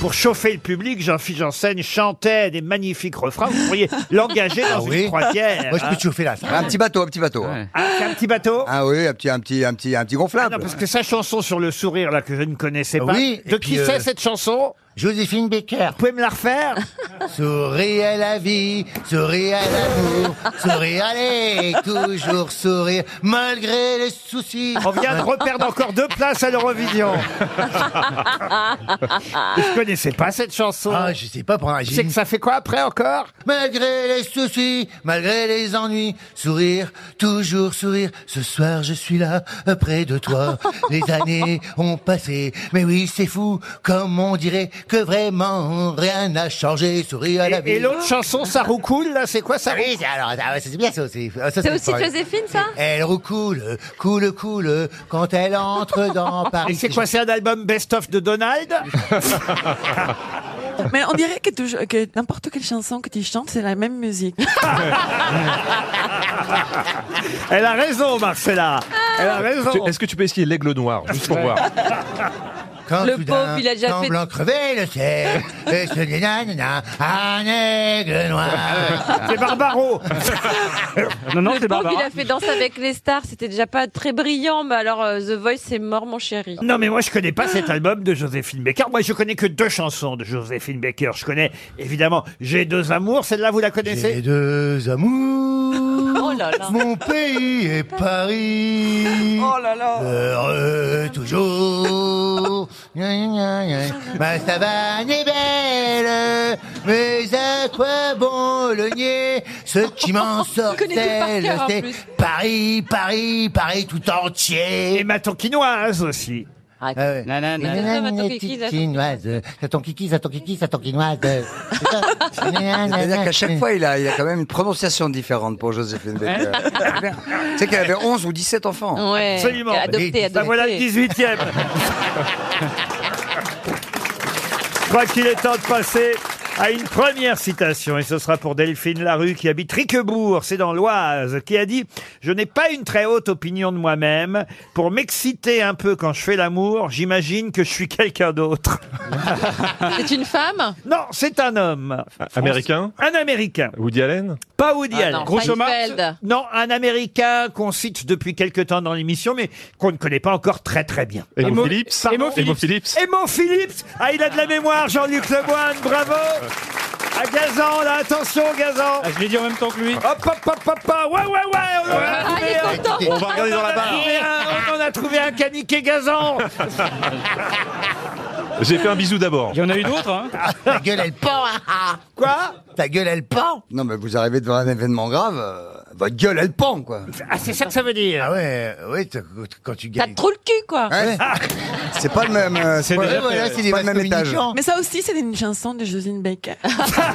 Pour chauffer le public, Jean-Philippe Janssen chantait des magnifiques refrains. Vous pourriez l'engager dans une croisière. Ah Moi, je hein. peux te chauffer la salle. Un petit bateau, un petit bateau. Ah, c'est un petit bateau Ah oui, un petit, un petit, un petit, un petit Ah gonflable. non, parce que sa chanson sur le sourire, là, que je ne connaissais pas. Oui, et de puis, qui c'est euh, cette chanson Joséphine Baker. Vous pouvez me la refaire Souris à la vie, souris à l'amour, souris allez, toujours sourire, malgré les soucis. On vient de reperdre encore deux places à l'Eurovision. Ah, je connaissais pas cette chanson. Ah, je sais pas, pour un c'est que ça fait quoi après encore Malgré les soucis, malgré les ennuis, sourire, toujours sourire. Ce soir, je suis là, près de toi. Les années ont passé, mais oui, c'est fou, comme on dirait que vraiment rien n'a changé. Sourire à la vie. Et, et l'autre chanson, ça roucoule, là, c'est quoi ça Ah oui, c'est- alors, ah ouais, c'est bien ça aussi. Ah, ça, C'est aussi fort. Joséphine, ça Elle recoule, coule, coule, quand elle entre dans Paris. Et c'est quoi, c'est un album best-of de Donald Mais on dirait que, toujours- que n'importe quelle chanson que tu chantes, c'est la même musique. Elle a raison, Marcella. Elle a raison. Tu- Est-ce que tu peux essayer l'aigle noir, juste pour voir Quand Le soudain, pauvre, il a déjà fait- Semblant crever le ciel, et ce n'est nanana, un aigle noir. C'est Barbaro. Non, non, Le c'est pauvre, il Barbara. a fait Danse avec les stars, c'était déjà pas très brillant, mais alors euh, The Voice, c'est mort, mon chéri. Non, mais moi, je connais pas cet album de Joséphine Baker. Moi, je connais que deux chansons de Joséphine Baker. Je connais, évidemment, J'ai deux amours. Celle-là, vous la J'ai connaissez deux amours, Oh là Oh là. mon pays et Paris. là là Heureux toujours. Gna, gna, gna, gna. Ma savane est belle, mais à quoi bon le nier Ce qui m'en connais tout par sortait, cœur, en c'est plus. Paris, Paris, Paris tout Et entier. ma tonkinoise aussi. Ah, Ah ouais. Nanana. Nanana, ma Tonkinoise, ça tonkiki, ça tonkiki, ça tonkinoise. C'est ça. C'est-à-dire qu'à chaque euh, fois, il a, il a quand même une prononciation différente pour Joséphine Hein Baker. C'est qu'elle avait 11 ou 17 enfants. Ouais. Absolument. Adopté, Et- Ben adopté. voilà le 18 e Je crois qu'il est temps de passer à une première citation, et ce sera pour Delphine Larue, qui habite Riquebourg, c'est dans l'Oise, qui a dit « Je n'ai pas une très haute opinion de moi-même. Pour m'exciter un peu quand je fais l'amour, j'imagine que je suis quelqu'un d'autre. C'est une femme » Non, c'est un homme. Américain Un Américain. Woody Allen Pas Woody Ah Allen. non, Grosso modo, Seinfeld. Non, un Américain qu'on cite depuis quelque temps dans l'émission, mais qu'on ne connaît pas encore très très bien. Emo Emo- Phillips Emo Emo Phillips. Phillips Et mon Philips, ah, il a de la mémoire, Jean-Luc Lemoine, bravo À Gazan, là, attention, Gazan Ah, je l'ai dit en même temps que lui. Hop, hop, hop, hop, hop. ouais, ouais, ouais On en a Ah, il trouvé est un. content On va regarder On dans en la a barre trouvé un, on en a trouvé un caniquet Gazan J'ai fait un bisou d'abord. Il y en a eu d'autres, hein Ta gueule, elle pend. ah, ah. Quoi Ta gueule, elle pend. Non, mais vous arrivez devant un événement grave, euh, votre gueule, elle pend, quoi. Ah, c'est ça que ça veut dire Ah ouais, euh, ouais, t'as- quand tu T'as gagnes. trop le cul, quoi Hein C'est pas le même, euh, c'est pas, Ouais, voilà, c'est des pas le vases même étage. communicants. Mais ça aussi, c'est une chanson de Josine Baker. Ça,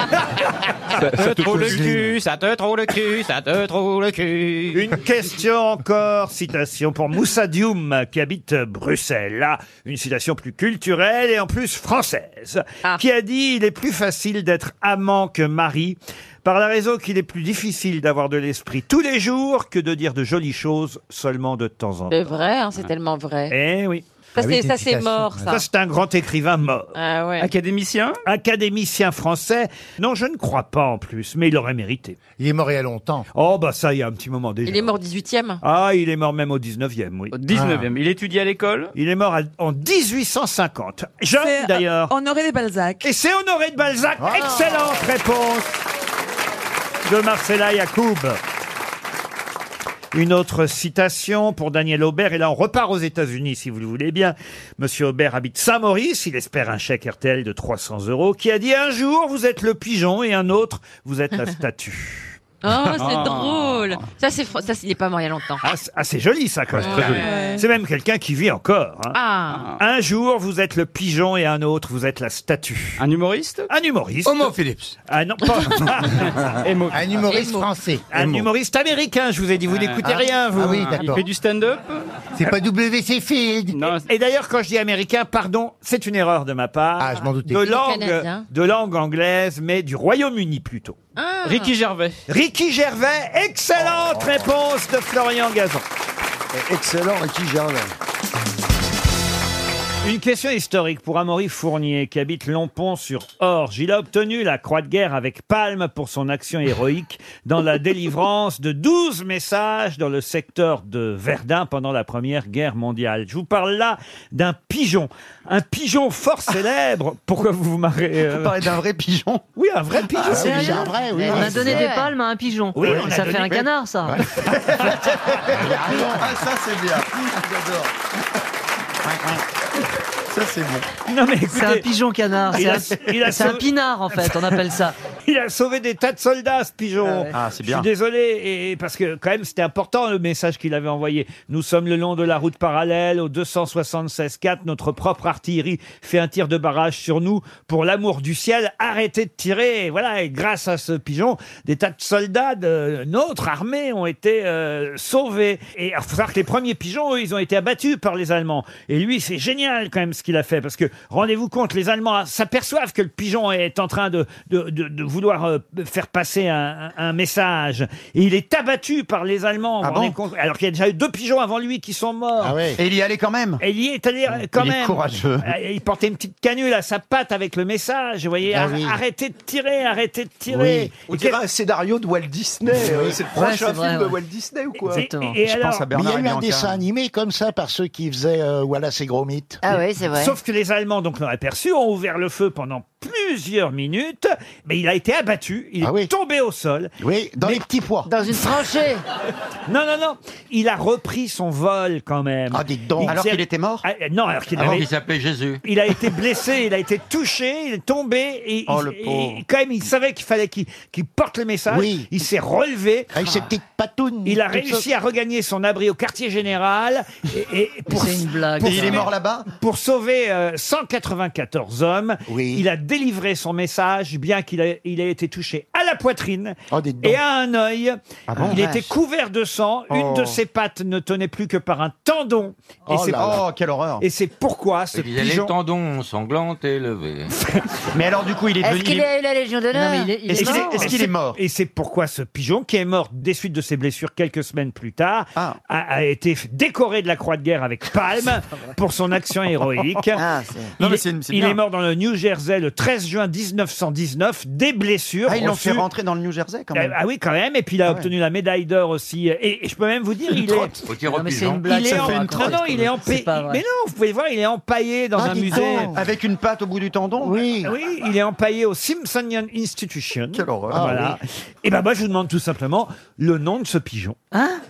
ça te Trop le cousine. cul, ça te trouve le cul, ça te trouve le cul. Une question encore, citation pour Moussa Dioum, qui habite Bruxelles. Là, une citation plus culturelle et en plus française, Ah. qui a dit « Il est plus facile d'être amant que mari, par la raison qu'il est plus difficile d'avoir de l'esprit tous les jours que de dire de jolies choses seulement de temps en temps. C'est vrai, hein, c'est tellement » vrai. Eh oui, Ça, Ah oui, c'est- c'est ça, une c'est citation. mort, ça. ça c'est un grand écrivain mort. Ah ouais. Académicien Académicien français, non je ne crois pas en plus, mais il aurait mérité. Il est mort il y a longtemps. Oh bah ça, il y a un petit moment déjà. Il est mort 18ème. Ah, il est mort même au 19e, oui. Ah. Au 19e. Il étudie à l'école Il est mort à- en 1850. Jeune C'est, euh, d'ailleurs. Honoré de Balzac. Ah. Et c'est Honoré de Balzac. Excellente réponse de Marcella Yacoub. Une autre citation pour Daniel Aubert. Et là, on repart aux États-Unis, si vous le voulez bien. Monsieur Aubert habite Saint-Maurice. Il espère un chèque RTL de 300 euros qui a dit un jour, vous êtes le pigeon et un autre, vous êtes la statue. Oh, c'est drôle Ça, c'est fr- ça, c'est- il est pas mort il y a longtemps. Ah, c'est- ah, c'est joli, ça, quand Ouais, même. c'est très joli. C'est même quelqu'un qui vit encore. hein. Ah Un jour, vous êtes le pigeon et un autre, vous êtes la statue. Un humoriste Un humoriste. Homo Phillips. Ah non, pas Émo- Un humoriste français. un humoriste américain, je vous ai dit, vous n'écoutez rien, vous. Ah oui, Il d'accord. fait du stand-up C'est pas WC Field. Non, Et d'ailleurs, quand je dis américain, pardon, c'est une erreur de ma part. Ah, je m'en doutais. De Il est langue, canadien. de langue anglaise, mais du Royaume-Uni plutôt. Ah. Ricky Gervais. Ricky Gervais, excellente Oh. réponse de Florian Gazan. Excellent, Ricky Gervais. Une question historique pour Amaury Fournier, qui habite Lompon sur Orge. Il a obtenu la Croix de guerre avec palme pour son action héroïque dans la délivrance de 12 messages dans le secteur de Verdun pendant la Première Guerre mondiale. Je vous parle là d'un pigeon. Un pigeon fort célèbre. Pourquoi vous vous marrez euh, Ah. Vous parlez d'un vrai pigeon Ah Oui, un vrai pigeon. Sérieux Ah, On a donné des palmes à un pigeon. Oui, on a ça donné- fait un canard, ça. Ah, ça c'est bien. J'adore. Ça c'est bon. Non, mais C'est un écoutez, pigeon canard. Il C'est a- un, il a c'est un sauvé- pinard, en fait, on appelle ça. il a sauvé des tas de soldats, ce pigeon. Ah, c'est Je suis désolé, et, et parce que quand même, c'était important le message qu'il avait envoyé. Nous sommes le long de la route parallèle, au 276-4, notre propre artillerie fait un tir de barrage sur nous. Pour l'amour du ciel, arrêtez de tirer. Voilà, et grâce à ce pigeon, des tas de soldats de notre armée ont été euh, sauvés. Et il faut savoir que les premiers pigeons, eux, ils ont été abattus par les Allemands. Et lui, c'est génial quand même ce qu'il a fait, parce que rendez-vous compte, les Allemands s'aperçoivent que le pigeon est en train de, de, de- de vouloir euh, faire passer un, un- un message. Et il est abattu par les Allemands. Ah vous vous rendez compte Alors qu'il y a déjà eu deux pigeons avant lui qui sont morts. Et il y allait quand même. Et il y est allé euh, quand Il est même. courageux. Euh, Il portait une petite canule à sa patte avec le message. Vous voyez, Ah ar- oui. arrêtez de tirer, arrêtez de tirer. On Et quel- dirait un scénario de Walt Disney. euh, C'est le Ouais, prochain c'est film vrai, de ouais. Walt Disney ou quoi et- Exactement. et alors- Bernard Mais il y a eu un Hinancard. dessin animé comme ça par ceux qui faisaient euh, Wallace et Gromit. Ah oui, c'est vrai. Sauf que les Allemands donc l'ont aperçu, ont ouvert le feu pendant plusieurs minutes, mais il a été abattu, il Ah est oui. tombé au sol. Oui, dans Mais- les petits pois. Dans une tranchée. Non, non, non, il a repris son vol quand même. Ah, dites donc. s'est- était mort Ah, euh, non, alors qu'il avait- s'appelait Jésus. Il a été blessé, il a été touché, il est tombé et, Oh, il- le pauvre. et quand même il savait qu'il fallait qu'il qu'il porte le message. Oui. Il s'est relevé. Avec ses petites patounes. Il a Toutes sortes. réussi à regagner son abri au quartier général et, et pour, C'est une blague. pour- Et il est mort là-bas pour sauver euh, 194 hommes. Oui. Il a délivré son message, bien qu'il ait, il ait été touché à la poitrine Oh, dites donc. et à un œil. bon il Vache. était couvert de sang. Une de ses pattes ne tenait plus que par un tendon. Et Oh c'est- là là. quelle horreur. et c'est pourquoi ce pigeon... tendons sanglants élevés. Mais alors du coup, il est Est-ce qu'il a eu la Légion d'honneur Non, mais il est- il Et est c'est- mort. et Est-ce qu'il est c'est- mort Et c'est pourquoi ce pigeon, qui est mort des suites de ses blessures quelques semaines plus tard, Ah. a, a été décoré de la Croix de guerre avec palme pour son action héroïque. Non, il, mais est, Ah, c'est- c'est il bien. est mort dans le New Jersey le 13 juin 1919 des blessures. Ah, ils l'ont reçues. fait rentrer dans le New Jersey quand Euh, même. Ah oui, quand même. Et puis il a obtenu la médaille d'or aussi. Et, et je peux même vous dire, il est. Non, mais c'est hein. une blague. Il est, ça, en... vous non, racontez. non, il est C'est empaillé. pas vrai. Mais non, vous pouvez voir, il est empaillé dans Ah, un dis musée. donc. Avec une patte au bout du tendon Ah Oui. Oui, il est empaillé au Simpsonian Institution. Quelle horreur. Ah voilà. Et ben moi, je vous demande tout simplement le nom de ce pigeon.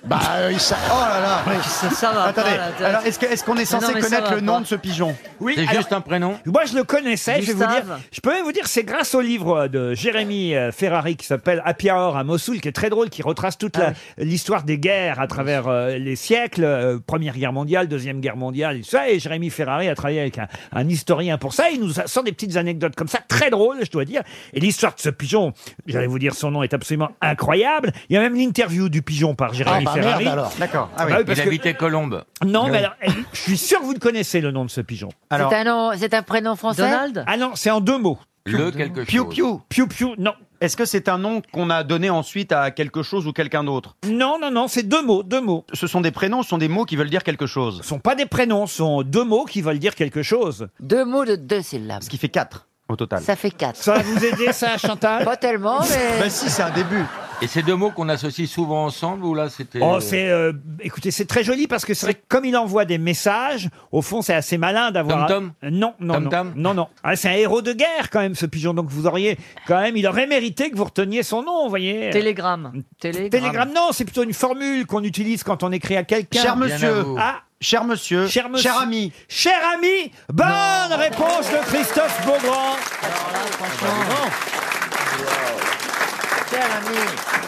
Bah, euh, il s'a- Oh là là Hein Ça, ça va Attendez, pas, là, t'as- alors est-ce que- est-ce qu'on est, non, censé mais ça connaître va le nom pas. de ce pigeon Oui, alors, un prénom moi je le connaissais, je vais vous Gustave. dire. Je peux même vous dire, c'est grâce au livre de Jérémy euh, Ferrari qui s'appelle Happy Hour à Mossoul, qui est très drôle, qui retrace toute la- l'histoire des guerres à travers euh, les siècles, euh, Première Guerre mondiale, Deuxième Guerre mondiale, et tout ça. Et Jérémy Ferrari a travaillé avec un, un historien pour ça. Il nous a- sort des petites anecdotes comme ça, très drôles, je dois dire. Et l'histoire de ce pigeon, j'allais vous dire, son nom est absolument incroyable. Il y a même l'interview du pigeon par Ah, Jérémy bah Ferrari. merde alors. D'accord. Ah Ah oui. bah oui, parce que- Colombe. Non, mais alors, euh, je suis sûr que vous le connaissez le nom de ce pigeon. Alors, C'est un, nom- c'est un prénom français Donald Ah non, c'est en deux mots. Le quelque Piu Piu, Piu piu, non. est-ce que c'est un nom qu'on a donné ensuite à quelque chose ou quelqu'un d'autre Non, non, non, c'est deux mots, deux mots. Ce sont des prénoms, ce sont des mots qui veulent dire quelque chose. Ce sont pas des prénoms, ce sont deux mots qui veulent dire quelque chose. Deux mots de deux syllabes. Ce qui fait quatre au total. Ça fait quatre. Ça va Ah, vous aider, ça, Chantal Ben Pas tellement, mais... Bah si, c'est un début. Et ces deux mots qu'on associe souvent ensemble ou là c'était. Oh, c'est, euh, écoutez, c'est très joli parce que c'est vrai que comme il envoie des messages, au fond, c'est assez malin d'avoir. Euh, Tom Non, non, non, Tom-Tom non, non. Ah, c'est un héros de guerre quand même, ce pigeon. Donc vous auriez quand même, il aurait mérité que vous reteniez son nom, vous voyez. Télégramme. Télégramme. Télégramme, non, c'est plutôt une formule qu'on utilise quand on écrit à quelqu'un. Cher à monsieur, vous. Ah, cher monsieur, Cher monsieur. ami. cher ami, bonne réponse de Christophe Beaugrand. Ah, bah, Cher ami,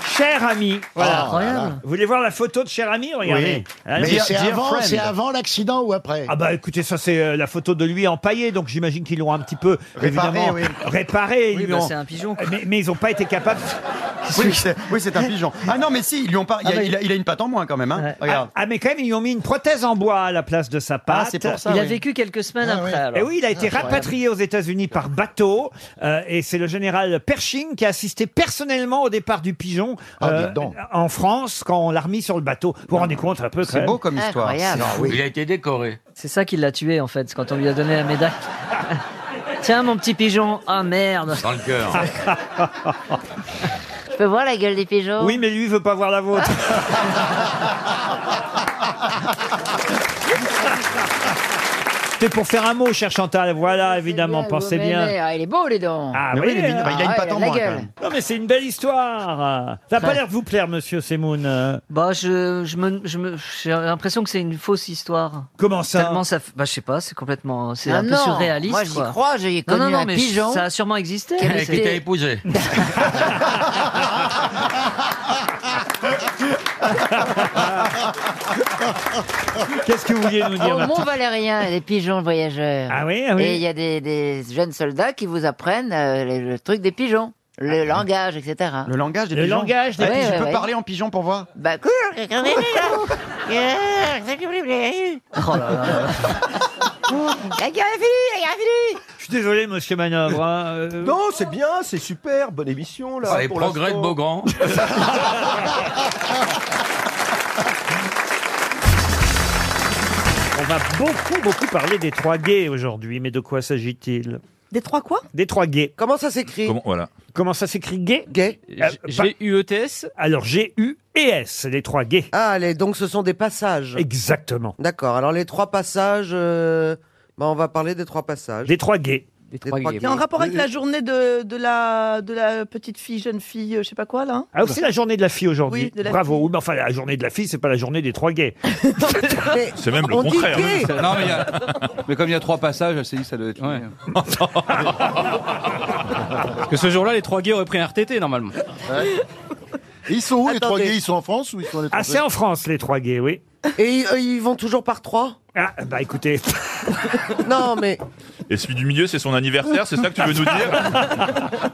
Cher ami, voilà. Ah, Incroyable. Vous voulez voir la photo de cher ami Regardez. Ah, Oh, Mais dear- c'est dear avant, friend. c'est avant l'accident ou après Ah bah écoutez, ça c'est euh, la photo de lui empaillé, donc j'imagine qu'ils l'ont un petit peu Réparé, évidemment, oui. réparé. Oui, ils bah, l'ont- c'est un pigeon. mais, mais ils n'ont pas été capables. Oui, c'est oui, c'est un pigeon. Ah non, mais si, ils lui ont pas. Il, a, il a- il a une patte en moins quand même. Hein. Regarde. Ah, mais quand même, ils lui ont mis une prothèse en bois à la place de sa patte. Ah, c'est pour ça, Il a vécu quelques semaines après. alors. Et Eh oui, il a été Incroyable. rapatrié aux États-Unis par bateau. euh, et c'est le général Pershing qui a assisté personnellement au départ du pigeon Ah, euh, en France quand on l'a remis sur le bateau. Vous vous rendez compte un peu quand même Incroyable. Il a été décoré. C'est ça qui l'a tué en fait, c'est quand on lui a donné la médaille. Tiens mon petit pigeon, ah merde. Dans le cœur. Je peux voir la gueule des pigeons Ah, Oui, mais lui veut pas voir la vôtre. C'était pour faire un mot, cher Chantal. Voilà, évidemment, pensez bien. il est beau, les dents. Ah oui, hein. Ah, il a la gueule. Non, mais c'est une belle histoire. Ça n'a pas Ouais. l'air de vous plaire, monsieur Semoun. euh. Bah je, je me, je me- j'ai l'impression que c'est une fausse histoire. Comment ça Tellement ça, f- bah je sais pas, c'est complètement, c'est Ah un peu non, surréaliste. moi, j'y quoi. crois, j'ai Non, non, connu non, un mais pigeon Ça a sûrement existé. qui a mais été- c'est- épousé. Qu'est-ce que vous vouliez nous Au Mont Valérien, il y a des pigeons voyageurs. Ah oui, ah oui. Et il y a des, des jeunes soldats qui vous apprennent euh, le, le truc des pigeons, le Ah. langage, etc. Le langage des Le pigeons. langage des Ah, pigeons. Tu peux Ouais, ouais. parler en pigeon pour voir Bah, cool Oh là là. Oh, La guerre est finie, la guerre est finie Je suis désolé, monsieur Manœuvre. hein, euh. Non, c'est bien, c'est super, bonne émission là. Ah, les pour progrès de l'instant. Beaugrand. On va beaucoup, beaucoup parler des trois gays aujourd'hui, mais de quoi s'agit-il Des trois quoi Des trois gays. Comment ça s'écrit Comment- voilà. Comment ça s'écrit gay Euh, Gay. G-U-E-T-S Alors G-U-E-S, les trois gays. E Ah, allez, donc ce sont des passages. Exactement. D'accord, alors les trois passages, euh, bah, on va parler des trois passages. Des trois gays. Des trois gays. C'est en rapport avec la journée de, de, la, de la petite fille, jeune fille, euh, je sais pas quoi, là hein Ah, c'est la journée de la fille aujourd'hui. Oui, de la Bravo. Oui, Mais enfin, la journée de la fille, c'est pas la journée des trois gays. C'est même le On dit contraire. gay. Non, mais, il y a- mais comme il y a trois passages, elle s'est dit ça doit être. Parce que ce jour-là, les trois gays auraient pris un RTT normalement. Ils sont où les trois Attendez. gays Ils sont en France ou ils sont à Ah, c'est en France, les trois gays, oui. Et ils- euh, ils vont toujours par trois Ah, bah écoutez. non, mais. Et celui du milieu, c'est son anniversaire, c'est ça que tu veux nous dire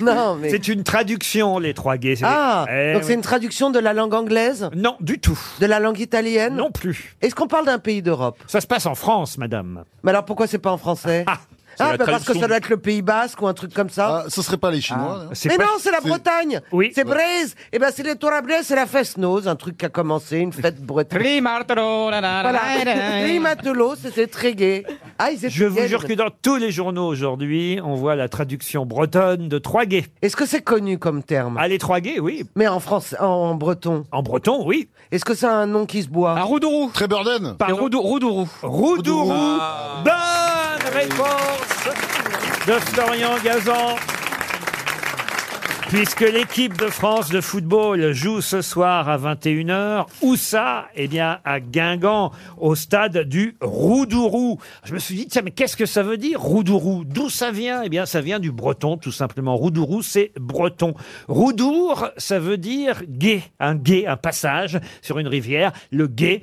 Non, mais. C'est une traduction, les trois gays. C'est- Ah, Eh donc oui. c'est une traduction de la langue anglaise Non, du tout. De la langue italienne Non plus. Est-ce qu'on parle d'un pays d'Europe Ça se passe en France, madame. Mais alors pourquoi c'est pas en français Ah, C'est la bah, parce que traduction ça du- doit être le Pays Basque ou un truc comme ça. Ah, Ah. Ce serait pas les Chinois. Mais non, c'est la Bretagne. Oui. C'est Braise. Eh ben, c'est les Tours à Braise, c'est la fête nose, un truc qui a commencé, une fête bretonne. Voilà. Rimatelot, c'était très gai. Ah, ils étaient Je vous gays, jure les que dans tous les journaux aujourd'hui, on voit la traduction bretonne de trois gays. Est-ce que c'est connu comme terme Ah, les trois gays, oui. Mais en France, en, en breton. En breton, oui. Est-ce que c'est un nom qui se boit Un roudourou. Très burden. Roudourou. Roudourou. Ah. Bonne réponse de Florian Gazan. Puisque l'équipe de France de football joue ce soir à 21h, où ça Eh bien, à Guingamp, au stade du Roudourou. Je me suis dit, tiens, mais qu'est-ce que ça veut dire, Roudourou D'où ça vient Eh bien, ça vient du breton, tout simplement. Roudourou, c'est breton. Roudour, ça veut dire gué, un gué, un passage sur une rivière, le gué.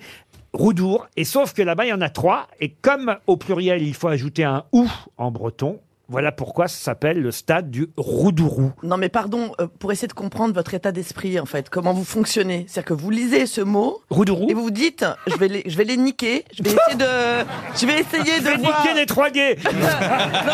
Roudour, et sauf que là-bas, il y en a trois, et comme au pluriel, il faut ajouter un ou en breton, voilà pourquoi ça s'appelle le stade du Roudourou. Non, mais pardon, euh, pour essayer de comprendre votre état d'esprit, en fait, comment vous fonctionnez. C'est-à-dire que vous lisez ce mot. Roudourou. Et vous vous dites, je vais les, je vais les niquer. Je vais essayer de. Je vais essayer Je de vais voir. niquer les trois gays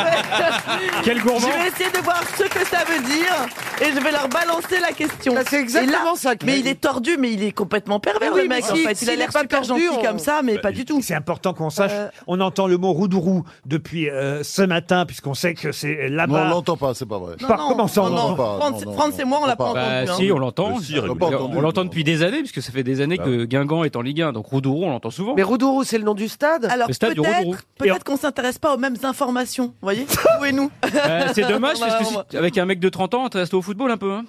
Quel gourmand Je vais essayer de voir ce que ça veut dire et je vais leur balancer la question. C'est Bah, exactement ça qu'il Mais a il dit. est tordu, mais il est complètement pervers Mais Ah oui, le mec. mais en si- fait, il a s'il l'air est pas super tordu, gentil on- comme ça, mais pas du tout. Bah, Euh. C'est important qu'on sache. On entend le mot Roudourou depuis euh, ce matin, puisqu'on sait que c'est Non, on là-bas. l'entend pas, c'est pas vrai. Par- comment ça, on non, l'entend non, pas Franz- Franz et moi, on l'a pas Bah, entendu. hein. si, on l'entend. Si, on régulièrement. on l'entend depuis des années, puisque ça fait des années Bah. que Guingamp est en Ligue 1. Donc Roudourou, on l'entend souvent. Mais Roudourou, c'est le nom du stade Alors Le stade du Roudourou. peut-être, peut-être qu'on s'intéresse pas aux mêmes informations, vous voyez Vous et nous. Euh, c'est dommage, Bah, parce que on va- si- avec un mec de 30 ans, tu restes au football un peu. hein.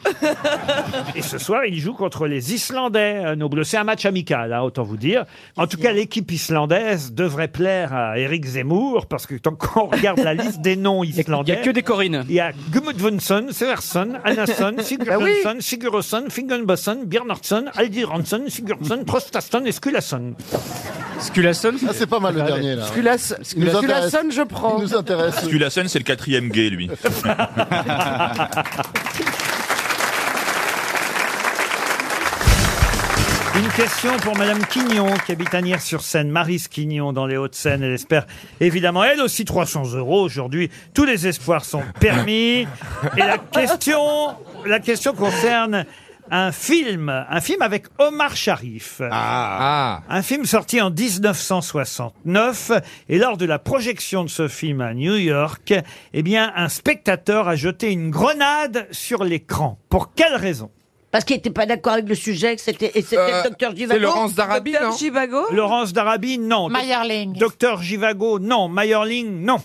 Et ce soir, il joue contre les Islandais, euh, nos Bleus. C'est un match amical, hein, autant vous dire. En tout cas, l'équipe islandaise devrait plaire à Eric Zemmour, parce que tant qu'on regarde la liste des noms islandais. Il y a que des Corinne. Il y a Gudmundsson, Seversson, Anasson, Bah oui. Sigurðsson, Sigurðsson, Fingenbosson, Bjarnarsson, Aldiranson, Sigurðsson, Trostasson et Skulason. Skulason Ah, c'est pas mal le dernier, là. Sculas- Il nous intéresse. Sculasson, je prends. nous intéresse. Skulason, c'est le quatrième gay, lui. Une question pour Madame Quignon, qui habite à sur seine Marise Quignon, dans les Hauts-de-Seine. Elle espère évidemment, elle aussi, 300 euros aujourd'hui. Tous les espoirs sont permis. Et la question, la question concerne un film, un film avec Omar Sharif. Un film sorti en 1969. Et lors de la projection de ce film à New York, eh bien, un spectateur a jeté une grenade sur l'écran. Pour quelle raison Parce qu'il n'était pas d'accord avec le sujet, que c'était et c'était Euh, le docteur c'est Givago. Laurence Darabi, Dr. non Laurence Darabi, non. Meyerling. Docteur Givago, non. Meyerling, non.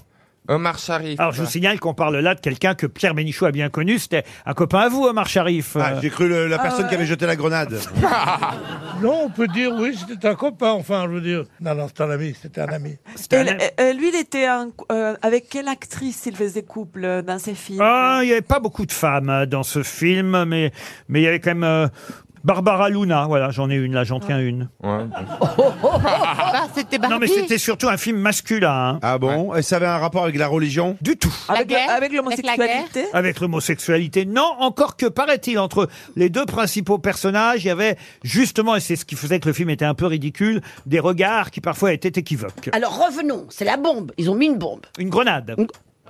Omar Sharif. Alors, je vous signale qu'on parle là de quelqu'un que Pierre Bénichou a bien connu. C'était un copain à vous, Omar Sharif. Ah, j'ai cru le- la Euh, personne qui avait jeté la grenade. Non, on peut dire oui, c'était un copain, enfin, je veux dire. Non, non, c'était un ami, c'était un ami. Ah, Elle- euh, lui, il était un- euh, avec quelle actrice il faisait couple euh, dans ses films Ah, il n'y avait pas beaucoup de femmes euh, dans ce film, mais mais il y avait quand même euh, Barbara Luna. Voilà, j'en ai une là, j'en tiens une. c'était Non, mais c'était surtout un film masculin. hein. Ah bon Et ça avait un rapport avec la religion Du tout. Avec le- avec l'homosexualité Avec l'homosexualité, non, encore que, paraît-il, entre les deux principaux personnages, il y avait justement, et c'est ce qui faisait que le film était un peu ridicule, des regards qui parfois étaient équivoques. Alors revenons, c'est la bombe. Ils ont mis une bombe. Une grenade.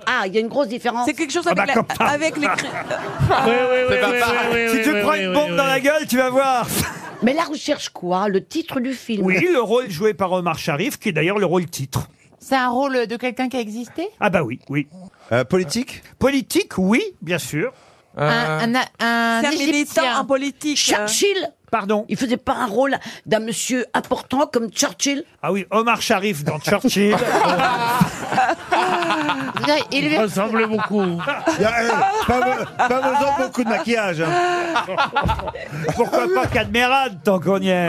Ah, il y a une grosse différence. C'est quelque chose Ah avec bah, la- comme ça. avec les. oui, oui, oui, oui, Si tu oui, prends oui, une oui, bombe oui, dans oui. la gueule, tu vas voir. Mais la recherche quoi Le titre du film Oui, le rôle joué par Omar Sharif, qui est d'ailleurs le rôle titre. C'est un rôle de quelqu'un qui a existé Ah bah oui, oui. politique Politique, oui, bien sûr. Euh. Un, un, un C'est un Égyptien. militant en politique. euh Churchill Pardon Il faisait pas un rôle d'un monsieur important comme Churchill Ah oui, Omar Sharif dans Churchill. Il lui ressemblait beaucoup. euh, pas, besoin de beaucoup de maquillage. hein. hein. Pourquoi pas Cadmerade, tant qu'on y est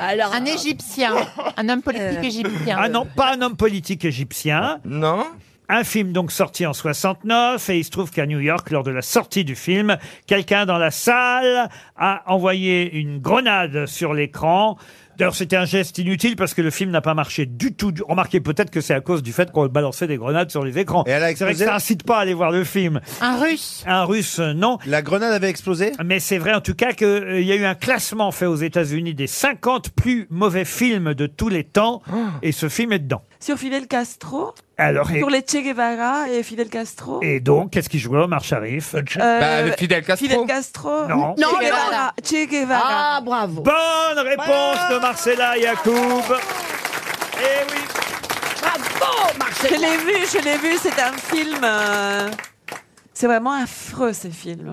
Alors, un Égyptien. Un homme politique égyptien. euh, Ah non, pas un homme politique égyptien. Non. Un film donc sorti en 69 et il se trouve qu'à New York, lors de la sortie du film, quelqu'un dans la salle a envoyé une grenade sur l'écran. D'ailleurs, c'était un geste inutile parce que le film n'a pas marché du tout. Remarquez peut-être que c'est à cause du fait qu'on balançait des grenades sur les écrans. C'est vrai que explosé ça incite pas à aller voir le film. Un russe Un russe, euh, non. La grenade avait explosé Mais c'est vrai en tout cas qu'il y a eu un classement fait aux États-Unis des 50 plus mauvais films de tous les temps et ce film est dedans. Sur Fidel Castro Alors, et- Sur les Che Guevara et Fidel Castro Et donc, qu'est-ce qu'il jouait Omar Sharif Euh, Bah, le Fidel Castro. Fidel Castro Non. Che Non, mais Guevara. Che Guevara. Ah, bravo. Bonne réponse de Marcella Yacoub. Eh oui. Bravo, Marcel. Je l'ai vu, je l'ai vu, c'est un film. euh, C'est vraiment affreux ces films.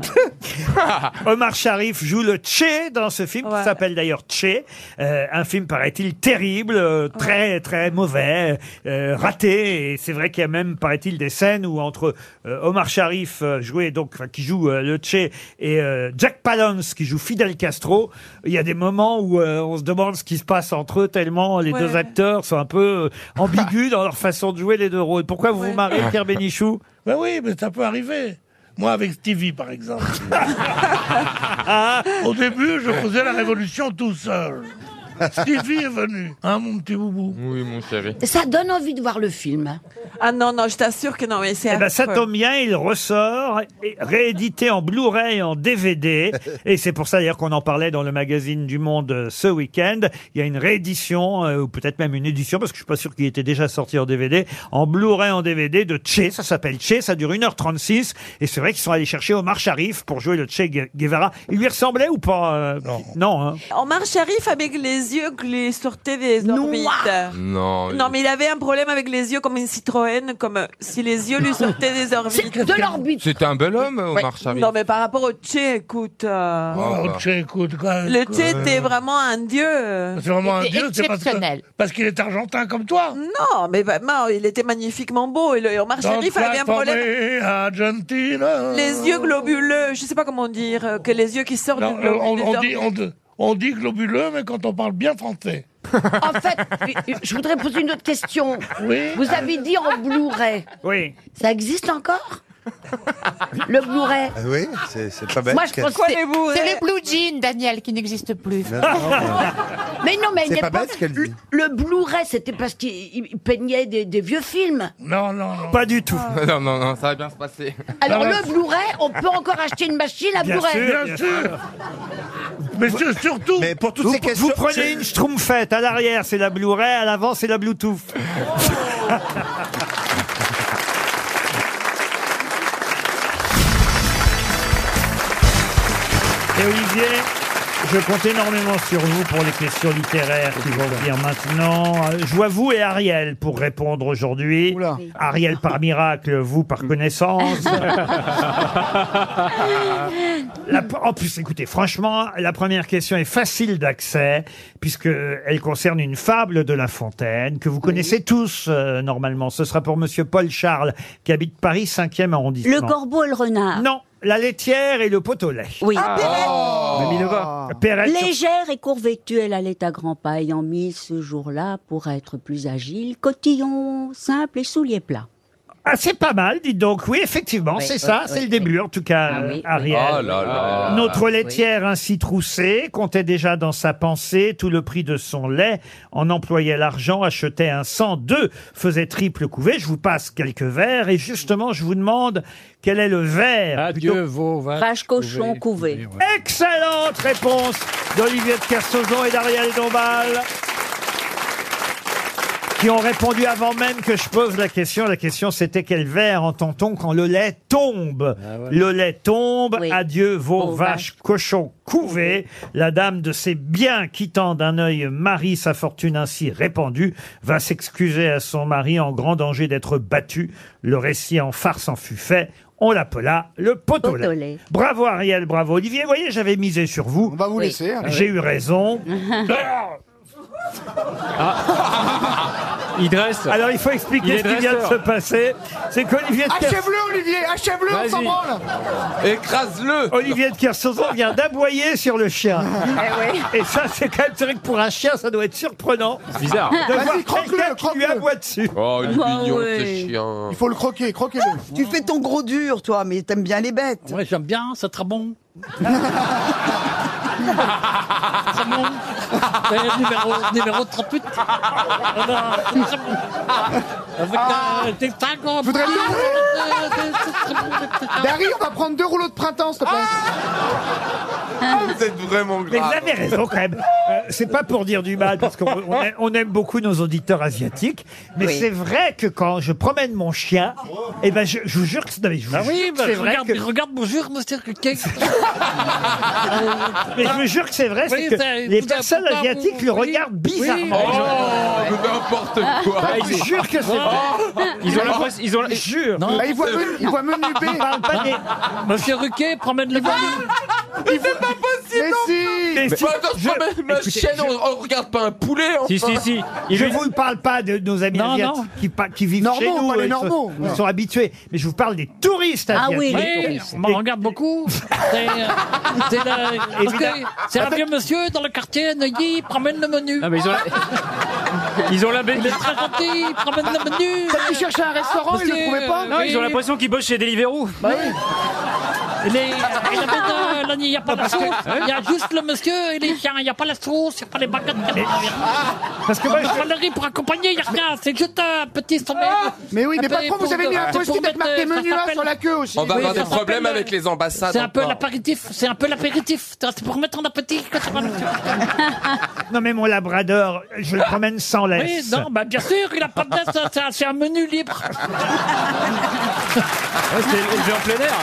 Omar Sharif joue le Che dans ce film qui s'appelle d'ailleurs Che. Euh, un film, paraît-il, terrible, euh, très très mauvais, euh, raté. Et c'est vrai qu'il y a même, paraît-il, des scènes où entre euh, Omar Sharif euh, joué donc enfin, qui joue euh, le Che et euh, Jack Palance qui joue Fidel Castro, il y a des moments où euh, on se demande ce qui se passe entre eux tellement les Ouais. deux acteurs sont un peu euh, ambigus dans leur façon de jouer les deux rôles. Pourquoi vous vous marrez, Pierre Bénichou Ben oui, mais ça peut arriver. Moi, avec Stevie, par exemple. Ah. Au début, je faisais la révolution tout seul. Stevie est venu. Hein, mon petit boubou Oui, mon chéri. Ça donne envie de voir le film. Ah non, non, je t'assure que non, mais c'est Eh ben, ça affreux. tombe bien, il ressort, et réédité en Blu-ray, en DVD. Et c'est pour ça d'ailleurs qu'on en parlait dans le magazine du Monde euh, ce week-end. Il y a une réédition, euh, ou peut-être même une édition, parce que je suis pas sûr qu'il était déjà sorti en DVD, en Blu-ray, en DVD de Che. Ça s'appelle Che, ça dure 1h36. Et c'est vrai qu'ils sont allés chercher Omar Sharif pour jouer le Che Gue- Guevara. Il lui ressemblait ou pas euh, Non. hein. Omar Sharif avec les yeux qui lui sortaient des orbites. Oh, Non. Non, mais il avait un problème avec les yeux comme une Citroën, comme euh, si les yeux lui sortaient des orbites. De l'orbite C'était un bel homme, Oh, Omar Sharif. Non, mais par rapport au Tché, écoute. euh, Oh, Oh, Che, écoute, quoi, Le quoi. Tché était vraiment un dieu. C'est vraiment un dieu, c'est parce que- parce qu'il est argentin comme toi. Non, mais vraiment, il était magnifiquement beau. Et le Omar Sharif avait un problème. ah. Les yeux globuleux, je sais pas comment dire, euh, que les yeux qui sortent Non, du euh, globe- on, des on dit, orbites. on, dit- on dit globuleux, mais quand on parle bien français. Je voudrais poser une autre question. Oui. Vous avez dit en Blu-ray. Oui. Ça existe encore Le Blu-ray. Ah oui, c'est c'est pas bête. Moi, je pense que c'est C'est le blue jean, Daniel, qui n'existe plus. Non, non, Mais non, mais à une C'est pas époque, bête ce qu'elle dit. le Blu-ray, c'était parce qu'il il- il peignait des, des vieux films. Non, non, non. Ah. Pas du tout. non, non, non, ça va bien se passer. bah, Alors le Blu-ray, on peut encore acheter une machine à Bien Blu-ray. sûr, bien sûr. Mais surtout, Mais pour toutes vous, ces questions- vous prenez c'est- une Schtroumpfette. À l'arrière, c'est la Blu-ray. À l'avant, c'est la Bluetooth. Et Olivier, je compte énormément sur vous pour les questions littéraires qui vont venir maintenant. Euh, Je vois vous et Ariel pour répondre aujourd'hui. Ariel par miracle, vous par connaissance. La- en plus, écoutez, franchement, la première question est facile d'accès puisque euh, elle concerne une fable de La Fontaine que vous connaissez tous euh, normalement. Ce sera pour Monsieur Paul Charles qui habite Paris 5e arrondissement. Le corbeau et le renard. Non. La laitière et le Ah. pot au lait. Oui. Ah, Perrette sur- Légère et courvétuelle allait à grands pas, ayant mis ce jour-là, pour être plus agile, cotillon simple et souliers plats. Ah, c'est pas mal, dites donc. Oui, effectivement, Oui, c'est oui, ça, oui, c'est le début, en tout cas, Ah oui, euh, oui. Ariel. Oh là là. Notre ah, Oui. laitière ainsi troussée comptait déjà dans sa pensée tout le prix de son lait, en employait l'argent, achetait un sang, deux, faisait triple couvée. Je vous passe quelques vers, et justement, je vous demande quel est le vers. Adieu, veau, Vache cochon couvé. Excellente réponse d'Olivier de Kersauzon et d'Ariel Dombal. Qui ont répondu avant même que je pose la question. La question c'était quel vers entend-on quand le lait tombe Le lait tombe, adieu vos vaches, cochons couvés. La dame de ses biens, quittant d'un œil mari sa fortune ainsi répandue, va s'excuser à son mari en grand danger d'être battu. Le récit en farce en fut fait. On l'appela le pot au Pot au lait. lait. Bravo Ariel, bravo Olivier. Vous voyez, j'avais misé sur vous. On va vous Oui. laisser, hein. J'ai eu raison. Ah. Il dresse. Alors il faut expliquer Ah. Il est ce qui vient de se dresseur. passer. C'est qu'Olivier de Kers- Achève-le, Olivier, achève-le, on s'en branle. Écrase-le Olivier de Kersauzon vient d'aboyer sur le chien. Eh Et ça, c'est quand même c'est vrai que pour un chien, ça doit être surprenant. C'est bizarre. De Vas-y, voir quelqu'un qui lui aboie dessus. Oh, il est Bah mignon, ouais. ce chien. Il faut le croquer, croquez-le. Tu fais ton gros dur, toi, mais t'aimes bien les bêtes. Ah, Ouais, j'aime bien, ça très bon. numéro, numéro 38. Avec un Je voudrais le Dari, on va prendre deux rouleaux de printemps, s'il te plaît. Ah, vous êtes vraiment Mais vous avez raison quand même. Euh, c'est pas pour dire du mal, parce qu'on on aime, on aime beaucoup nos auditeurs asiatiques, mais Oui. c'est vrai que quand je promène mon chien, eh ben je, je vous jure que c'est- non, mais je vous jure oui, que bah, c'est je vrai regarde, que- je regarde, bonjour, monsieur quelqu'un. Mais je vous jure que c'est vrai, c'est que les personnes asiatiques le regardent bizarrement. Ah, Oh, mais n'importe quoi. Oh. Je vous jure que c'est vrai. Ils ont l'impression- ils ont la- Jure. Non. Bah, ils voient même- ils voient même Nubé. Ils parlent pas des- Monsieur Ruquet, promène le Ah Mais c'est pas possible Mais si, je- écoutez, je- regarde pas un poulet, Si, si, si. Je vous ne parle pas de nos amis Non, asiatiques non. Qui, pa- qui vivent Normaux, chez nous. pas les et sont- normaux. Ils sont, habitués. Mais je vous parle des touristes asiatiques. on m'en regarde beaucoup. C'est euh, c'est le- parce que Évidemment. c'est un vieux monsieur dans le quartier, Neuilly, il promène le menu. Ah, mais ils ont la- Ils ont la bête. Il est très gentil, il promène le menu. euh, Quand tu cherchais un restaurant, il le Monsieur, trouvait pas Non, ils ont l'impression qu'ils bossent chez Deliveroo. Bah oui. Il est- il avait, euh, là, il n'y a pas la Parce que- sauce. Il y a juste le monsieur et les chiens. Il n'y a pas la sauce, il n'y a pas les baguettes. Il n'y a Ah, pas rien. Parce que Il moi, n'y a pas le riz pour accompagner, il n'y a rien. C'est juste un petit sommet. Ah, Mais oui, Un mais peu patron, vous pour- avez mis un c'est pour post-it avec mettre, marqué euh, ça menu A s'appelle- sur la queue aussi. On va Oui, avoir ça des s'appelle, problèmes euh, avec les ambassades. C'est un peu encore. l'apéritif, c'est un peu l'apéritif. C'est pour mettre en appétit quand tu vas le Non, mais mon labrador, je le promène sans Oui, laisse. non, bah bien sûr, il a pas de laisse, ça, c'est un- c'est un menu libre. c'est élevé en plein air.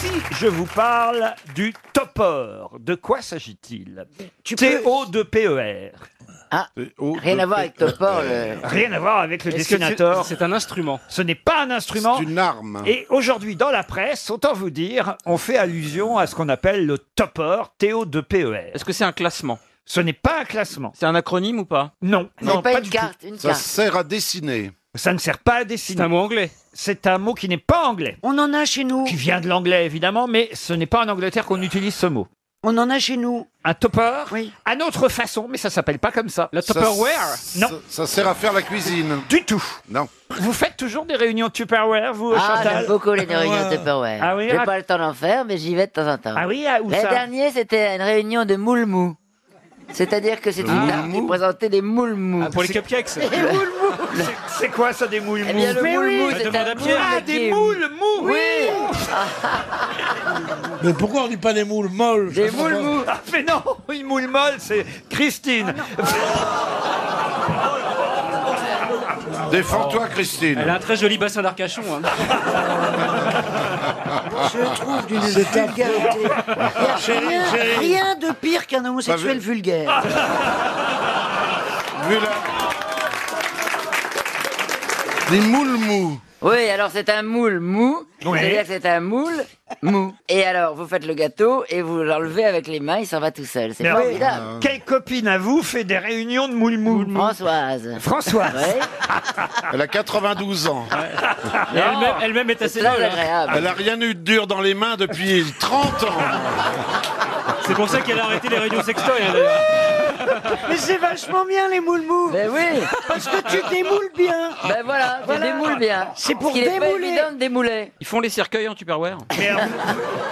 Si je vous parle du topper, de quoi s'agit-il T-O-D-P-E-R. Ah, Rien à voir avec Topor. le- Rien à voir avec le E Est-ce que dessinateur. C'est c'est un instrument. Ce n'est pas un instrument. C'est une arme. Et aujourd'hui, dans la presse, autant vous dire, on fait allusion à ce qu'on appelle le topper, T-O-D-P-E-R. Est-ce que c'est un classement E Ce n'est pas un classement. C'est un acronyme ou pas Non. C'est non, pas une du carte, tout. une carte. sert à dessiner. Ça ne sert pas à dessiner. C'est un mot anglais. C'est un mot qui n'est pas anglais. On en a chez nous. Qui vient de l'anglais, évidemment, mais ce n'est pas en Angleterre qu'on utilise ce mot. On en a chez nous. Un topper À notre façon, mais ça s'appelle pas comme ça. Le Tupperware Non. Ça, sert à faire la cuisine. Du tout. Non. Vous faites toujours des réunions Tupperware, vous, Ah, Chantal j'aime beaucoup les réunions Ouais. Tupperware. Ah oui, J'ai rac- pas le temps d'en faire, mais j'y vais de temps en temps. Ah oui, ah, où Le ça dernier, c'était une réunion de moule mou. C'est-à-dire que c'est Ah. une tarte qui présentait des moules mous. pour les cupcakes. Des moules mous C'est quoi ça des moules mous Eh bien, le Mais moule oui. mou, Bah, c'est demande un à Pierre. Ah, qui des est- moules mous, Oui Ah. Mais pourquoi on dit pas des moules molles Des moules mous Ah, mais non Une moule molle, c'est Christine Défends-toi, Christine. Elle a un très joli bassin d'Arcachon. hein. Je trouve d'une C'est vulgarité. affreux. Y a Chérie, rien, chérie. rien de pire qu'un homosexuel Pas vu. vulgaire. Vu la- Des moules mous. Oui, alors c'est un moule mou. Oui. C'est-à-dire que c'est un moule mou. Et alors, vous faites le gâteau et vous l'enlevez avec les mains, il s'en va tout seul. C'est Mais alors, formidable. euh, Quelle copine à vous fait des réunions de moules mous Françoise. Françoise Ouais. Elle a 92 ans. Et elle-même- elle-même est assez molle, hein. Elle a rien eu de dur dans les mains depuis 30 ans. C'est pour ça qu'elle a arrêté les réunions sextoy. hein, elle. Mais c'est vachement bien les moules mous. Ben oui. Parce que tu démoules bien. Ben voilà, tu démoules bien. C'est Ce pour qui n'est pas démouler. évident de démouler. Ils font les cercueils en Tupperware.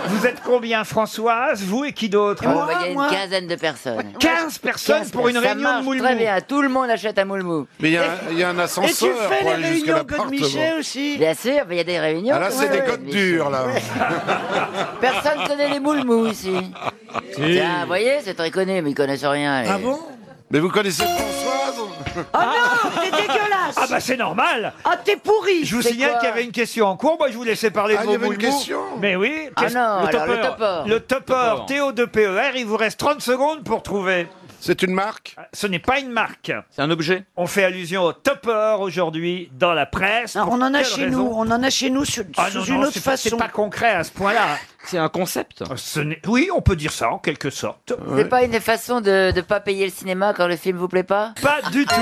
Vous êtes combien, Françoise Vous et qui d'autre Oh, bah, Il y a une quinzaine de personnes. 15 personnes pour une Ça réunion de marche moule Très mou. bien, tout le monde achète un moule mou. Mais il y a un- il y a un ascenseur fais pour les aller jusqu'à réunions Godmiché l'appartement. aussi Bien sûr, mais il y a des réunions. Ah, là, c'est des codes durs, là. Personne connaît les moules mous ici. Tiens, vous voyez, c'est très connu, mais ils connaissent rien. Ah bon Mais vous connaissez Françoise Oh non, t'es dégueulasse. Ah bah c'est normal Ah, t'es pourri. Je vous C'est signale quoi qu'il y avait une question en cours, moi je vous laissais parler Ah, de il vos y avait une moules mous. question Mais oui Ah qu'est-ce- non, alors, le topper. topper. Le topper, Topper. Théo de PER, il vous reste 30 secondes pour trouver. C'est une marque Ce n'est pas une marque. C'est un objet On fait allusion au topper aujourd'hui dans la presse. Non, Pour on en a quelle chez raison nous, on en a chez nous sur- Ah sous non, une non, autre c'est pas- façon. C'est pas concret à ce point-là. C'est un concept. Ce n'est- oui, on peut dire ça en quelque sorte. C'est pas une façon de ne pas payer le cinéma quand le film vous plaît pas Eh ben Pas du tout.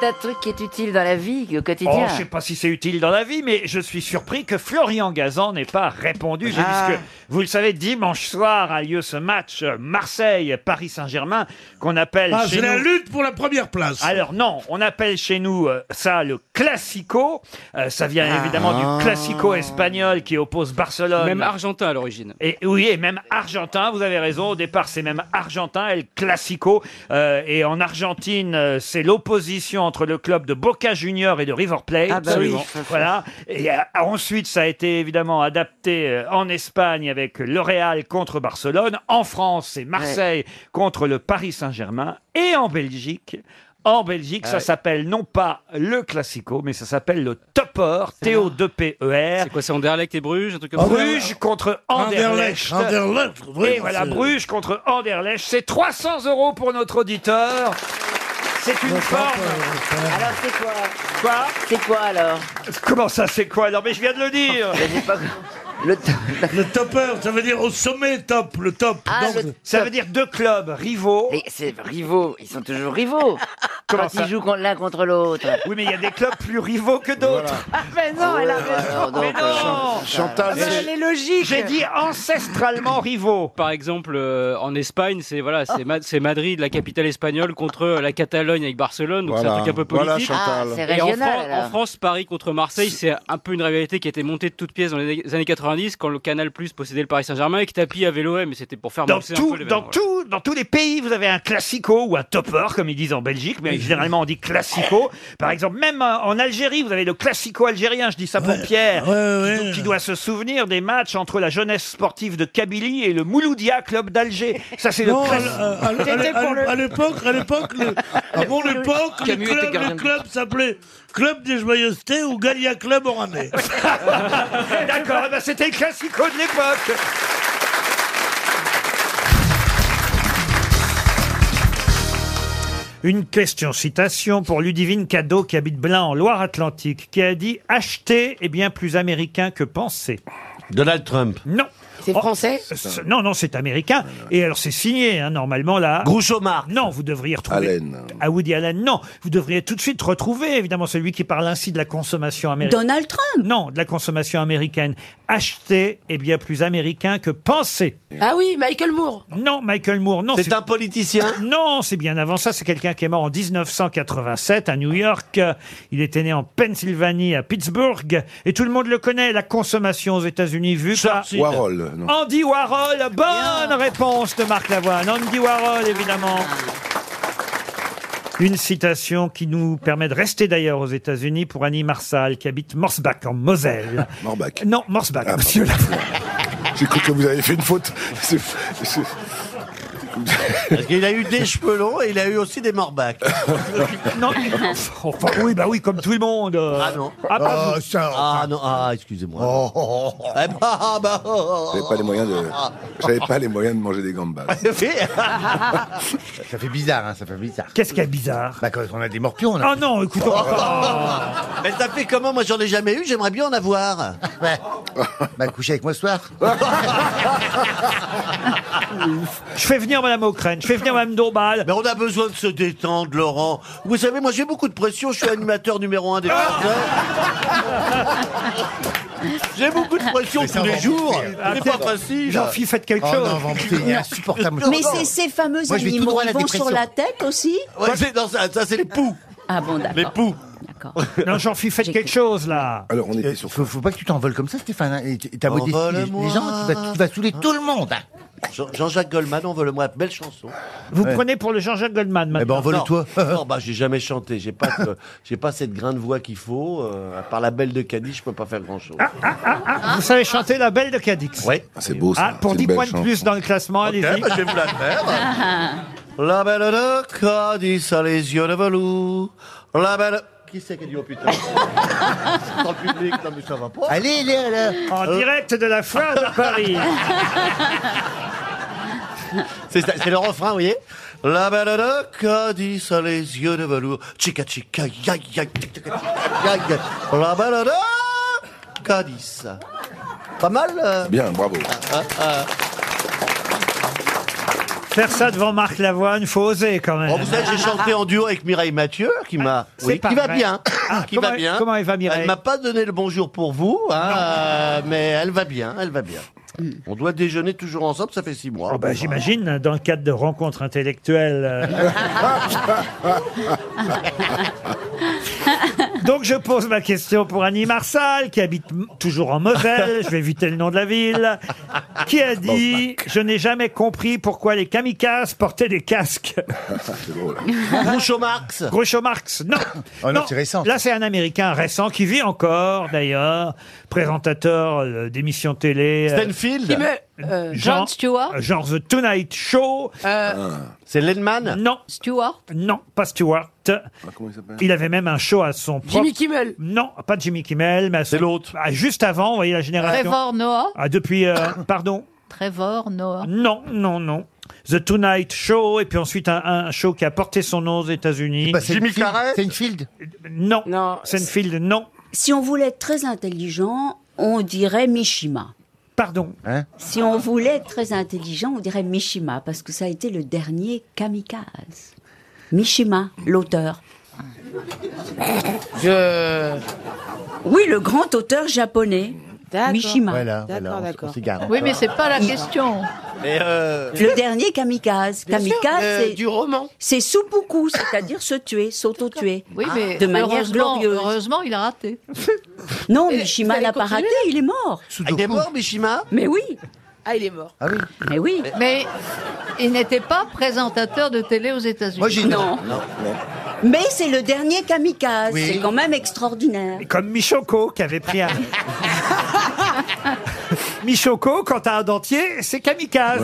C'est un truc qui est utile dans la vie, au Oh, quotidien. je sais pas si c'est utile dans la vie, mais je suis surpris que Florian Gazan n'ait pas répondu. J'ai dit Ah. ce que, vous le savez, dimanche soir a lieu ce match euh, Marseille-Paris Saint-Germain qu'on appelle Ah, chez c'est la nous- lutte pour la première place. Alors non, on appelle chez nous euh, ça le classico. Euh, ça vient évidemment du classico espagnol qui oppose Barcelone. Même argentin à l'origine. Et oui, et même argentin, vous avez raison, au départ c'est même argentin, El Clasico. Euh, et en Argentine, euh, c'est l'opposition entre le club de Boca Junior et de River Plate. Ah bah oui. Absolument. Voilà. Et euh, ensuite, ça a été évidemment adapté euh, en Espagne avec le Real contre Barcelone. En France, c'est Marseille contre le Paris Saint-Germain. Et en Belgique... En Belgique, Ah ça ouais. s'appelle non pas le Classico, mais ça s'appelle le Topper, T-O-P-E-R. C'est quoi, c'est Anderlecht et Bruges, un truc comme ça E Bruges contre Anderlecht. Anderlecht, Anderlecht, oui, et voilà, c'est- Bruges contre Anderlecht. C'est 300 euros pour notre auditeur. C'est une forme. Alors c'est quoi euh, Quoi C'est quoi alors Comment ça, c'est quoi alors Mais je viens de le dire. Le, topper, ça veut dire au sommet, top, le top. Ah, Donc, le Ça veut dire deux clubs rivaux. Mais c'est rivaux, ils sont toujours rivaux. Comment Quand ça ils jouent contre l'un contre l'autre. Oui, mais il y a des clubs plus rivaux que d'autres. Ah, mais non, elle a raison. donc, euh, non. Chantal, Mais elle est logique. J'ai dit ancestralement rivaux. Par exemple, euh, en Espagne, c'est voilà, c'est Ma- c'est Madrid, la capitale espagnole, contre euh, la Catalogne avec Barcelone, donc c'est un Voilà. truc un peu Voilà, politique. Chantal. Ah, c'est Et en régional, France, alors. en France, Paris contre Marseille, c'est un peu une rivalité qui a été montée de toutes pièces dans les années 90 quand le Canal Plus possédait le Paris Saint-Germain et que Tapi avait l'OM, et c'était pour faire Dans, monter un tout- peu les dans, tout- dans tous les pays, vous avez un classico ou un topper, comme ils disent en Belgique, mais généralement on dit classico. Par exemple, même euh, en Algérie, vous avez le classico algérien, je dis ça pour Pierre, qui, qui doit se souvenir des matchs entre la jeunesse sportive de Kabylie et le Mouloudia Club d'Alger. Ça, c'est le Non, à l- classico. à- à l- à l- à l'époque, à l'époque, le- à mon époque, le club, le club s'appelait Club des Joyeusetés ou Gallia Club Oranais. D'accord, eh ben, c'était le classico de l'époque. Une question citation pour Ludivine Cadeau qui habite Blain en Loire-Atlantique qui a dit acheter est bien plus américain que penser. Donald Trump. Non. C'est français Oh, c'est- Non, non, c'est américain. Et alors, c'est signé, hein, normalement, là. Groucho Marx. Non, vous devriez retrouver. À Ah, Woody Allen, non. Vous devriez tout de suite retrouver, évidemment, celui qui parle ainsi de la consommation américaine. Donald Trump Non, de la consommation américaine. Acheter est bien plus américain que penser. Ah oui, Michael Moore. Non, Michael Moore, non. C'est un politicien Non, c'est bien avant ça. C'est quelqu'un qui est mort en 1987 à New York. Il était né en Pennsylvanie, à Pittsburgh. Et tout le monde le connaît. La consommation aux États-Unis, vu par... Warhol. Warhol. Non. Andy Warhol, bonne réponse de Marc Lavoine. Andy Warhol, évidemment. Une citation qui nous permet de rester d'ailleurs aux États-Unis pour Annie Marsal, qui habite Morsbach, en Moselle. Morbach. Non, Morsbach, monsieur Lavoine. J'ai cru que vous avez fait une faute. C'est- c'est- Parce qu'il a eu des cheveux longs et il a eu aussi des morbacs. non, enfin, oui, bah oui, comme tout le monde. Ah non. Ah, bah, vous- Ah non, ah, excusez-moi. Eh ben, ah, bah, oh, oh, J'avais pas les moyens de, j'avais pas les moyens de manger des gambas. Ça fait bizarre, hein, ça fait bizarre. Qu'est-ce qu'il y a bizarre Bah quand on a des morpions, Ah non, écoute, on Mais ça fait comment Moi, j'en ai jamais eu, j'aimerais bien en avoir. Bah couchez avec moi ce soir. Je fais venir Madame O'Crane, je fais venir Madame Dombal. Mais on a besoin de se détendre, Laurent. Vous savez, moi, j'ai beaucoup de pression, je suis animateur numéro un des J'ai beaucoup de pression tous les jours. C'est pas facile. Jean-Phi, faites quelque Oh chose. non, Vampire, il est insupportable. Mais c'est ces fameux Moi, je vais tout animaux droit à qui la vont sur dépression. la tête aussi Ouais, c'est- non, ça, ça, c'est les poux. Ah bon, d'accord. Les poux. Non, Jean-Phi, faites quelque chose là. Alors on était sur. Euh, Faut, faut pas que tu t'envoles comme ça, Stéphane. hein, et t- et T'as beau dessiner les, Envole-moi. les gens, tu vas, tu vas saouler tout le monde. hein. Jean- Jean-Jacques Goldman, envole-moi. Belle chanson. Vous prenez pour le Jean-Jacques Goldman Eh ben, maintenant. Non, non, bah, j'ai jamais chanté. J'ai pas, ce- j'ai pas cette grain de voix qu'il faut. euh, à part la belle de Caddy, je peux pas faire grand chose. Ah, Vous savez chanter La Belle de Cadix. Oui. C'est beau ça. Ah, pour C'est 10 une belle points de chanson. plus dans le classement, allez-y. bah, je vais vous la Ah, La belle de Cadix a les yeux de velours. La belle. Qui c'est qui a dit oh putain Dans le public, non mais ça va pas. Allez, allez, allez. Euh. En direct de la foire de Paris. C'est ça, c'est le refrain, vous voyez La belle de Cadix a les yeux de velours. Chica chica, ya ya, tic, tic, tic, ya, ya. La belle de Cadix. Pas mal euh Bien, bravo. Ah, ah. Faire ça devant Marc Lavoine, faut oser quand même. Bon, Oh, vous savez, j'ai chanté en duo avec Mireille Mathieu, qui m'a, c'est oui, pas qui va vrai. bien, Ah, qui comment- va bien. comment elle va, Mireille Elle m'a pas donné le bonjour pour vous, hein, euh, mais elle va bien, elle va bien. On doit déjeuner toujours ensemble, ça fait six mois. Hmm. Oh, bah, J'imagine, dans le cadre de rencontres intellectuelles. euh. Ah, Donc je pose ma question pour Annie Marsal, qui habite m- toujours en Moselle, je vais éviter le nom de la ville, qui a dit « Je n'ai jamais compris pourquoi les kamikazes portaient des casques C'est drôle. ». Groucho Marx Groucho Marx, non Oh non, c'est récent. Là, c'est un Américain récent qui vit encore, d'ailleurs, présentateur euh, d'émissions télé. euh, Stanfield euh, Jon Stewart Euh, Genre The Tonight Show. C'est Lenman Non. Stewart Non, pas Stewart. Ah, Comment il s'appelle Il avait même un show à son propre... Jimmy Kimmel Non, pas Jimmy Kimmel, mais... C'est l'autre. juste avant, vous voyez, la génération... Trevor Noah Ah, depuis... euh, pardon Trevor Noah. Non, non, non. The Tonight Show, et puis ensuite un, un show qui a porté son nom aux Eh ben, États-Unis. Seinfeld Non. Senfield, non. Si on voulait être très intelligent, on dirait Mishima. Pardon Hein Si on voulait être très intelligent, on dirait Mishima, parce que ça a été le dernier kamikaze. Mishima, l'auteur. Je... Oui, le grand auteur japonais. D'accord. Mishima. Voilà, voilà, D'accord, on- on d'accord. s'égare Oui, encore. mais c'est pas la Il- question. Mais euh, Le dernier kamikaze. Bien sûr, kamikaze, euh, c'est du roman. C'est seppuku, c'est-à-dire se tuer, s'auto-tuer. Oui, Ah. mais de manière heureusement, glorieuse. heureusement, il a raté. Non, Et vous Mishima allez n'a pas raté, continuer il est mort. il est mort, Mishima Mais oui, Ah, il est mort. Ah oui. mais oui. Mais il n'était pas présentateur de télé aux États-Unis. Non. Mais c'est le dernier kamikaze. Oui. C'est quand même extraordinaire. Comme Michoko qui avait pris un... Michoko, quand t'as un dentier, c'est kamikaze.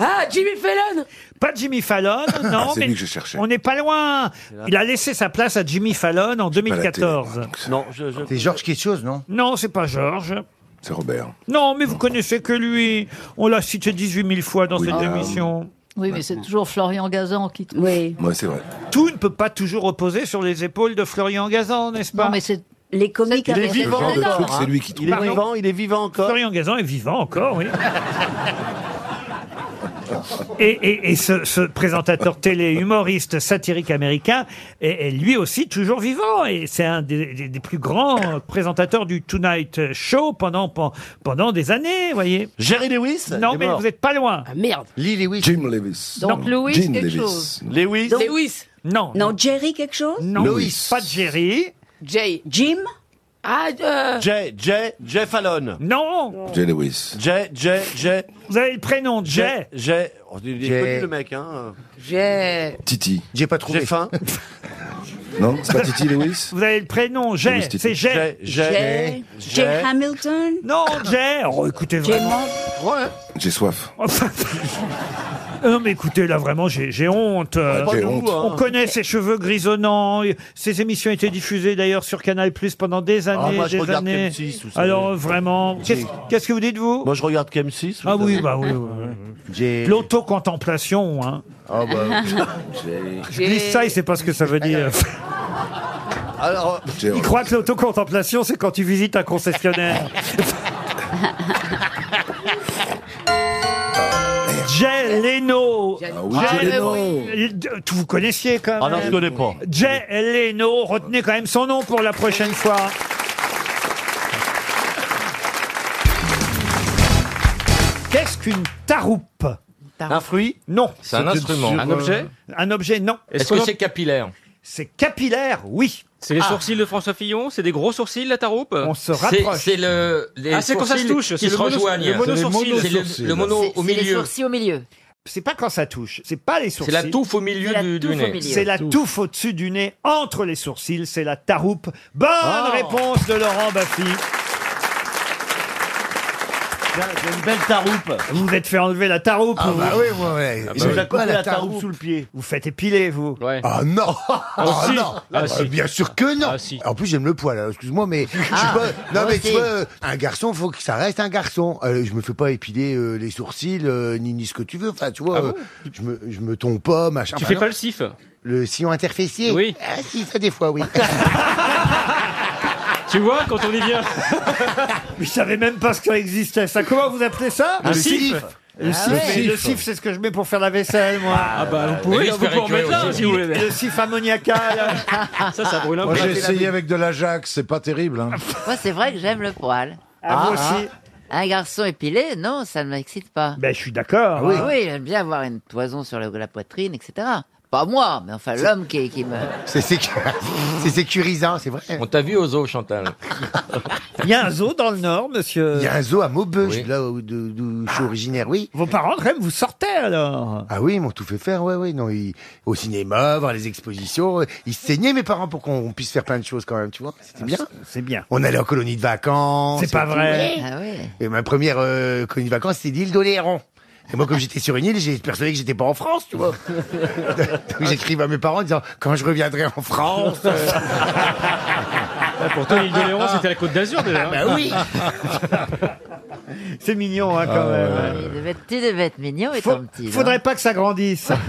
Ah, Jimmy Fallon Pas Jimmy Fallon, non. Ah, c'est mais lui que je cherchais. On n'est pas loin. Il a laissé sa place à Jimmy Fallon en la télé, 2014. Non, je, je- C'est Georges quelque chose, non Non, c'est pas Georges. C'est Robert. Non, mais vous connaissez que lui. On l'a cité 18 000 fois dans Oui, cette ah. émission. Oui, mais c'est toujours Florian Gazan qui. hein. Oui. Moi, c'est vrai. Tout ne peut pas toujours reposer sur les épaules de Florian Gazan, n'est-ce pas Non, mais c'est. Les comiques il est avaient vivant genre de encore. truc, c'est hein. lui qui trouve. Il est Pardon vivant, il est vivant encore. Florian Gazan est vivant encore, oui. Et, et- et ce, ce présentateur télé, humoriste, satirique américain, est, est lui aussi toujours vivant. Et c'est un des, des- des plus grands euh, présentateurs du Tonight Show pendant, pen- pendant des années, vous voyez. Jerry Lewis Non, il est mais mort. vous n'êtes pas loin. Merde. Lee Lewis. Jim Levis. Donc, Louis, Jim quelque Levis. chose. Lewis Lewis. Non. Non, Jerry quelque chose Non, Lois. pas de Jerry. Jay. Jim Ah, euh, Jay, Jay, Jay Fallon. Non. Jay Lewis. Jay, Jay, Jay. Vous avez le prénom, Jay. Jay. Oh, il est Jay. connu le mec, hein. J'ai. Titi. J'ai pas trouvé. J'ai faim. Non, c'est Bah, pas Titi Lewis Vous avez le prénom, Jay. Lewis Titi. C'est Jay. Jay, Jay. Jay Hamilton Non, Jay. Oh, écoutez vraiment. J'ai soif. Non, Euh, mais écoutez, là, vraiment, j'ai j'ai honte. Ah, Ah, Ouais, pas J'ai de honte. vous, hein. Euh, On connaît ses cheveux grisonnants. Ces émissions étaient diffusées, d'ailleurs, sur Canal+, pendant des années. Ah, moi, je des regarde années. M6, vous savez. Alors, vraiment, qu'est-ce qu'est-ce que vous dites, vous Moi, je regarde KM6. Ah oui, bah oui, oui, J'ai. L'autocontemplation, hein. Ah bah. Je glisse ça, il sait pas ce que ça veut dire. Alors. Il croit que l'autocontemplation, c'est quand tu visites un concessionnaire. Jay Leno. oui, Jay Leno. L- Tout vous connaissiez quand même. Ah non, je connais pas. Jay Leno. Retenez quand même son nom pour la prochaine fois. Qu'est-ce qu'une taroupe Un fruit Non. C'est un instrument. Un objet euh, Un objet, non. Est-ce que c'est capillaire C'est capillaire, oui. C'est les Ah. sourcils de François Fillon C'est des gros sourcils, la taroupe On se C'est c'est le les Ah, c'est quand ça sourcils se touche, qui c'est se le mono- rejoignent. le mono- C'est le, le mono au milieu. au milieu. C'est pas quand ça touche, c'est pas les sourcils. la touffe au milieu C'est la du- du touffe au nez. milieu. C'est la Touffe. touffe au-dessus du nez, entre les sourcils, c'est la taroupe. Bonne Ah. réponse de Laurent Baffy. J'ai une belle taroupe. Vous vous êtes fait enlever la taroupe. Ah vous. Ah bah oui, ouais, ouais. Il nous a coupé la taroupe sous le pied. Vous faites épiler, vous. Ah non Ah si. non Ah Euh, si. Bien sûr que Ah, non En plus, j'aime le poil, alors, excuse-moi, mais... je suis Ah, pas- Non, moi mais tu aussi. vois, euh, un garçon, faut que ça reste un garçon. Euh, je me fais pas épiler euh, les sourcils, euh, ni, ni ce que tu veux. Enfin, tu vois, euh, je, me, je me tombe pas, machin. Tu Enfin, fais non. pas le sif Le sillon interfécier Oui. Ah si, ça des fois, oui. Tu vois, quand on y vient. Mais je savais même pas ce qui existait. Ça, comment vous appelez ça Un Le sif. sif. Le Ah sif. ouais. Mais le sif, c'est ce que je mets pour faire la vaisselle, moi. Ah bah, vous pouvez- Mais vous pouvez en mettre là, aussi. si vous voulez. Le sif ammoniacal. Ça, ça brûle un Moi, peu. j'ai essayé avec de l'Ajax, c'est pas terrible. hein. Moi, c'est vrai que j'aime le poil. Ah, vous aussi. Un garçon épilé, non, ça ne m'excite pas. Ben, je suis d'accord. oui, hein. oui, j'aime bien avoir une toison sur le- la poitrine, etc. Pas moi, mais enfin l'homme qui, qui me... C'est sécurisant, c'est vrai. On t'a vu aux zoo, Chantal. Il y a un zoo dans le Nord, monsieur. Ah. Il y a un zoo à Maubeuge, là où, d'où- d'où je suis originaire, oui. Vos parents, quand même, vous sortaient alors Ah oui, ils m'ont tout fait faire, ouais, oui. Non, ils- au cinéma, voir les expositions. euh, Ils saignaient mes parents pour qu'on puisse faire plein de choses quand même, tu vois. C'était bien. Ah, C'est bien. On allait en colonie de vacances. Oh, C'est pas et tout, vrai. ouais. Ah ouais. Et ma première euh, colonie de vacances, c'était l'île d'Oléron. Et moi, comme j'étais sur une île, j'ai persuadé que j'étais pas en France, tu vois. Donc j'écrivais à mes parents en disant quand je reviendrai en France. euh, Ah, Ah. pourtant, l'île d'Oléron, c'était la Côte d'Azur déjà. hein. Bah oui. C'est mignon, hein, quand même. Il devait être, tu devais être mignon et Faut- ton petit. faudrait pas que ça grandisse.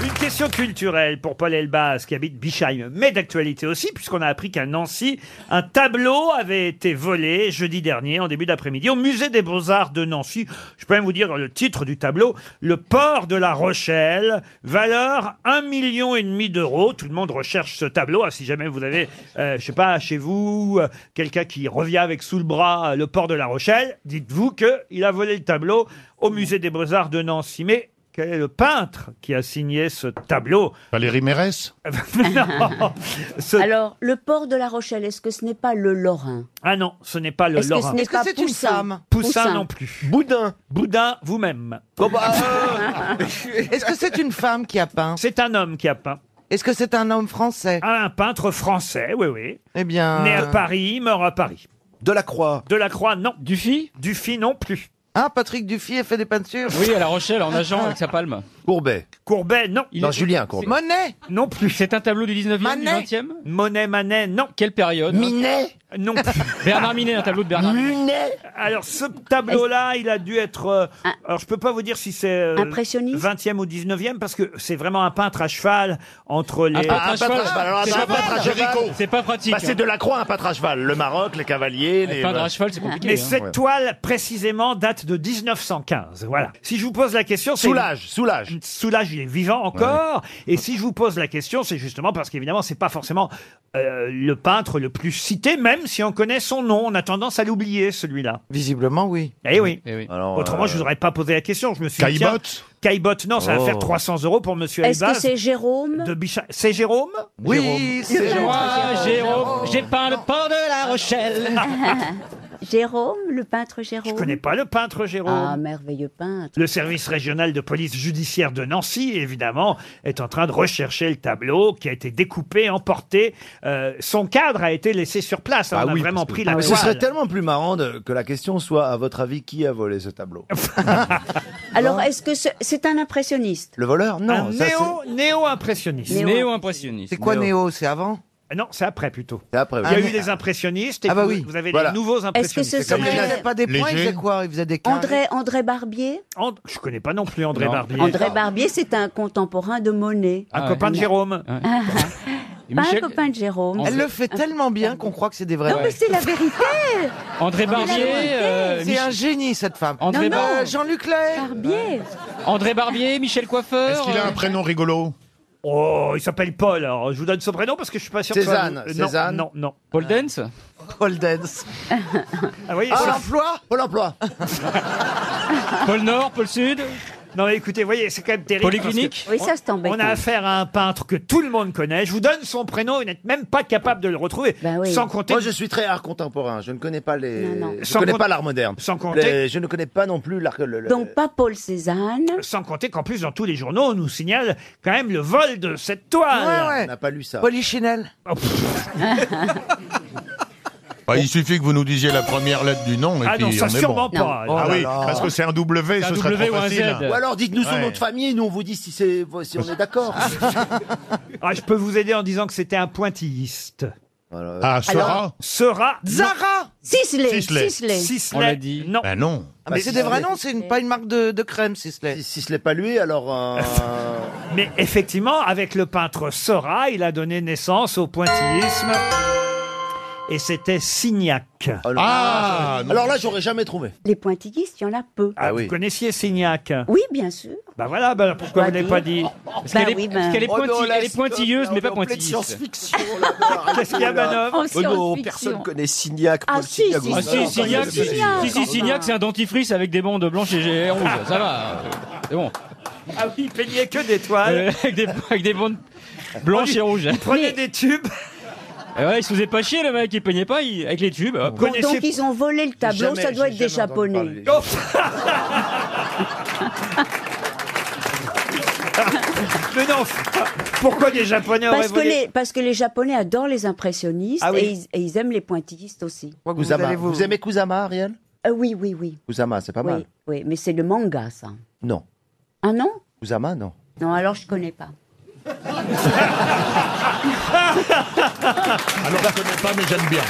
Une question culturelle pour Paul Elbaz qui habite Bichheim, mais d'actualité aussi, puisqu'on a appris qu'à Nancy, un tableau avait été volé jeudi dernier, en début d'après-midi, au musée des Beaux-Arts de Nancy. Je peux même vous dire le titre du tableau Le port de la Rochelle, valeur 1,5 million et demi d'euros. Tout le monde recherche ce tableau. Ah, si jamais vous avez, euh, je sais pas, chez vous, euh, quelqu'un qui revient avec sous le bras euh, le port de la Rochelle, dites-vous qu'il a volé le tableau au musée des Beaux-Arts de Nancy. Mais quel est le peintre qui a signé ce tableau Valérie Mérès Alors, le port de La Rochelle, est-ce que ce n'est pas le Lorrain Ah non, ce n'est pas le Est-ce que Lorrain. ce n'est Est-ce que pas c'est une Poussin femme Poussin, Poussin. non plus. Boudin Boudin, vous-même. bah, euh, Est-ce que c'est une femme qui a peint C'est un homme qui a peint. Est-ce que c'est un homme français Un peintre français, oui, oui. Eh bien. Ah. Né à Paris, mort à Paris. Delacroix Delacroix, non. Dufy Dufy, non plus. Ah, Patrick Dufy a fait des peintures Oui, à La Rochelle, en nageant avec sa palme. Courbet. Courbet, non. Non, Julien Courbet. Monet Non plus. C'est un tableau du 19e, Manet. du 20e Monet, Manet, non. Quelle période Minet Non plus. Bernard Minet, un tableau de Bernard Minet Alors, ce tableau-là, il a dû être... euh, alors, je peux pas vous dire si c'est... euh, Impressionniste 20e ou 19e, parce que c'est vraiment un peintre à cheval entre Ah, les... Un peintre à cheval, c'est pas pratique. C'est pas pratique. hein. hein. Bah, c'est de la croix, un peintre à cheval. Le Maroc, les cavaliers, les. Peindre à cheval, c'est compliqué. Mais hein. cette toile, précisément, date de 1915. Voilà. Si je vous pose la question, c'est... Soulage, soulage. David Soulage, il est vivant encore. Et si je vous pose la question, c'est justement parce qu'évidemment, c'est pas forcément euh, le peintre le plus cité, même si on connaît son nom. On a tendance à l'oublier, celui-là. Visiblement, oui. Eh oui. Autrement, je vous aurais pas posé la question. Je me suis dit, tiens, euh, Caillebotte Caillebotte, non, ça va Oh. faire 300 euros pour Monsieur Est-ce que Elbaz. c'est Jérôme de Bichat- C'est Jérôme Oui, c'est Jérôme. Jérôme. Jérôme, j'ai peint le port de la Rochelle. Jérôme, le peintre Jérôme. Je connais pas le peintre Jérôme. Ah, merveilleux peintre. Le service régional de police judiciaire de Nancy, évidemment, est en train de rechercher le tableau qui a été découpé, emporté. Euh, son cadre a été laissé sur place. Ah hein, on a vraiment pris la Ce serait toile. tellement plus marrant de- que la question soit, à votre avis, qui a volé ce tableau Alors, est-ce que ce- c'est un impressionniste Le voleur Non. Un ça, c'est- néo- néo-impressionniste. Néo- Néo-impressionniste. C'est quoi Néo. C'est avant Euh, Non, c'est après plutôt. après, Il y a oui. eu les impressionnistes et Ah bah vous- oui. vous avez Voilà. les nouveaux Est-ce que impressionnistes. ce serait- Il faisait pas des points, il faisait quoi Il faisait des André, André Barbier Je connais pas non plus André Non. Barbier. André Barbier, c'est un contemporain de Monet. Un copain de Jérôme. Ah, Et Pas un Michel- copain de euh, Jérôme. Elle le fait tellement bien qu'on croit que c'est des vrais. Non, Ouais. mais c'est la vérité André Non, mais Barbier. la vérité, euh, c'est Mich- un Génie cette femme. Euh, André, Bar- Jean-Luc Lahaye. Barbier André Barbier, Michel Coiffeur. euh, Est-ce qu'il a un prénom rigolo Oh, il s'appelle Paul. Alors, je vous donne son prénom parce que je suis pas sûr que ça Cézanne, vous- Non, Cézanne. Non, non. Euh, Paul Dance Paul Dance. Ah, voyez, Pôle c'est- emploi Pôle emploi. Pôle Nord, Pôle Sud Non mais écoutez, voyez, c'est quand même terrible. Polyclinique parce que Oui, ça, c'est embêtant. On a affaire à un peintre que tout le monde connaît. Je vous donne son prénom, vous n'êtes même pas capable de le retrouver. Ben Sans compter... Moi, je suis très art contemporain. Je ne connais pas les. Je Sans connais compte- pas l'art moderne. Sans compter- Les- Je ne connais pas non plus l'art. le- le- Donc, pas Paul Cézanne. Euh, Sans compter qu'en plus, dans tous les journaux, on nous signale quand même le vol de cette toile. Oh, Ouais, ouais. On n'a pas lu ça. Polichinelle. Bah, il suffit que vous nous disiez la première lettre du nom et Ah puis non, ça on est sûrement bon. pas. Ah Oh là oui, là. parce que c'est un W, C'est un ce serait W trop ou un facile. Z. Ou alors dites-nous son Ouais. nom de famille, nous on vous dit si, c'est, si on est d'accord. Ah, je peux vous aider en disant que c'était un pointilliste. Ah, Seurat Alors- Seurat, non. Zara Sisley Sisley. Sisley. Sisley, On l'a dit. Non. Ah non. Ah, mais c'est des vrais noms, c'est une- pas une marque de, de crème, Sisley. Si, si ce n'est pas lui, alors. euh, Mais effectivement, avec le peintre Sora, il a donné naissance au pointillisme. Et c'était Signac. Oh Ah, non. Alors là, j'aurais jamais trouvé. Les pointillistes, il y en a peu. Ah, Vous connaissiez Signac Oui, bien sûr. Bah voilà, bah pourquoi vous ne l'avez pas dit Parce Bah qu'elle est- oui, bah. parce Oh, qu'elle est pointi- Oh, elle est pointilleuse, mais pas pointilliste. Qu'est-ce qu'il y a, Manon En science-fiction. Oh connaît Signac. Ah, Paul si, Signac, si, Ah, si, si, si, Signac, si, si, si, si, Signac. Ah, si, Signac, c'est un dentifrice avec des bandes blanches et- et rouges. Ça va. C'est bon. Ah oui, il peignait que des toiles. Euh, avec, des, avec des bandes blanches et rouges. Il prenait des tubes. ouais, il se faisait pas chier, le mec. Il peignait pas il- avec les tubes. hop. Donc, donc, ils ont volé le tableau, jamais- ça doit j'ai être des jamais entendu Japonais. Mais non, pourquoi des Japonais auraient Parce que, volé les, parce que les Japonais adorent les impressionnistes Ah oui. et, ils, et ils aiment les pointillistes aussi. Kusama. Vous, aimez Kusama, Ariel Euh, Oui, oui, oui. Kusama, c'est pas oui, mal. oui, mais c'est le manga, ça. Non. Ah non Kusama, non. Non, alors je connais pas. Ah Alors, Ah, je connais pas, mais j'aime bien.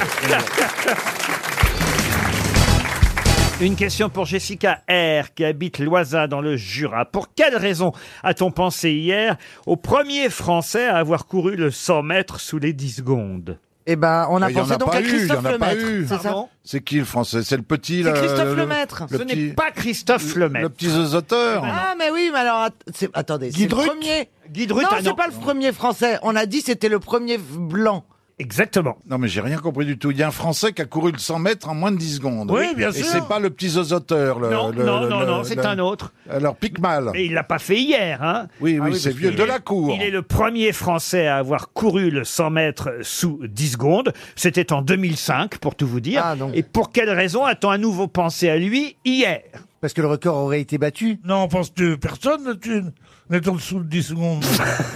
Une question pour Jessica R, qui habite Loisa dans le Jura. Pour quelle raison a-t-on pensé hier au premier Français à avoir couru le 100 mètres sous les 10 secondes Eh ben, on a Mais Bah, il y en pensé a donc pas à eu, Christophe il y en a pas Lemaître. eu. C'est ça Pardon C'est qui le français C'est le petit. C'est là, Christophe le- Lemaître. le Ce petit- n'est pas Christophe Lemaître. Le petit zozoteur. Ah, mais oui, mais alors, at- c'est- attendez, c'est Guy le Drut premier. Guy Drut, non, ah c'est non. pas le premier français. On a dit c'était le premier v- blanc. Exactement. Non, mais j'ai rien compris du tout. Il y a un Français qui a couru le 100 mètres en moins de 10 secondes. Oui, bien Et sûr. c'est pas le petit zozoteur. Le, Non, le- non, le- non, non, le- c'est le- un autre. Alors, Picmal. Mais il l'a pas fait hier, hein Oui, oui, c'est parce vieux que- de la cour. Il est le premier Français à avoir couru le 100 mètres sous 10 secondes. C'était en 2005, pour tout vous dire. Ah, Et pour quelle raison a-t-on à nouveau pensé à lui hier Parce que le record aurait été battu Non, pense-tu, personne ne tue- n'est en dessous de 10 secondes.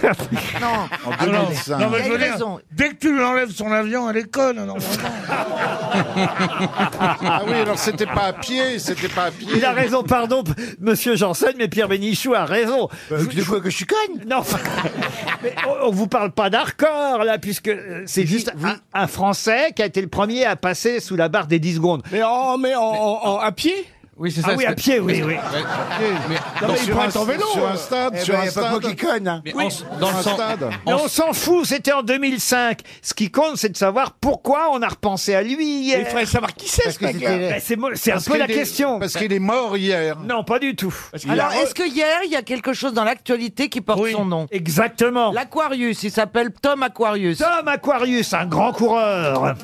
Non. Ah non, non, mais Il je a eu veux dire, raison. dès que tu lui enlèves son avion, elle est conne. Non, vraiment. Ah oui, alors c'était pas à pied, c'était pas à pied. Il a raison, pardon, p- monsieur Janssen, mais Pierre Bénichou a raison. tu crois que je suis conne Non, mais on, on vous parle pas d'Arcor, là, puisque euh, c'est juste un, un Français qui a été le premier à passer sous la barre des 10 secondes. Mais en, mais en, en- en- à pied Oui, Ah oui, à pied, oui, oui. Non, mais il sur prend un- ton vélo. Sur un stade, Eh sur ben, un y a pas stade. moi qui conne, hein. Mais Oui. en- dans Sur le un sens- stade. en- Mais on s'en fout, c'était en 2005. Ce qui compte, c'est de savoir pourquoi on a repensé à lui hier. Mais il faudrait savoir qui c'est, Parce ce que mec-là. c'était- Ben, c'est mo- C'est un Parce peu la qu'il est- question. parce qu'il est mort hier. Non, pas du tout. Alors, est-ce que hier, il y a quelque chose dans l'actualité qui porte son nom Exactement. L'Aquarius, il s'appelle Tom Aquarius. Tom Aquarius, un grand coureur.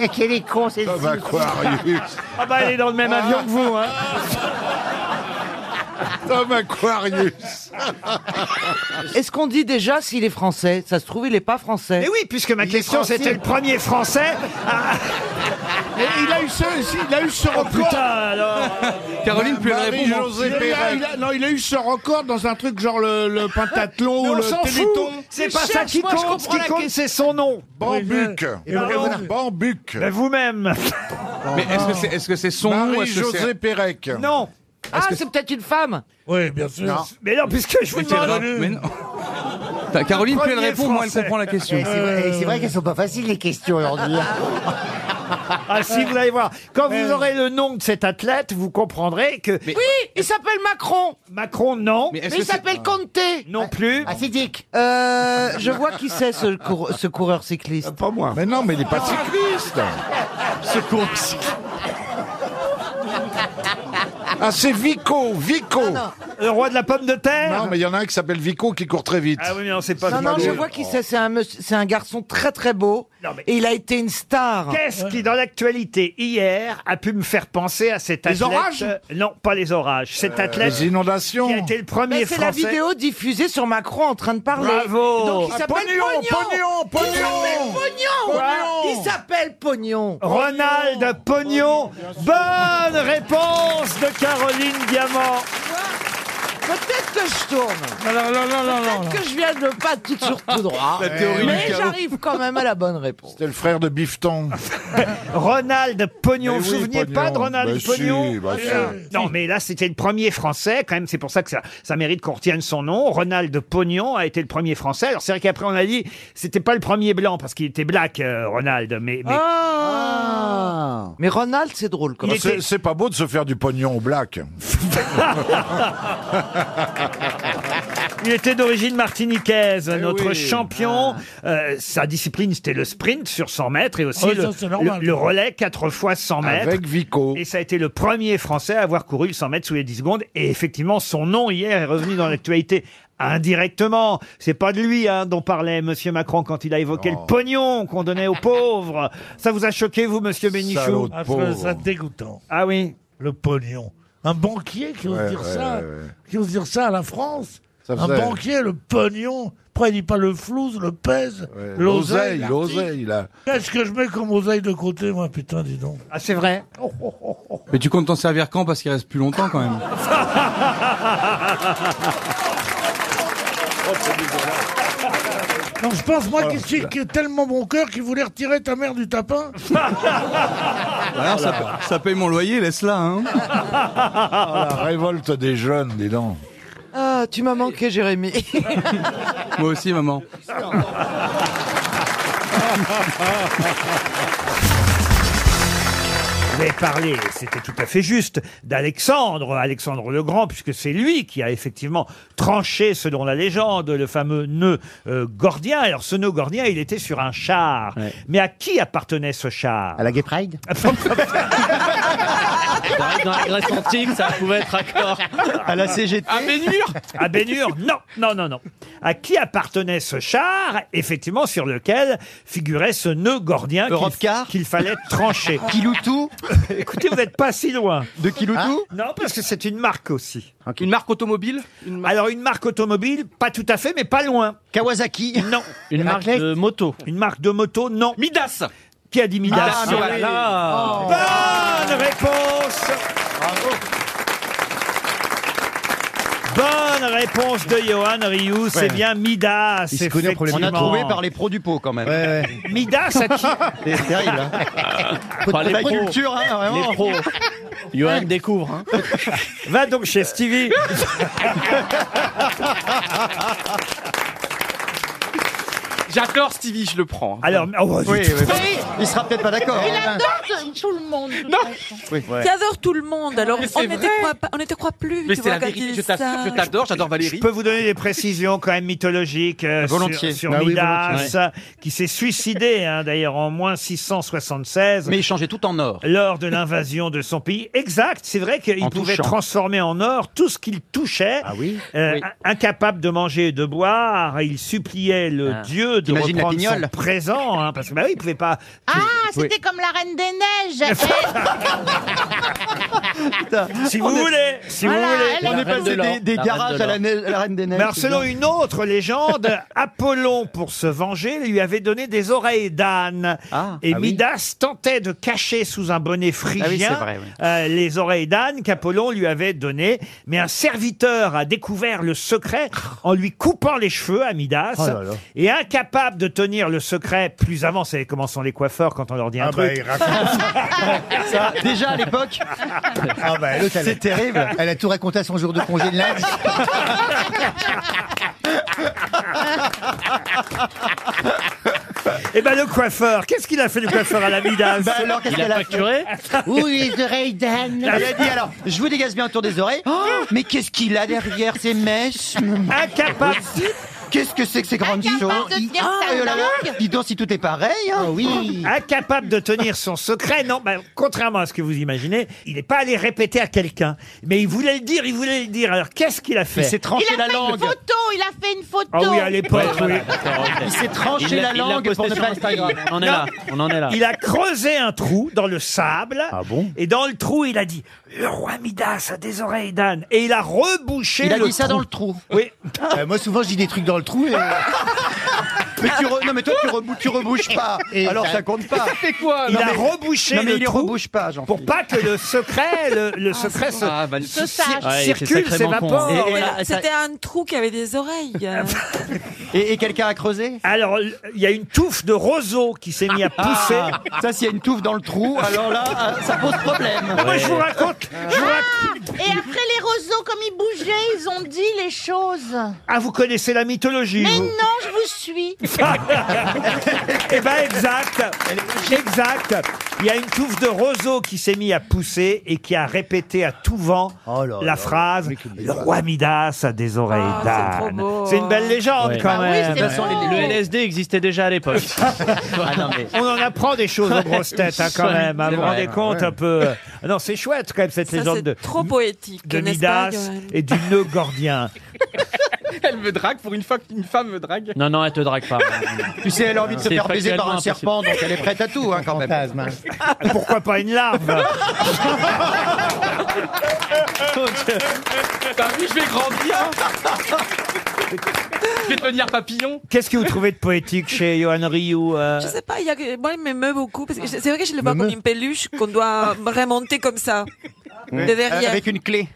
Et quel est con, Ah c'est bah, Tom Aquarius. Ah bah, elle est dans le même avion que vous, hein. Tom Aquarius. Est-ce qu'on dit déjà s'il est français Ça se trouve, il n'est pas français. Mais oui, puisque ma question, c'était le premier français. Ah. Mais il a eu ce, il a eu ce record. putain, alors. Caroline peut répondre. José il a, Non, il a eu ce record dans un truc genre le, le pentathlon Mais ou on le s'en fout. téléthon. C'est pas ça qui compte. Ce qui compte, c'est son nom. Bambuc. Et ben, voilà. Bambuc. Ben, vous-même. Mais est-ce que c'est est -ce son nom est-ce que c'est- Marie-José Pérec. Non. Ah, c'est peut-être une femme Oui, bien sûr. Non. Mais non, puisque je vous Mais c'est demande. vrai, mais non. T'as- Caroline, Le puis elle premier répond, moi elle Français. comprend la question. Eh, c'est vrai- eh, c'est vrai qu'elles sont pas faciles les questions aujourd'hui. Ah si, vous allez voir. Quand Ben, vous aurez le nom de cet athlète, vous comprendrez que... Oui, il s'appelle Macron. Macron, non. Mais, il s'appelle Conte. Non plus. Ah, Acidique. Euh, je vois qui c'est ce, cour- ce coureur cycliste. Ah. Pas moi. Mais non, mais il n'est pas cycliste. Ce cours cycliste. Ah, c'est Vico, Ah, Vico. Le roi de la pomme de terre Non, mais il y en a un qui s'appelle Vico qui court très vite. Ah oui, mais non, c'est pas Non, non, je vois qui c'est. C'est un, monsieur- c'est un garçon très très beau. Et il a été une star. Qu'est-ce qui, dans l'actualité, hier, a pu me faire penser à cet Les athlète orages Euh, Non, pas les orages. Cet athlète... Euh, les inondations. Qui a été le premier Mais français... c'est la vidéo diffusée sur Macron en train de parler. Bravo. Donc il Ah, s'appelle Pognon, Pognon, Pognon. Il s'appelle Pognon. Pognon. Pognon. Il s'appelle Pognon. Ronald Pognon. Bonne réponse de Caroline Diamant. Peut-être que je tourne. Non, non, non, non, non. Peut-être que je viens de pas tout sur tout droit. La théorie mais du chaos. j'arrive quand même à la bonne réponse. C'était le frère de Bifton. Ronald Pognon, Mais vous oui, vous souveniez Pognon. pas de Ronald Bah si, Pognon bah si. Euh, Non, mais là, c'était le premier français, quand même, c'est pour ça que ça, ça mérite qu'on retienne son nom. Ronald Pognon a été le premier français. Alors, c'est vrai qu'après, on a dit, c'était pas le premier blanc, parce qu'il était black, euh, Ronald, mais... mais- Mais Ronald, c'est drôle. Quand Il même. était- Bah, C'est c'est pas beau de se faire du pognon au black. Il était d'origine martiniquaise, notre Eh oui. Ah. champion. Euh, sa discipline, c'était le sprint sur 100 mètres et aussi Ouais, le, Oh, ça, c'est normal. le- le relais 4 fois 100 mètres. Avec Vico. Et ça a été le premier Français à avoir couru le 100 mètres sous les 10 secondes. Et effectivement, son nom hier est revenu dans l'actualité indirectement. C'est pas de lui hein, dont parlait Monsieur Macron quand il a évoqué Oh. le pognon qu'on donnait aux pauvres. Ça vous a choqué, vous, Monsieur Bénichou Ah, ça, ça, dégoûtant. Ah oui Le pognon. Un banquier qui ose Ouais, dire ouais, ça. ouais, ouais. Qui ose dire ça à la France. Ça un faisait- banquier, le pognon. Après, il dit pas le flouze, le pèse, l'oseille. L'oseille, l'article. l'oseille, là. Qu'est-ce que je mets comme oseille de côté, moi, putain, dis donc. Ah, c'est vrai Mais tu comptes t'en servir quand Parce qu'il reste plus longtemps quand même. Non, je pense, Oh, moi, qu'il qu'il est tellement bon cœur qu'il voulait retirer ta mère du tapin. Alors, ça, ça paye mon loyer, laisse-la. Oh, Hein. Ah, la révolte des jeunes, dis donc. Ah, tu m'as manqué, Jérémy. Moi aussi, maman. Vous avez parlé, et c'était tout à fait juste, d'Alexandre, Alexandre le Grand, puisque c'est lui qui a effectivement tranché, selon la légende, le fameux nœud euh, gordien. Alors ce nœud gordien, il était sur un char. Mais à qui appartenait ce char À la Gay Pride Dans la Grèce antique, ça pouvait être accord. À la CGT À Bénure À Bénure Non, non, non, non. À qui appartenait ce char, effectivement, sur lequel figurait ce nœud gordien qu'il qu'il fallait trancher Kiloutou Écoutez, vous n'êtes pas si loin. De Kiloutou Non, parce que c'est une marque aussi. Une marque automobile Alors, une marque automobile, pas tout à fait, mais pas loin. Kawasaki Non. Une marque de moto Une marque de moto, non. Midas Qui a dit Midas Ah, mais voilà. Bonne réponse Bonne réponse de Johan Rioux, c'est Ouais. bien Ah, Midas. Il se connaît en effectivement. problématique. On a trouvé par les pros du pot quand même. Midas à qui C'est terrible. Hein. Faut Pas de la les pros. culture, hein, vraiment. Les pros. Johan découvre. Hein. Va donc chez Stevie. J'adore Stevie, je le prends. Alors, oh, Oui, zut. oui, oui. Il sera peut-être pas d'accord. hein. Il adore tout- tout le monde. de toute façon. Oui. Il adore tout le monde. Alors Mais c'est on n'était vrai. croit pas- on n'était croit plus. Mais tu c'est vois, la quand vérité, il je t'assure sort. que t'adores, j'adore Valérie. Je peux vous donner des précisions quand même mythologiques euh, sur- Volontiers. sur, Bah Ah oui, Midas, volontiers. euh, qui s'est suicidé hein, d'ailleurs en moins 676. Mais il changeait tout en or. Lors de l'invasion de son pays. Exact, c'est vrai qu'il En pouvait touchant. Ah transformer en or tout ce qu'il touchait. Euh, in- Incapable de manger et de boire, il suppliait le Ah. dieu de T'imagines la reprendre son pignole présent, hein, parce que bah oui, il pouvait pas. Ah, c'était comme la Reine des Neiges. Eh Si vous voulez, si vous Voilà, voulez. elle On est est passé de l'or. des- des La garages reine de à la l'or. neige- à la reine des neiges, Mais c'est selon bien. une autre légende, Apollon, pour se venger, lui avait donné des oreilles d'âne. et ah oui. Midas tentait de cacher sous un bonnet phrygien Ah oui, c'est vrai, oui. euh, les oreilles d'âne qu'Apollon lui avait données. Mais un serviteur a découvert le secret en lui coupant les cheveux à Midas. Oh là là. Et incapable de tenir le secret, plus avant, vous savez comment sont les coiffeurs quand on leur dit un Ah bah, truc. ils déjà à l'époque. Ah bah, l'autre, elle- C'est terrible. Elle a tout raconté à son jour de congé de lundi. Eh ben le coiffeur, qu'est-ce qu'il a fait le coiffeur à la Midas Bah alors, qu'est-ce qu'elle a fait Ouh, les oreilles d'âne. Elle a dit alors, je vous dégage bien autour des oreilles. Oh, mais qu'est-ce qu'il a derrière ces mèches Incapable. Qu'est-ce que Ah, c'est que ces grandes choses Incapable de tenir Ah, sa oh là là, langue. Dis donc si tout est pareil. hein. Incapable de tenir son secret, non, bah, contrairement à ce que vous imaginez, il n'est pas allé répéter à quelqu'un. Mais il voulait le dire, il voulait le dire. Alors qu'est-ce qu'il a fait Il s'est tranché il a fait une photo, il a fait une photo. Ah oui, à l'époque, oui. Il s'est tranché Il l'a- la il l'a langue pour posté ne sur pas Instagram. être- On est là, on en est là. Il a creusé un trou dans le sable. Et dans le trou, il a dit Le roi Midas a des oreilles d'âne. Et il a rebouché Il a le dit ça dans le trou. Oui. Eh, Euh, moi, souvent, je dis des trucs dans le trou. euh, Et... Mais tu re- Non mais toi tu, rebou- tu rebouches pas. Et alors ça- ça compte pas. Ça fait quoi, Il Non, a mais- rebouché Non mais le il les trou rebouche pas, jean Pour pas que le secret, le, le secret se, Ah, bah, se- se sache. cir- Ouais, il était circule, sacrément con, hein. s'évapore. Ah, Et- et là, ça- C'était un trou qui avait des oreilles. bah. Et, quelqu'un a creusé Alors, il y a une touffe de roseau qui s'est mis à pousser. Ah, ça, s'il y a une touffe dans le trou, alors là, euh, ça pose problème. Ah, Moi, je vous raconte. je vous raconte- Ah, et après les roseaux, comme ils bougeaient, ils ont dit les choses. Ah, vous connaissez la mythologie Mais vous non, je vous suis. Eh ben exact, exact. Il y a une touffe de roseau qui s'est mis à pousser et qui a répété à tout vent Oh la phrase Le roi Midas a des oreilles d'âne. C'est une belle légende Ouais. quand Bah oui, même. c'est De toute façon, beau. les- le LSD existait déjà à l'époque. Ah Ah, On en apprend des choses aux grosses têtes hein, quand Ouais, même. hein. c'est Vous vous vrai. rendez compte Ouais. un peu Ah Non, c'est chouette quand même cette Ça, légende c'est de trop poétique, de n'est-ce pas, Midas Johan et du nœud gordien. Elle me drague pour une fois qu'une femme me drague. Non, non, elle te drague pas. hein. Tu sais, elle a envie de se C'est faire baiser par un factuellement serpent, donc elle est prête à tout, hein, quand même. Pourquoi pas une larve T'as vu, je vais grandir. je vais devenir papillon. Qu'est-ce que vous trouvez de poétique chez Johan Rioux euh Je sais pas, il y a que- moi, il m'émeut beaucoup. Parce que je- c'est vrai que je le vois M'émeut. comme une peluche qu'on doit remonter comme ça, Oui. de derrière. Avec une clé.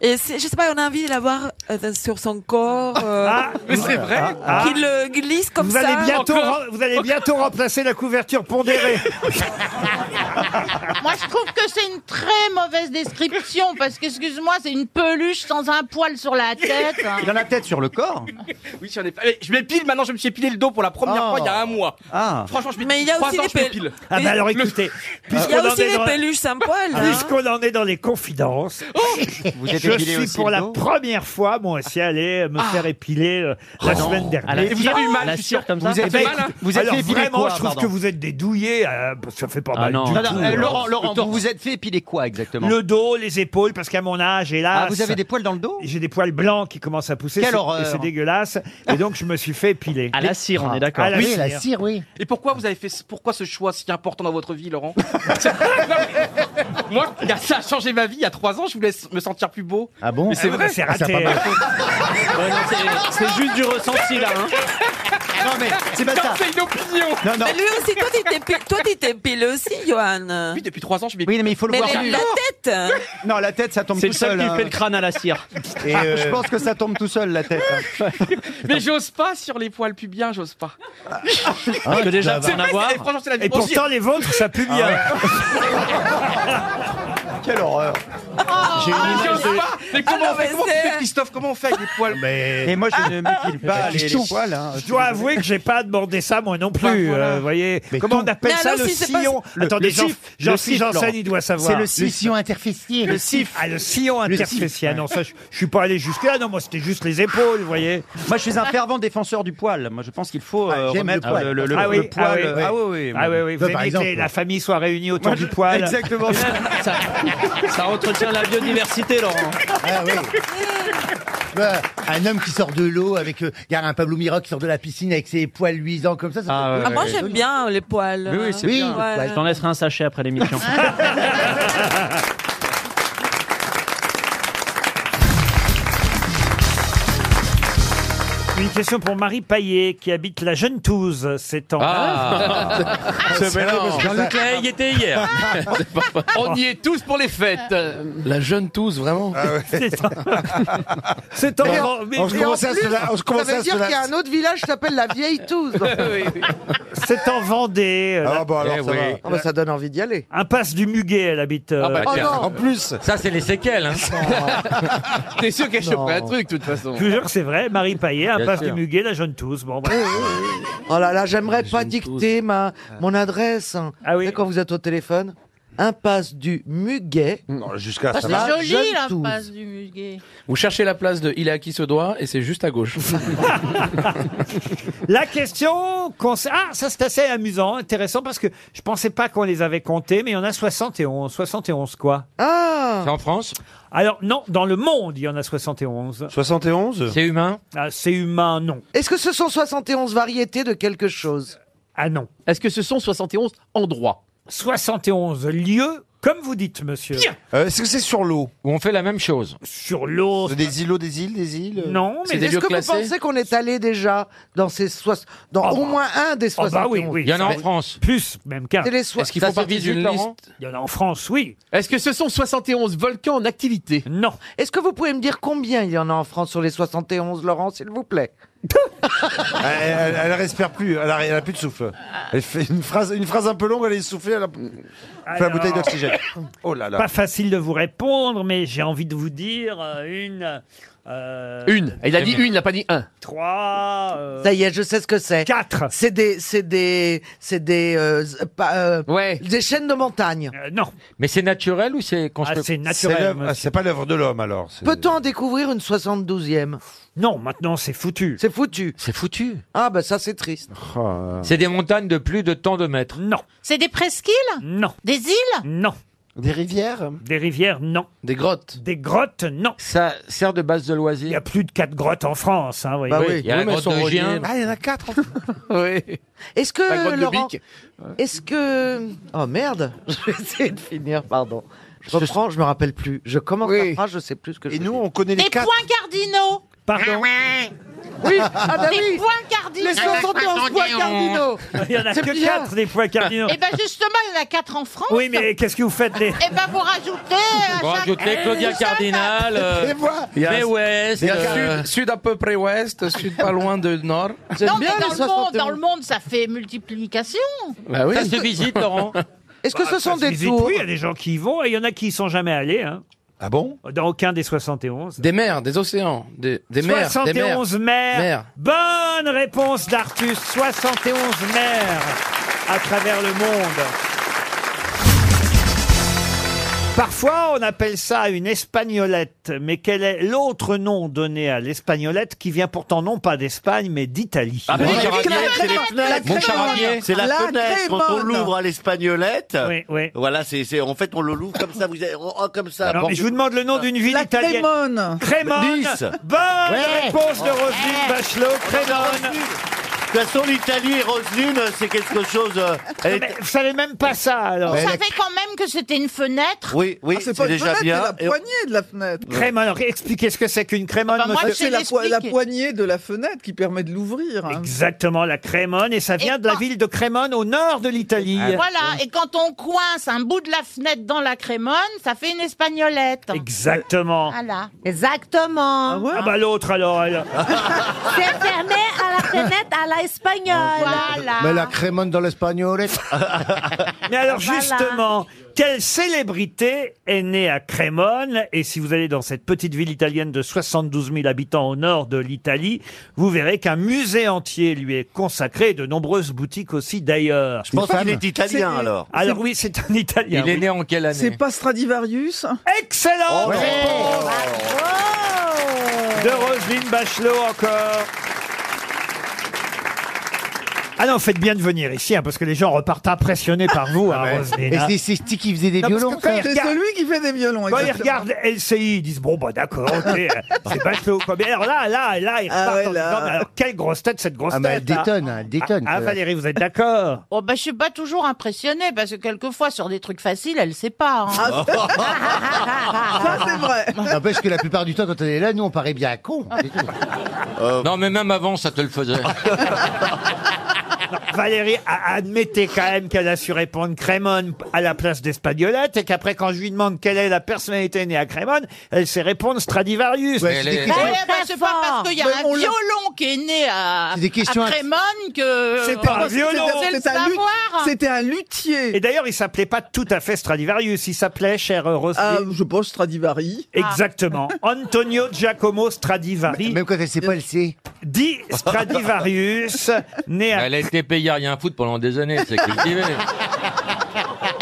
Et c'est- je sais pas, on a envie de l'avoir euh, sur son corps. euh, Ah, Mais c'est vrai. Qu'il le glisse comme ah. vous ça. allez bientôt, re- vous allez bientôt remplacer la couverture pondérée. Moi, je trouve que c'est une très mauvaise description parce qu'excuse-moi, c'est une peluche sans un poil sur la tête. hein. Il en a peut-être sur le corps. Oui, j'en ai pas. Allez, Je m'épile maintenant, je me suis épilé le dos pour la première Ah. fois il y a un mois. Ah. Franchement, je Mais il y a trois aussi ans, des je m'épile. Ah bah alors écoutez, Il y a puisqu'on en aussi est des dans- peluches sans poil. hein. Puisqu'on en est dans les confidences, Vous êtes Ah. je épilé suis aussi pour le la dos première fois, moi aussi, allé me Ah. faire épiler euh, la Oh non. semaine dernière. À la Et vous cire- avez eu mal, à la je suis cire sûr. comme ça Vous êtes, Vous avez mal, hein vous êtes alors, épilé vraiment, quoi, je trouve pardon que vous êtes des douillés, euh, ça fait pas Ah mal non. du Non, tout. hein. non, euh, Laurent, Laurent, vous vous êtes fait épiler quoi exactement Le dos, les épaules, parce qu'à mon âge, hélas. Ah, vous avez des poils dans le dos J'ai des poils blancs qui commencent à pousser. Quelle c'est- horreur. et C'est dégueulasse. Et donc, je me suis fait épiler. À la cire, Ah. on est d'accord. À la Oui, cire. la cire, oui. Et pourquoi vous avez fait ce- pourquoi ce choix si important dans votre vie, Laurent Moi, il y a- ça a changé ma vie. Il y a trois ans, je voulais me sentir plus beau. Ah bon Mais c'est vrai, Ah, ça a pas marché. c'est juste du ressenti là. hein. Non mais c'est pas ça. C'est une opinion. Mais lui aussi, toi, tu t'épiles- toi, tu t'épiles aussi, Johan. Oui, depuis trois ans, je Oui, mais il faut le Mais voir. la, la tête Non, la tête, ça tombe C'est tout le seul seul. qui hein. fait le crâne à la cire. Et Ah, euh, Je pense que ça tombe tout seul, la tête. hein. Mais j'ose pas sur les poils pubiens, j'ose pas. Ah, Parce que déjà, C'est en vrai, avoir. Ah c'est- franchement, c'est la vie. Et On s'y- pourtant, les vôtres, ça pue bien. quelle horreur J'ai une Ah, image j'ose de- pas. Mais comment on fait Comment on fait, Christophe Comment on fait avec les poils Mais Et moi, je ne m'épile pas Bah, les- les poils, hein. Je dois avouer que j'ai pas demandé ça moi non plus. voilà. euh, vous voyez, comment on appelle Mais ça alors, le si c'est pas- sillon Le- Attendez, le Jean- sif, le Jean-Philippe sif, Janssen, Laurent. il doit savoir. C'est le Le sif. sillon interfécié. Le sif. Ah, le sillon Le sif, interfécié. Ah non, ouais. ça, je, je suis pas allé jusque-là. Non, moi, c'était juste les épaules, vous voyez. Moi, je suis un fervent défenseur du poil. Moi, je pense qu'il faut Ah, euh, J'aime remettre le, le, le- ah oui, le poil. Ah oui, Ah oui, oui. Ah oui, oui. Vous Bah, par aimez que exemple, les- la famille soit réunie autour Moi, du je- poil. Exactement. ça, ça entretient la biodiversité, Laurent. Ah oui. Bah, un homme qui sort de l'eau avec euh, il y a un Pablo Mira qui sort de la piscine avec ses poils luisants comme ça. ça Ah, peut- ouais, Ah, moi, ouais. J'aime euh, bien les poils. Oui, oui, c'est Oui, bien. Bah, ouais. Je t'en laisserai un sachet après l'émission. Une question pour Marie Paillet qui habite la Jeune Touze, c'est en. Ah. C'est vrai, excellent. parce que Jean-Luc ça- Lahaye y était hier. On y est tous pour les fêtes. La jeune tousse, vraiment Ah C'est ça. C'est Et en. en- mais- et en plus, Ça veut dire qu'il y a un autre village qui s'appelle la Vieille Touze. C'est en Vendée. euh, la- Ah bah, ça donne envie d'y aller. Oh, Impasse du Muguet, elle habite. euh, Ah bah, tiens. en En plus. Ça, c'est les séquelles. Hein. T'es sûr qu'elle Non. choperait un truc, de toute façon. Je vous jure que c'est vrai, Marie Paillet, Bien impasse sûr. du Muguet, la Jeune Touze. Bon, bah. Oh là là, j'aimerais pas dicter ma, mon adresse. Ah oui. Quand vous êtes au téléphone, impasse du Muguet. Jusqu'à Ah, c'est joli l'impasse du Muguet. Vous cherchez la place de Il est à qui ce doigt et c'est juste à gauche. La question concer- Ah, ça c'est assez amusant, intéressant, parce que je pensais pas qu'on les avait comptés, mais il y en a 71. 71 quoi Ah C'est en France Alors non, dans le monde, il y en a 71. 71 C'est humain Ah, c'est humain, non. Est-ce que ce sont 71 variétés de quelque chose Ah non. Est-ce que ce sont 71 endroits 71 lieux, comme vous dites, monsieur. Euh, Est-ce que c'est sur l'eau Où on fait la même chose Sur l'eau. Des îlots, des îles, des îles Non, mais est-ce que vous pensez qu'on est allé déjà dans ces soix- dans au moins un des Ah 71 bah oui, oui. Mais- Plus, même qu'un. C'est les soix- Est-ce qu'il faut Ça partir suffit, d'une Laurent liste Il y en a en France, oui. Est-ce que ce sont 71 volcans en activité Non. Est-ce que vous pouvez me dire combien il y en a en France sur les 71, Laurent, s'il vous plaît Elle, elle respire plus, elle a, elle a plus de souffle. Elle fait une phrase, une phrase un peu longue, elle est soufflée, elle a fait la Alors- bouteille d'oxygène. Oh là là. Pas facile de vous répondre, mais j'ai envie de vous dire euh, une. euh, n'a pas dit un. Trois. euh, Ça y est, je sais ce que c'est. 4 C'est des, c'est des, c'est des, euh, z- pas, euh, des chaînes de montagne. Euh, non. Mais c'est naturel ou c'est ah, construit c'est naturel, l'œuvre- monsieur. C'est pas l'œuvre de l'homme alors. c'est- Ah, Peut-on en découvrir une 72e Non, maintenant c'est foutu. C'est foutu. C'est foutu. Ah bah ça c'est triste. Ah. C'est des montagnes de plus de tant de mètres. Non. C'est des presqu'îles Non. Des îles Non. Des rivières Des rivières, non. Des grottes Des grottes, non. Ça sert de base de loisirs Il y a plus de quatre grottes en France. Hein, vous voyez. Il y a la grotte de Gien. Ah, il y en a 4 Oui. Est-ce La grotte que de Laurent, Bic. est-ce que oh merde, je vais essayer de finir, pardon. Je reprends, je me rappelle plus. Je commence la phrase, je sais plus ce que je Et nous, on connaît Des points cardinaux Ah Pardon Oui, ah bah Des oui. points cardinaux Les 71 points cardinaux. Il y en a C'est que bien. quatre des points cardinaux. Eh ben justement, il y en a quatre en France. Oui, mais qu'est-ce que vous faites les Eh ben vous rajoutez. Ah, à Bon, chaque- eh, ajoutez Claudia Tout ça, Cardinal, euh, Et moi mais ouest, Il y a euh, sud, sud à peu près ouest, sud pas loin de nord. ça- Non, mais dans le, monde, dans le monde, ça fait multiplication. Bah oui. Ça se visite, Laurent. Est-ce que Bah, ce sont ça se des visite, tours Oui, il y a des gens qui y vont et il y en a qui y sont jamais allés. hein. Ah bon Dans aucun des 71. Des mers, des océans, des, des mers. des mers. 71 mers. Bonne réponse d'Artus. 71 mers à travers le monde. Parfois, on appelle ça une espagnolette, mais quel est l'autre nom donné à l'espagnolette qui vient pourtant non pas d'Espagne, mais d'Italie Ah, mais les carabiniers, c'est les fenêtres. C'est la, fenêtre quand on l'ouvre à l'espagnolette. Oui, oui. Voilà, c'est, c'est- en fait, on le l'ouvre comme ça, vous avez, oh, comme ça. Non, mais je vous demande le nom d'une ville La italienne. Crémone. Crémone. Nice. Bonne Ouais. réponse de Roselyne Ouais. Bachelot. Oh, Crémone. De toute façon, l'Italie et Roselyne, c'est quelque chose. euh, elle est- Vous savez même pas ça, alors. Ah, On savait quand même que c'était une fenêtre. Ah, Oui, oui, c'est, déjà bien. Et- de la fenêtre. Crémone. Alors, expliquez ce que c'est qu'une crémone, Ah bah, moi, monsieur. je sais C'est la, po- la l'expliquer. poignée de la fenêtre qui permet de l'ouvrir. hein. Exactement, la Crémone, et ça vient de la ville de Crémone, au nord de l'Italie. Ah, Voilà, et quand on coince un bout de la fenêtre dans la crémone, ça fait une espagnolette. Exactement. Voilà. Exactement. Ah bah l'autre alors, elle. C'est fermé à la fenêtre à la espagnol. Voilà. Mais la crémone dans l'espagnolette. Mais alors Voilà. justement, quelle célébrité est née à Crémone Et si vous allez dans cette petite ville italienne de 72 000 habitants au nord de l'Italie, vous verrez qu'un musée entier lui est consacré, et de nombreuses boutiques aussi d'ailleurs. Je pense Une femme qu'il est italien, C'est- alors. Alors oui, c'est un italien. Il est né en quelle C'est pas Stradivarius Oh. Excellent De Roselyne Bachelot encore. Ah non, faites bien de venir ici, hein, parce que les gens repartent impressionnés par vous, hein, Roselyne. Ah Et hein. c'est- c'est Sti qui faisait des Non, parce violons. que quand ils C'est regardent- celui qui fait des violons. Quand ils exactement. regardent LCI, ils disent bon bah d'accord, ok, euh, c'est Bachelot quoi. Mais alors là, là, là, ils Ah repartent ouais, en là. disant, mais alors quelle grosse tête cette grosse Ah, mais elle tête. hein. détonne, hein, elle détonne, Ah, ah, celle-là. Valérie, vous êtes d'accord Oh bah je suis pas toujours impressionnée parce que quelquefois sur des trucs faciles elle sait pas. hein. Ça, c'est vrai. N'empêche que la plupart du temps, quand on est là, nous, on paraît bien con. Non, mais même avant, ça te le faisait. Valérie, a- admettez quand même qu'elle a su répondre Crémone à la place d'Espagnolette et qu'après, quand je lui demande quelle est la personnalité née à Crémone, elle sait répondre Stradivarius. Ouais, c'est des questions- Ouais, bah, c'est pas parce qu'il y a Mais un on l'a- violon qui est né à, C'est des questions à à- Crémone que. C'était- Euh, C'est le c'était un lut- savoir. C'était un luthier. Et d'ailleurs, il s'appelait pas tout à fait Stradivarius, il s'appelait, cher Ah, Roselyne. je pense Stradivari. Ah. Exactement. Antonio Giacomo Stradivari. Même quand elle sait pas, elle sait. Dit Stradivarius, né à... Elle a été payée à rien foutre pendant des années, c'est cultivé.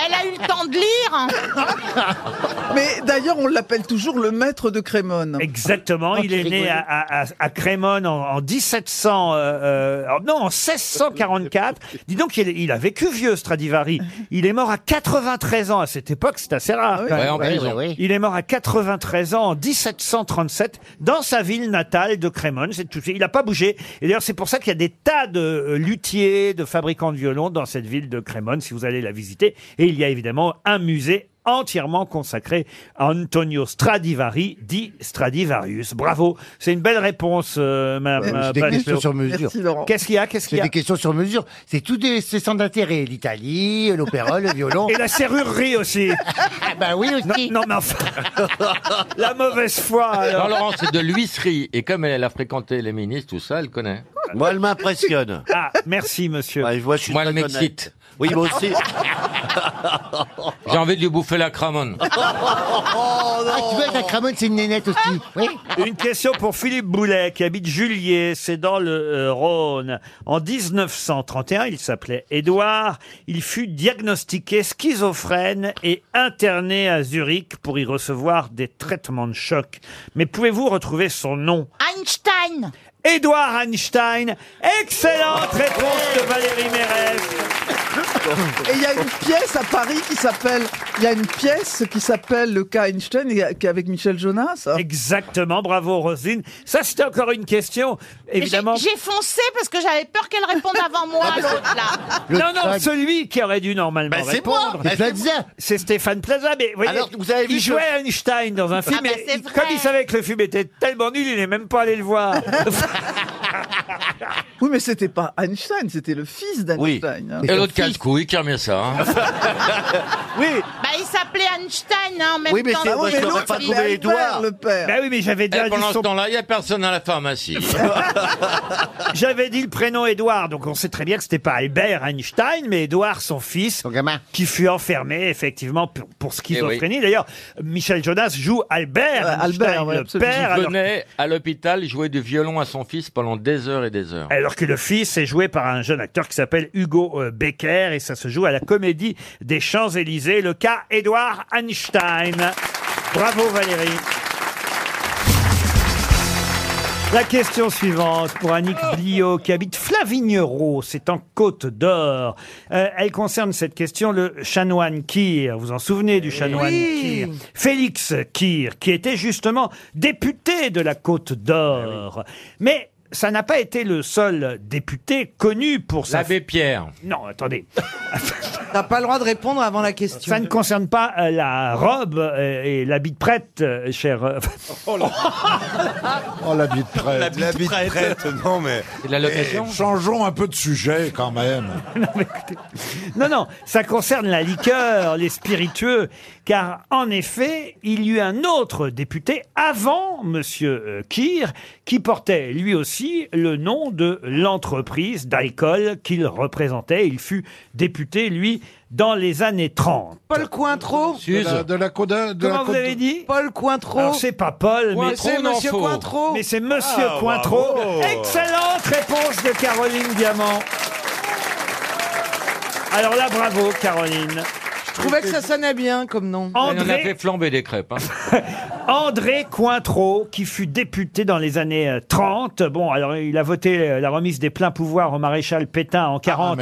Elle a eu le temps de lire. Mais d'ailleurs, on l'appelle toujours le maître de Crémone. Exactement, Oh, il est né à, à, à- à Crémone en, en 1700, euh, euh, non, en 1644. Dis donc, il, il a vécu vieux, Stradivari. Il est mort à 93 ans à cette époque, c'est assez rare. Ah oui. quand même. Ouais, en prison. Ouais, ouais, ouais. Il est mort à 93 ans en 1737 dans sa ville natale de Crémone. C'est tout. Il n'a pas bougé. Et d'ailleurs, c'est pour ça qu'il y a des tas de euh, luthiers, de fabricants de violons dans cette ville de Crémone, si vous allez la visiter. Et il y a évidemment un musée entièrement consacré à Antonio Stradivari, dit Stradivarius. Bravo. C'est une belle réponse, euh, Ouais, madame. euh, c'est des bah, Bachelot. questions sur mesure. Qu'est-ce qu'il y a Qu'est-ce qu'il C'est y a des questions sur mesure. C'est tout des ces centres d'intérêt. L'Italie, l'opéra, le violon. Et la serrurerie aussi. Ah bah oui aussi. Non, mais enfin. La mauvaise foi. alors. Non, Laurent, c'est de l'huisserie. Et comme elle, elle a fréquenté les ministres, tout ça, elle connaît. Moi, elle m'impressionne. Ah, merci, monsieur. moi, je suis Moi, très elle m'excite. honnête. Oui, moi aussi. J'ai envie de lui bouffer la cramone. Ah, tu vois, ta cramone, c'est une nénette aussi. Oui. Une question pour Philippe Boulet, qui habite Julier, c'est dans le euh, Rhône. En 1931, il s'appelait Édouard. Il fut diagnostiqué schizophrène et interné à Zurich pour y recevoir des traitements de choc. Mais pouvez-vous retrouver son nom Einstein. Édouard Einstein. Excellente réponse de Valérie Mérès. Et il y a une pièce à Paris qui s'appelle. Il y a une pièce qui s'appelle Le cas Einstein et- qui est avec Michel Jonas. Exactement, bravo Rosine. Ça, c'était encore une question, Mais évidemment. J'ai j'ai foncé parce que j'avais peur qu'elle réponde avant moi, l'autre, là. Non, Le non, Stag- celui qui aurait dû normalement Ben, c'est répondre. moi. Ben, c'est Plaza. C'est Stéphane Plaza. Mais vous voyez, Alors, vous avez il vu jouait que- Einstein dans un film. Ah, ben, et c'est il- vrai. comme il savait que le film était tellement nul, il n'est même pas allé le voir. Oui, mais c'était pas Einstein, c'était le fils d'Einstein. hein. Et l'autre casse-couille qui remet ça. hein. Oui. Bah, il s'appelait Einstein, hein, en même Oui, mais temps. c'est- Ah oui, moi, je mais l'aurais l'autre, pas trouvé il a le Édouard. père, le père. Ben oui, mais j'avais déjà dit Et pendant ce son- temps-là, il n'y a personne à la pharmacie. J'avais dit le prénom Édouard, donc on sait très bien que c'était pas Albert Einstein, mais Édouard, son fils, qui fut enfermé effectivement pour, Eh pour schizophrénie. D'ailleurs, Michel Jonas joue Euh, Albert, Einstein, le père, Il alors, venait à l'hôpital jouer du violon à son fils pendant des heures et des heures. alors que le fils est joué par un jeune acteur qui s'appelle Hugo euh, Becker, et ça se joue à la Comédie des Champs Élysées. Le cas Édouard Einstein. Bravo Valérie. La question suivante pour Annick Bliot qui habite Flavignereau, c'est en Côte d'Or. Euh, elle concerne cette question le chanoine Kir. Vous en souvenez du chanoine Oui. Kir Félix Kir, qui était justement député de la Côte Ah d'Or. Mais ça n'a pas été le seul député connu pour sa... L'abbé Pierre. Non, attendez. T'as pas le droit de répondre avant la question. Ça ne concerne pas euh, la robe euh, et l'habit de prêtre, euh, cher... euh, Oh, la bite Euh, prête. La bite prête, non mais. la location. Eh, changeons un peu de sujet quand même. Non, non, ça concerne la liqueur, les spiritueux, car en effet, il y eut un autre député avant Monsieur euh, Kir qui portait lui aussi aussi le nom de l'entreprise d'alcool qu'il représentait. Il fut député, lui, dans les années 30. Paul Cointreau De la- de Comment vous avez dit Paul Cointreau. Alors, c'est pas Paul, mais Ouais, c'est Cointreau, monsieur non, faux. Cointreau. Mais c'est Monsieur Ah, Cointreau. bravo. Excellente réponse de Caroline Diamant. Alors là, bravo, Caroline. Je trouvais que ça sonnait bien comme nom. On a André fait flamber des crêpes. hein. André Cointreau, qui fut député dans les années euh, 30. Bon, alors il a voté euh, la remise des pleins pouvoirs au maréchal Pétain en 40.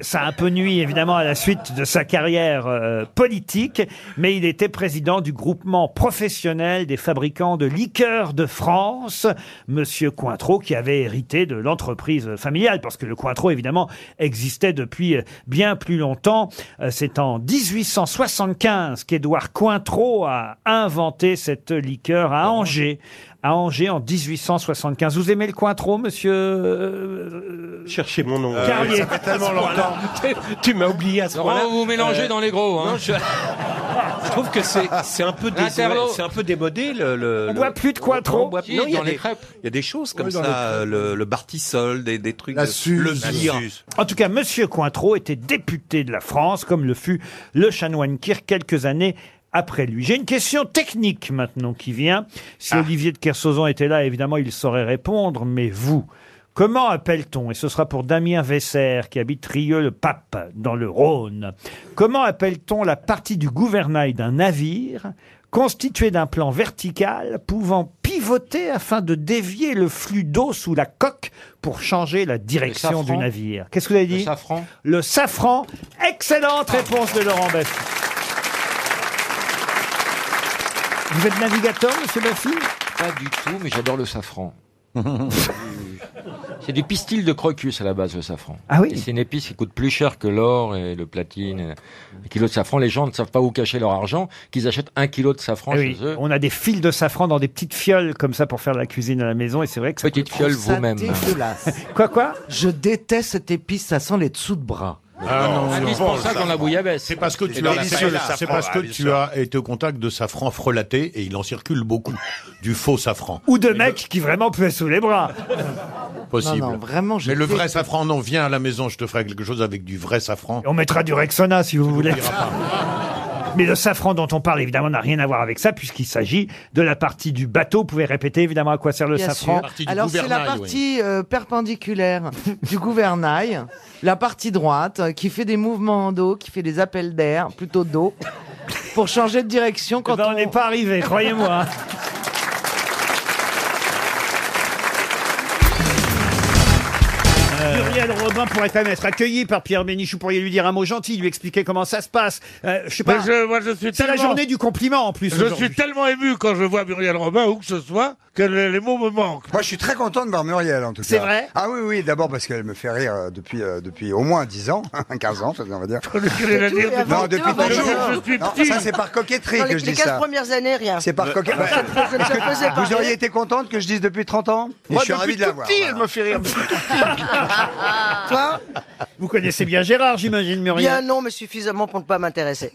Ça a un peu nuit, évidemment, à la suite de sa carrière euh, politique. Mais il était président du groupement professionnel des fabricants de liqueurs de France. Monsieur Cointreau, qui avait hérité de l'entreprise familiale, parce que le Cointreau, évidemment, existait depuis euh, bien plus longtemps. Euh, C'est en 1875 qu'Édouard Cointreau a inventé cette liqueur à Angers. À Angers en 1875. Vous aimez le Cointreau, monsieur euh, Cherchez mon nom. Carlier. Euh, ça fait tellement longtemps. tu m'as oublié à ce Euh, Laurent, moment-là. vous vous mélangez dans les gros, hein. non, je... je trouve que c'est c'est un peu désuet, L'interlo. c'est un peu démodé le. le On le- boit plus de Cointreau. on boit- Si, non, il y a dans les des- crêpes. Il y a des choses comme Oui, dans les ça, euh, le, le Bartisol, des, des trucs, de- le La bire. Suze. En tout cas, Monsieur Cointreau était député de la France, comme le fut le chanoine Kir quelques années après lui. J'ai une question technique maintenant qui vient. Si Olivier de Kersauzon était là, évidemment, il saurait répondre, mais vous Comment appelle-t-on, et ce sera pour Damien Vesser qui habite Rieux-le-Pape dans le Rhône, comment appelle-t-on la partie du gouvernail d'un navire constituée d'un plan vertical pouvant pivoter afin de dévier le flux d'eau sous la coque pour changer la direction safran. du navire. Qu'est-ce que vous avez dit Le safran. Le safran. Excellente réponse de Laurent Baffy. Vous êtes navigateur, monsieur Baffy Pas du tout, mais j'adore le safran. C'est du pistil de crocus à la base, le safran. Ah oui Et C'est une épice qui coûte plus cher que l'or et le platine. Un kilo de safran, les gens ne savent pas où cacher leur argent, qu'ils achètent un kilo de safran Eh chez oui, eux. on a des fils de safran dans des petites fioles comme ça pour faire la cuisine à la maison et c'est vrai que ça Petite coûte- fiole vous-même. Quoi, quoi Je déteste cette épice, ça sent les dessous de bras. Ah non, c'est indispensable dans la bouillabaisse. C'est parce que Et tu dans as, la c'est paella. parce que Ah, bien tu sûr. as été au contact de safran frelaté et il en circule beaucoup du faux safran. Ou de mecs qui vraiment puaient sous les bras. Possible. Non, non, vraiment, je Mais le déteste. vrai safran, non, viens à la maison, je te ferai quelque chose avec du vrai safran. On mettra du Rexona si vous voulez. n'oubliera pas. Mais le safran dont on parle évidemment n'a rien à voir avec ça puisqu'il s'agit de la partie du bateau. Vous pouvez répéter évidemment à quoi sert le Bien safran. sûr. Alors c'est la partie euh, perpendiculaire du gouvernail, la partie droite euh, qui fait des mouvements d'eau, qui fait des appels d'air, plutôt d'eau, pour changer de direction quand Eh ben, on n'est pas arrivé, croyez-moi. Euh, Muriel Robin pourrait quand même être accueilli par Pierre Bénichou. Vous pourriez lui dire un mot gentil, lui expliquer comment ça se passe. Euh, je sais pas. Mais je- moi, je suis C'est la tellement- journée du compliment en plus. Je aujourd'hui. suis tellement ému quand je vois Muriel Robin, où que ce soit, que les, les mots me manquent. Moi, je suis très content de voir Muriel, en tout cas. C'est vrai Ah oui, oui, d'abord parce qu'elle me fait rire euh, depuis, euh, depuis au moins 10 ans, 15 ans, on va dire. qu'elle a dit avant non, depuis tout, toujours. avant tout. Je suis Non, petit. ça, c'est par coquetterie Dans que les, je les dis 15 ça. premières années, rien. Euh, C'est par coquetterie. Ouais. Je ne faisais pas Vous auriez rire. été contente que je dise depuis 30 ans Et Moi, Je suis depuis ravi de la tout voir. petit, voilà. elle me fait rire. Toi Vous connaissez bien Gérard, j'imagine, Muriel. Bien non, mais suffisamment pour ne pas m'intéresser.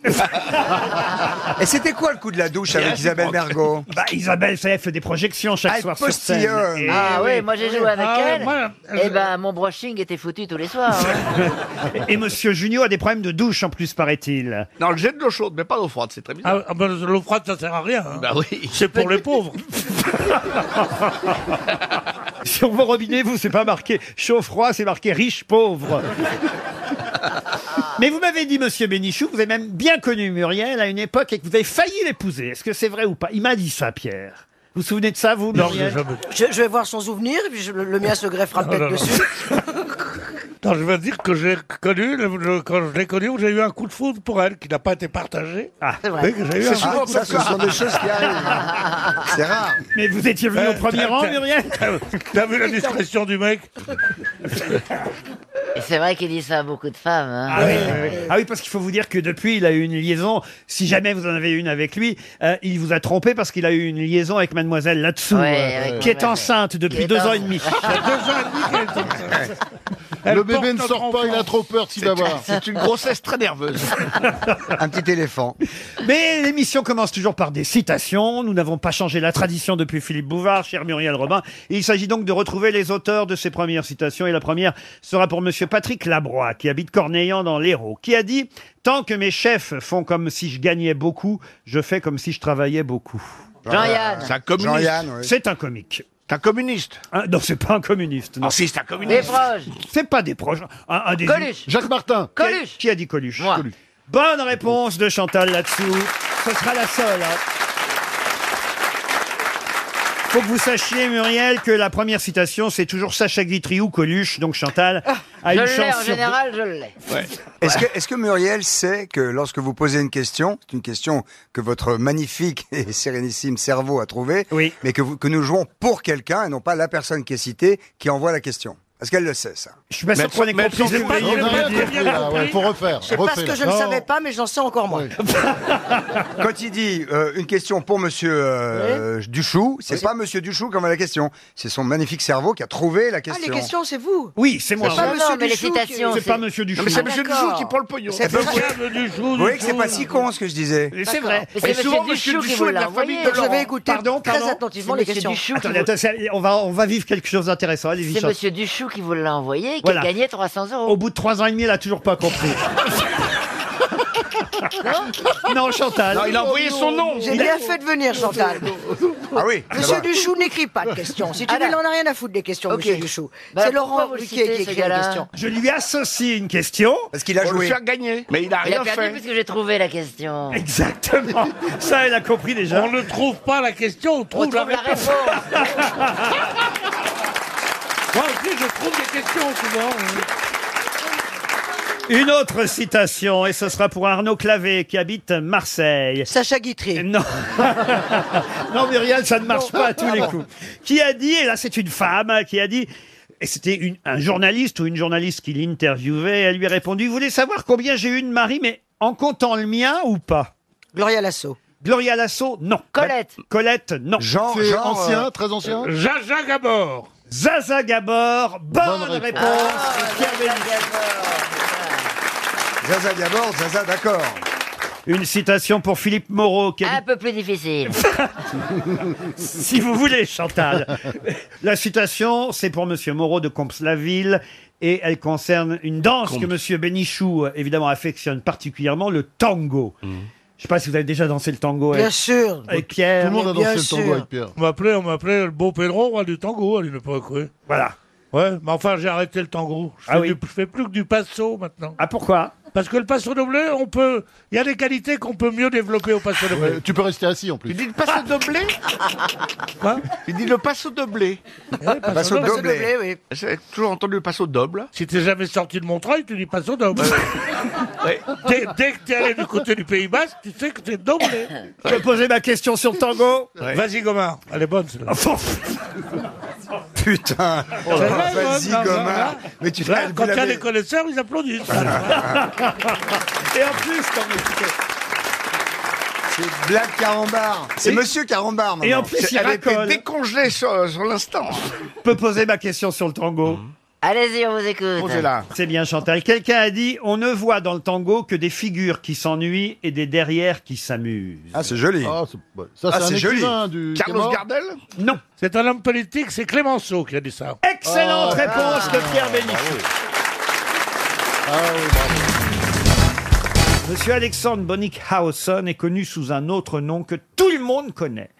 Et c'était quoi le coup de la douche Bien, avec je Isabelle comprends. Bergot Bah, Isabelle, ça elle fait des projections chaque soir sur scène. postillonne. Et- Ah oui, moi j'ai joué avec Ah ouais, elle. moi, Et Eh ben mon brushing était foutu tous les soirs. hein. Et Monsieur Junio a des problèmes de douche en plus, paraît-il. Non, j'ai de l'eau chaude, mais pas d'eau froide, c'est très bizarre. Ah, ah ben, l'eau froide, ça sert à rien. hein. Bah oui. C'est pour les pauvres. Sur vos robinets, vous, c'est pas marqué chaud-froid, c'est marqué riche-pauvre. Mais vous m'avez dit, monsieur Bénichou, que vous avez même bien connu Muriel à une époque et que vous avez failli l'épouser. Est-ce que c'est vrai ou pas Il m'a dit ça, Pierre. Vous vous souvenez de ça, vous, Non, Muriel j'ai jamais- Je, je vais voir son souvenir, et puis je- le, le mien se greffera Non, peut-être non, non. dessus. Non, je veux dire que j'ai connu, le- le- quand je l'ai connue, j'ai eu un coup de foudre pour elle qui n'a pas été partagé. Ah, c'est vrai. Mais que j'ai eu C'est un souvent coup de comme ça, foudre. ce sont des choses qui arrivent. C'est rare. Mais vous étiez venu Euh, au premier t'as- rang, t'as- Muriel T'as vu la discrétion du mec Et c'est vrai qu'il dit ça à beaucoup de femmes. hein. Ah oui, oui, oui. Ah oui, parce qu'il faut vous dire que depuis, il a eu une liaison. Si jamais vous en avez une avec lui, euh, il vous a trompé parce qu'il a eu une liaison avec Mademoiselle là-dessous, Ouais, euh, ouais, qui ouais, est ouais. enceinte depuis Qui est deux ans et enceinte. demi. Le bébé ne sort pas, il a trop peur s'il va voir. C'est une grossesse très nerveuse. Un petit éléphant. Mais l'émission commence toujours par des citations. Nous n'avons pas changé la tradition depuis Philippe Bouvard, cher Muriel Robin. Il s'agit donc de retrouver les auteurs de ces premières citations. Et la première sera pour Monsieur Patrick Labroix, qui habite Corneillan dans l'Hérault, qui a dit « Tant que mes chefs font comme si je gagnais beaucoup, je fais comme si je travaillais beaucoup. » Jean-Yann. C'est un communiste. Jean-Yann, oui. C'est un comique. Un communiste Non, c'est pas un communiste. Non, Ah, si, c'est un communiste. Des proches. C'est pas des proches. Un, un des Coluche. Jacques Martin. Coluche. Qui a dit Coluche Coluche. Bonne réponse de Chantal là-dessous. Ce sera la seule. hein. Faut que vous sachiez, Muriel, que la première citation, c'est toujours Sacha Guitry ou Coluche. Donc Chantal a Ah, je Ah, une l'ai, chance en sur deux. général, je l'ai. Est-ce que, est-ce que Muriel sait que lorsque vous posez une question, c'est une question que votre magnifique et sérénissime cerveau a trouvée, mais que, vous- que nous jouons pour quelqu'un et non pas la personne qui est citée qui envoie la question Est-ce qu'elle le sait, ça Je suis pas Mais sûr elle- qu'on ait mais elle compris s'en le fout, pays, on elle a rien veut dire. compris, Ah là, ouais, faut refaire, Je sais pas ce refais-le. que je ne Non. savais pas, mais j'en sais encore moins. Quand il dit euh, une question pour Monsieur euh, Duchou, c'est pas Monsieur Duchou qui envoie la question, c'est son magnifique cerveau qui a trouvé la Ah, question. les questions, c'est vous Oui, c'est moi. pas Non, monsieur non, mais les Duchou qui- citations, C'est pas c'est- Monsieur Duchou. Non, mais c'est monsieur Duchou D'accord. qui prend le pognon. C'est pas Eh ben, vous- grave, Duchou, Vous voyez que c'est Duchou. pas si con ce que je disais. Et c'est vrai. Mais c'est Et monsieur souvent, monsieur Duchou qui Duchou vous est de la l'a famille envoyé. de Laurent. J'avais écouté Pardon, très pardon. attentivement C'est les monsieur questions. Attendez, attendez, c'est- on va, on va vivre quelque chose d'intéressant. Allez-y, C'est Chantal. Monsieur Duchou qui vous l'a envoyé et qui Voilà. a gagné 300 euros. Au bout de trois ans et demi, elle a toujours pas compris. non, Chantal. Non, il a envoyé son nom. J'ai bien fait de venir, Chantal. Ah oui. Monsieur Duchou n'écrit pas de questions. Si tu veux, il en a rien à foutre des questions, Monsieur Duchou. Bah, c'est pourquoi Laurent vous le Ruquier citez, qui ce écrit gars-là les questions. Je lui associe une question. Parce qu'il a Pour le joué. faire gagner. Mais il a il a perdu parce que j'ai trouvé la question. Exactement. Ça, elle a compris déjà. On ne trouve pas la question, on trouve, trouve la réponse. Moi aussi, je trouve des questions souvent. hein. Une autre citation, et ce sera pour Arnaud Clavé, qui habite Marseille. Sacha Guitry. Non. non, Muriel, ça ne marche pas à tous les coups. Qui a dit, et là c'est une femme, hein, qui a dit, et c'était une- un journaliste ou une journaliste qui l'interviewait, elle lui a répondu, vous voulez savoir combien j'ai eu de mari, mais en comptant le mien ou pas Gloria Lasso. Gloria Lasso, non. Colette. Colette, non. Jean, C'est Jean, ancien, euh, très ancien Zaza Gabor. Zaza Gabor, bonne, réponse. réponse. Ah, de Pierre Bénichou. Zaza d'abord, Zaza d'accord. Une citation pour Philippe Moreau. Qui a dit- Un peu plus difficile. si vous voulez, Chantal. La citation, c'est pour Monsieur Moreau de Comps-la-Ville. Et elle concerne une danse que Monsieur Bénichou, euh, évidemment, affectionne particulièrement, le tango. Je sais pas si vous avez déjà dansé le tango. Bien avec- sûr. Avec Pierre. On m'appelait, on m'appelait le beau Pedro, roi du tango à une époque, oui. Voilà. Ouais, mais enfin, j'ai arrêté le tango. Je fais, Ah oui. du- je fais plus que du passo maintenant. Ah pourquoi Parce que le passo doblé, on peut. Il y a des qualités qu'on peut mieux développer au passo doblé. Tu peux rester assis en plus. dis le passo doblé Il dit le passo doblé. passo doble. oui. J'ai toujours entendu le passo doble. Si t'es jamais sorti de Montreuil, tu dis passo doble. dès, dès que t'es allé du côté du Pays Basque, tu sais que t'es doblé. Je vais poser ma question sur le tango. Vas-y, Gomard. Elle est bonne, celle-là. Putain. C'est vrai, Vas-y, Oh Gomard. Gomard. Mais tu Là, l'as- Quand vous il y a l'avez- des connaisseurs, ils applaudissent. Et en plus, quand même. C'est Black Carambar. C'est Et- Monsieur Carambar, maintenant. Et en plus, C'est- il elle était racole. déco- Congelé sur, sur l'instant. Je peux poser ma question sur le tango. Allez-y, on vous écoute. C'est bien Chantal. Quelqu'un a dit on ne voit dans le tango que des figures qui s'ennuient et des derrières qui s'amusent. Ah, c'est joli. Ah, c'est- ouais. Ça, c'est un écrivain du. qui est mort. Non. C'est un homme politique, c'est Clémenceau qui a dit ça. Ah. Excellente réponse de Ah, Pierre Bénichou. Monsieur Alexandre Bonnickhausen est connu sous un autre nom que tout le monde connaît.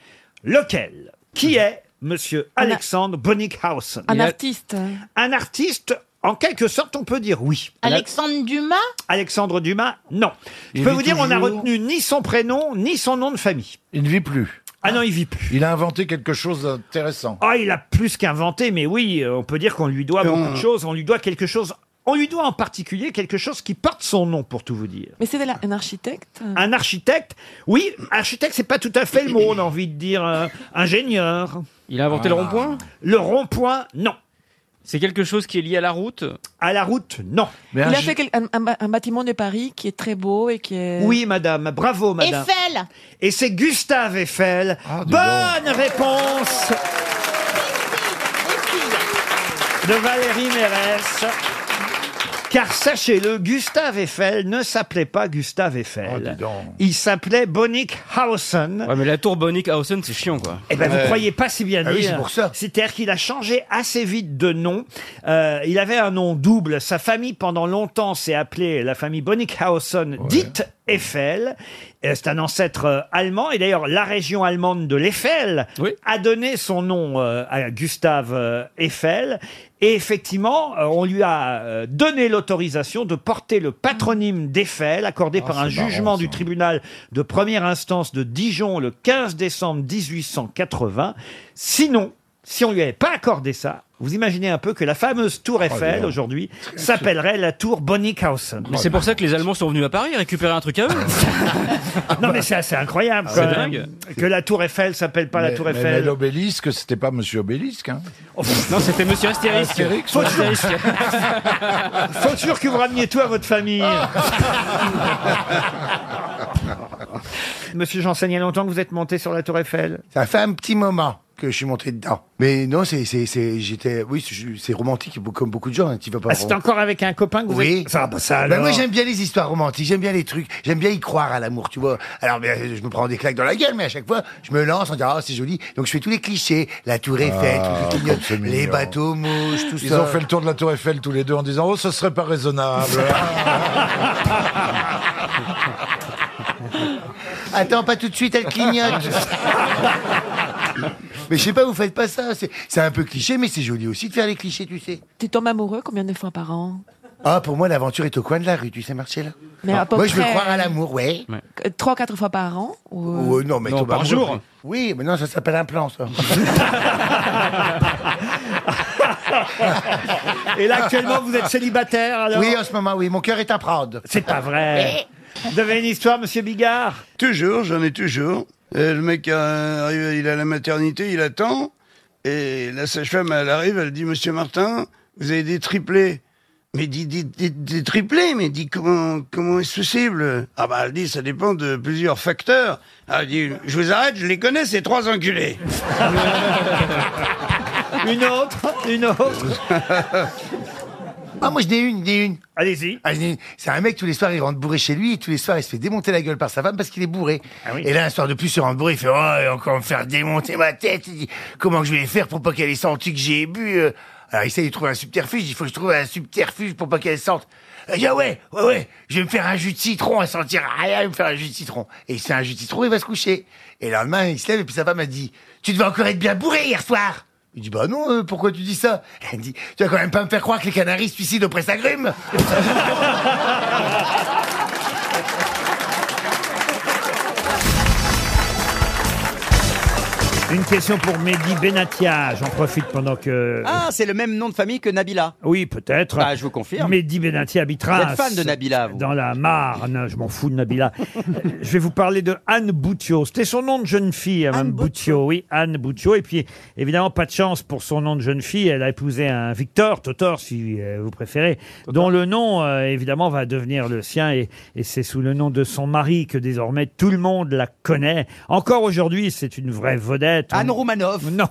Lequel Qui est Monsieur Alexandre Bonnickhausen Un artiste. Un artiste, en quelque sorte, on peut dire oui. Alexandre Dumas Alexandre Dumas, non. Je Il peux vit vous dire, on n'a toujours retenu ni son prénom, ni son nom de famille. Il ne vit plus. Ah non, il vit plus. Il a inventé quelque chose d'intéressant. Ah, il a plus qu'inventé, mais oui, euh, on peut dire qu'on lui doit Et beaucoup on- de choses. On lui doit quelque chose. On lui doit en particulier quelque chose qui porte son nom, pour tout vous dire. Mais c'est de la- un architecte Un architecte, oui, architecte, c'est pas tout à fait le mot, on a envie de dire euh, ingénieur. Il a inventé le rond-point Le rond-point, non. C'est quelque chose qui est lié à la route À la route, non. Il a fait quel- un, un- un bâtiment de Paris qui est très beau et qui est... Oui, madame. Bravo, madame. Eiffel Et c'est Gustave Eiffel. Bonne réponse de Valérie Mérès. Car sachez-le, Gustave Eiffel ne s'appelait pas Gustave Eiffel. Il s'appelait Bonnickhausen. Ouais, mais la tour Bonnickhausen, c'est chiant, quoi. Eh ben, Euh, vous croyez pas si bien Ah dire. oui, c'est pour ça. C'est-à-dire qu'il a changé assez vite de nom. Euh, il avait un nom double. Sa famille, pendant longtemps, s'est appelée la famille Bonnickhausen, dite Eiffel. Et C'est un ancêtre euh, allemand. Et d'ailleurs, la région allemande de l'Eiffel a donné son nom euh, à Gustave euh, Eiffel. Et effectivement, euh, on lui a euh, donné l'autorisation de porter le patronyme d'Eiffel, Ah, accordé par un c'est marrant, jugement du tribunal de première instance de Dijon le 15 décembre 1880. Sinon, si on lui avait pas accordé ça, vous imaginez un peu que la fameuse Oh, tour Eiffel bien. aujourd'hui s'appellerait la tour Bonnickhausen. Mais c'est Oh, pour ça que les Allemands sont venus à Paris récupérer un truc à eux. Non mais c'est assez incroyable Ah, quand c'est même, que la tour Eiffel s'appelle pas la tour mais, mais Eiffel. l'obélisque, c'était pas Monsieur Obélisque. Hein. non, c'était Monsieur Astérix. Astérix, Faut ouais. toujours... Faut toujours que vous rameniez tout à votre famille. Monsieur Janssen, il y a longtemps que vous êtes monté sur la Tour Eiffel Ça fait un petit moment que je suis monté dedans. Mais non, c'est, c'est, c'est- j'étais, oui, je- c'est romantique comme beaucoup de gens. hein, tu vas pas. Ah, c'est encore avec un copain que vous Oui. êtes- Ça, bah, ça Ben alors. moi j'aime bien les histoires romantiques, j'aime bien les trucs, j'aime bien y croire à l'amour, tu vois. Alors ben, je me prends des claques dans la gueule, mais à chaque fois je me lance en disant ah c'est joli. Donc je fais tous les clichés, la tour Eiffel, Ah, tout ce qui clignote, comme c'est les mignon. bateaux mouches, tout Ils ça. ont fait le tour de la Tour Eiffel tous les deux en disant Oh, ce serait pas raisonnable. Attends pas tout de suite, elle clignote. mais je sais pas, vous faites pas ça. C'est, c'est un peu cliché, mais c'est joli aussi de faire les clichés, tu sais. Tu tombes amoureux combien de fois par an Ah pour moi l'aventure est au coin de la rue, tu sais Marcella. Mais à peu moi je veux près- croire à l'amour, ouais. Euh, Trois, quatre fois par an ou, euh, Ouais, non, mais Thomas, moi, Oui, mais non, ça s'appelle un plan, ça. Et là, actuellement, vous êtes célibataire, alors Oui, en ce moment, oui. Mon cœur est à prendre. C'est pas vrai. Vous avez une histoire, monsieur Bigard Toujours, j'en ai toujours. Euh, le mec euh, arrive, il est à la maternité, il attend. Et la sage-femme, elle arrive, elle dit Monsieur Martin, vous avez des triplés. Mais dit, dit, dit- des triplés, mais dit comment, comment est-ce possible Ah bah elle dit ça dépend de plusieurs facteurs. Ah, Elle dit je vous arrête, je les connais ces trois enculés. Une autre, une autre. Ah, moi, je n'ai une, je n'ai une. Allez-y. c'est un mec, tous les soirs, il rentre bourré chez lui, et tous les soirs, il se fait démonter la gueule par sa femme parce qu'il est bourré. Et là, un soir de plus, il rentre bourré, il fait, oh, il va encore me faire démonter ma tête. Il dit, comment je vais faire pour pas qu'elle ait senti que j'ai bu? euh Alors, il essaie de trouver un subterfuge. Il faut que je trouve un subterfuge pour pas qu'elle sente. Il dit, ah ouais, ouais, ouais, je vais me faire un jus de citron, elle sentira rien, je vais me faire un jus de citron. Et c'est un jus de citron, il va se coucher. Et le lendemain, il se lève, et puis sa femme, elle dit, tu devais encore être bien bourré hier soir. Il dit, bah non, euh, pourquoi tu dis ça Elle dit, tu vas quand même pas me faire croire que les canaris se suicident au presse-agrumes Une question pour Mehdi Benatia. J'en profite pendant que... Ah, c'est le même nom de famille que Nabila. Oui, peut-être. Bah, je vous confirme. Mehdi Benati habitera. Vous êtes fan de Nabila, vous. Dans la Marne. Je m'en fous de Nabila. Euh, je vais vous parler de Anne Boutio. C'était son nom de jeune fille, hein, Mme Boutio. Oui, Anne Boutio. Et puis, évidemment, pas de chance pour son nom de jeune fille. Elle a épousé un Victor, Totor, si euh, vous préférez, dont le nom, euh, évidemment, va devenir le sien. Et, et c'est sous le nom de son mari que désormais tout le monde la connaît. Encore aujourd'hui, c'est une vraie vedette. Anne Roumanoff. Non.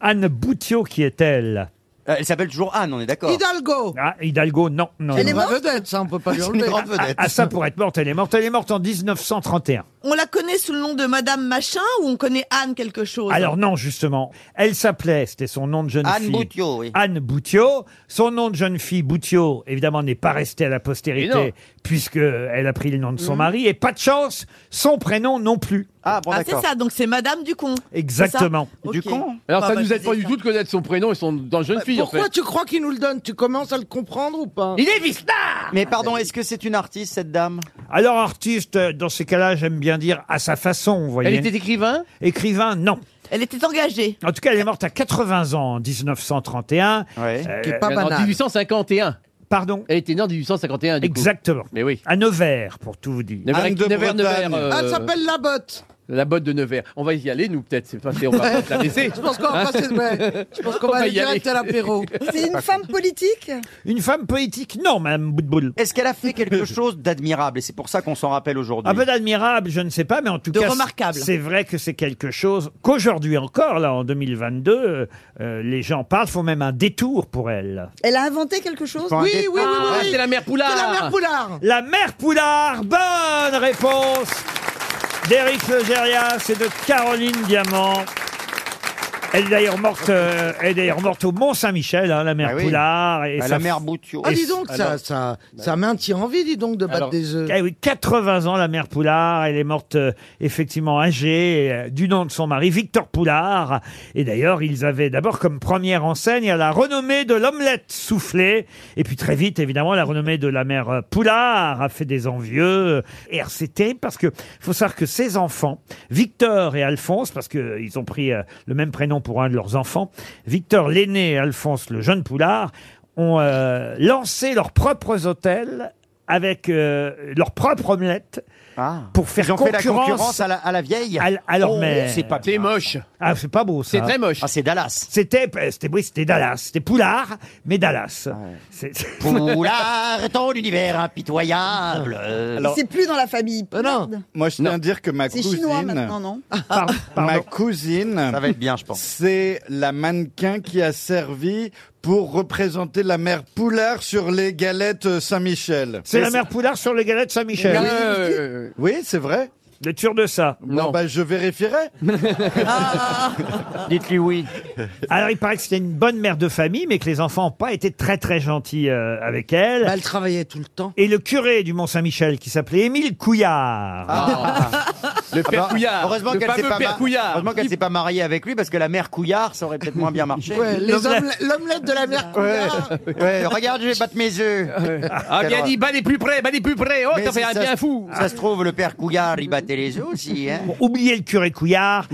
Anne Boutio, qui est-elle Euh, Elle s'appelle toujours Anne, on est d'accord. Hidalgo. Ah, Hidalgo, non. non Elle est non. morte Vedette, ça, on peut pas lui C'est une enlever. grande vedette. Ah, ça, pour être morte, elle est morte. Elle est morte en 1931. On la connaît sous le nom de Madame Machin ou on connaît Anne quelque chose Alors non, justement, elle s'appelait, c'était son nom de jeune Anne fille. Boutiot, oui. Anne Boutiot. Son nom de jeune fille, Boutiot, évidemment, n'est pas resté à la Et non. postérité, puisque elle a pris le nom de son mari. Et pas de chance, son prénom non plus. Mm. Ah, Ah, c'est ça, donc c'est Madame Ducon. Exactement. con Alors ça nous aide pas du tout de connaître son prénom et son dans jeune Bah, fille. en Bah, Pourquoi fait. tu crois qu'il nous le donne Tu commences à le comprendre ou pas Il est Vista Mais pardon, est-ce que c'est une artiste, cette dame Alors, artiste, euh, dans ces cas-là, j'aime bien dire à sa façon, vous voyez. Elle était écrivain Écrivain, non. Elle était engagée. En tout cas, elle est morte à 80 ans en 1931. Euh, Mais En 1851. Pardon Elle était née en 1851. Ah, du coup. Exactement. Mais oui. À Nevers, pour tout vous dire. Ah, Nevers- Nevers- Nevers, euh, Elle Ah, s'appelle Labotte. La botte de Nevers. On va y aller, nous, peut-être. C'est pas, c'est- on va pas se la laisser. Je pense qu'on va Hein passer- ouais. Je pense qu'on On va aller y direct à l'apéro. C'est une femme politique Une femme politique Non, Madame Boutboul. Est-ce qu'elle a fait quelque chose d'admirable Et c'est pour ça qu'on s'en rappelle aujourd'hui. Un peu d'admirable, je ne sais pas, mais en tout De cas, remarquable. c'est vrai que c'est quelque chose qu'aujourd'hui encore, là, en 2022, euh, euh, les gens parlent, font même un détour pour elle. Elle a inventé quelque chose Pas un détail. Ah, c'est la mère Poulard. C'est la mère Poulard La mère Poulard, bonne réponse d'Éric Legérias et de Caroline Diamant. Elle est d'ailleurs morte, euh, elle est d'ailleurs morte au Mont-Saint-Michel, hein, la mère Ah oui. Poulard. Et Bah, sa- la mère Boutio. Ah, dis donc, ça, ça, ça maintient envie, dis donc, de battre Alors, des œufs. eh oui, 80 ans, la mère Poulard. Elle est morte euh, effectivement âgée, euh, du nom de son mari, Victor Poulard. Et d'ailleurs, ils avaient d'abord comme première enseigne la renommée de l'omelette soufflée. Et puis très vite, évidemment, la renommée de la mère euh, Poulard a fait des envieux. Et alors, c'est terrible parce que faut savoir que ses enfants, Victor et Alphonse, parce qu'ils ont pris euh, le même prénom pour un de leurs enfants, Victor l'aîné et Alphonse le jeune Poulard, ont euh, lancé leurs propres hôtels avec euh, leur propre omelette pour faire Ah. Ils ont fait la concurrence, concurrence à la, à la vieille. à l- à leur Oh, mère. C'est pas C'est moche. Ah, c'est pas beau ça. C'est très moche. Ah, c'est Dallas. C'était, euh, c'était, oui, c'était Dallas. C'était Poulard, mais Dallas. C'est- c'est- Ah Poulard, ton univers impitoyable. Et C'est plus dans la famille Poulard. Ah, Moi, je tiens à dire que ma C'est cousine. chinois maintenant, non Ah, Ma cousine. Ça va être bien, je pense. C'est la mannequin qui a servi pour représenter la mère Poulard sur les galettes Saint-Michel. c'est la mère Poulard sur les galettes Saint-Michel. Oui, Euh, oui, c'est vrai. D'être sûr de ça Non, bah, je vérifierai. Ah. Dites-lui oui. Alors, il paraît que c'était une bonne mère de famille, mais que les enfants n'ont pas été très, très gentils euh, avec elle. elle travaillait tout le temps. Et le curé du Mont-Saint-Michel, qui s'appelait Émile Couillard. Ah. Le père Couillard, Ah. Heureusement le qu'elle s'est fameux pas, père ma- Couillard. heureusement qu'elle s'est pas mariée avec lui parce que la mère Couillard, ça aurait peut-être moins bien marché. Ouais, les omele- L'omelette de la mère Poulard. Ouais, regarde, je vais battre mes œufs. Ah, bien dit, bat les plus près, bat les plus près. Oh, Mais t'as fait si un ça bien se- fou. Ça se trouve, le père Couillard, il battait les œufs aussi. Hein. Bon, oubliez le curé Couillard.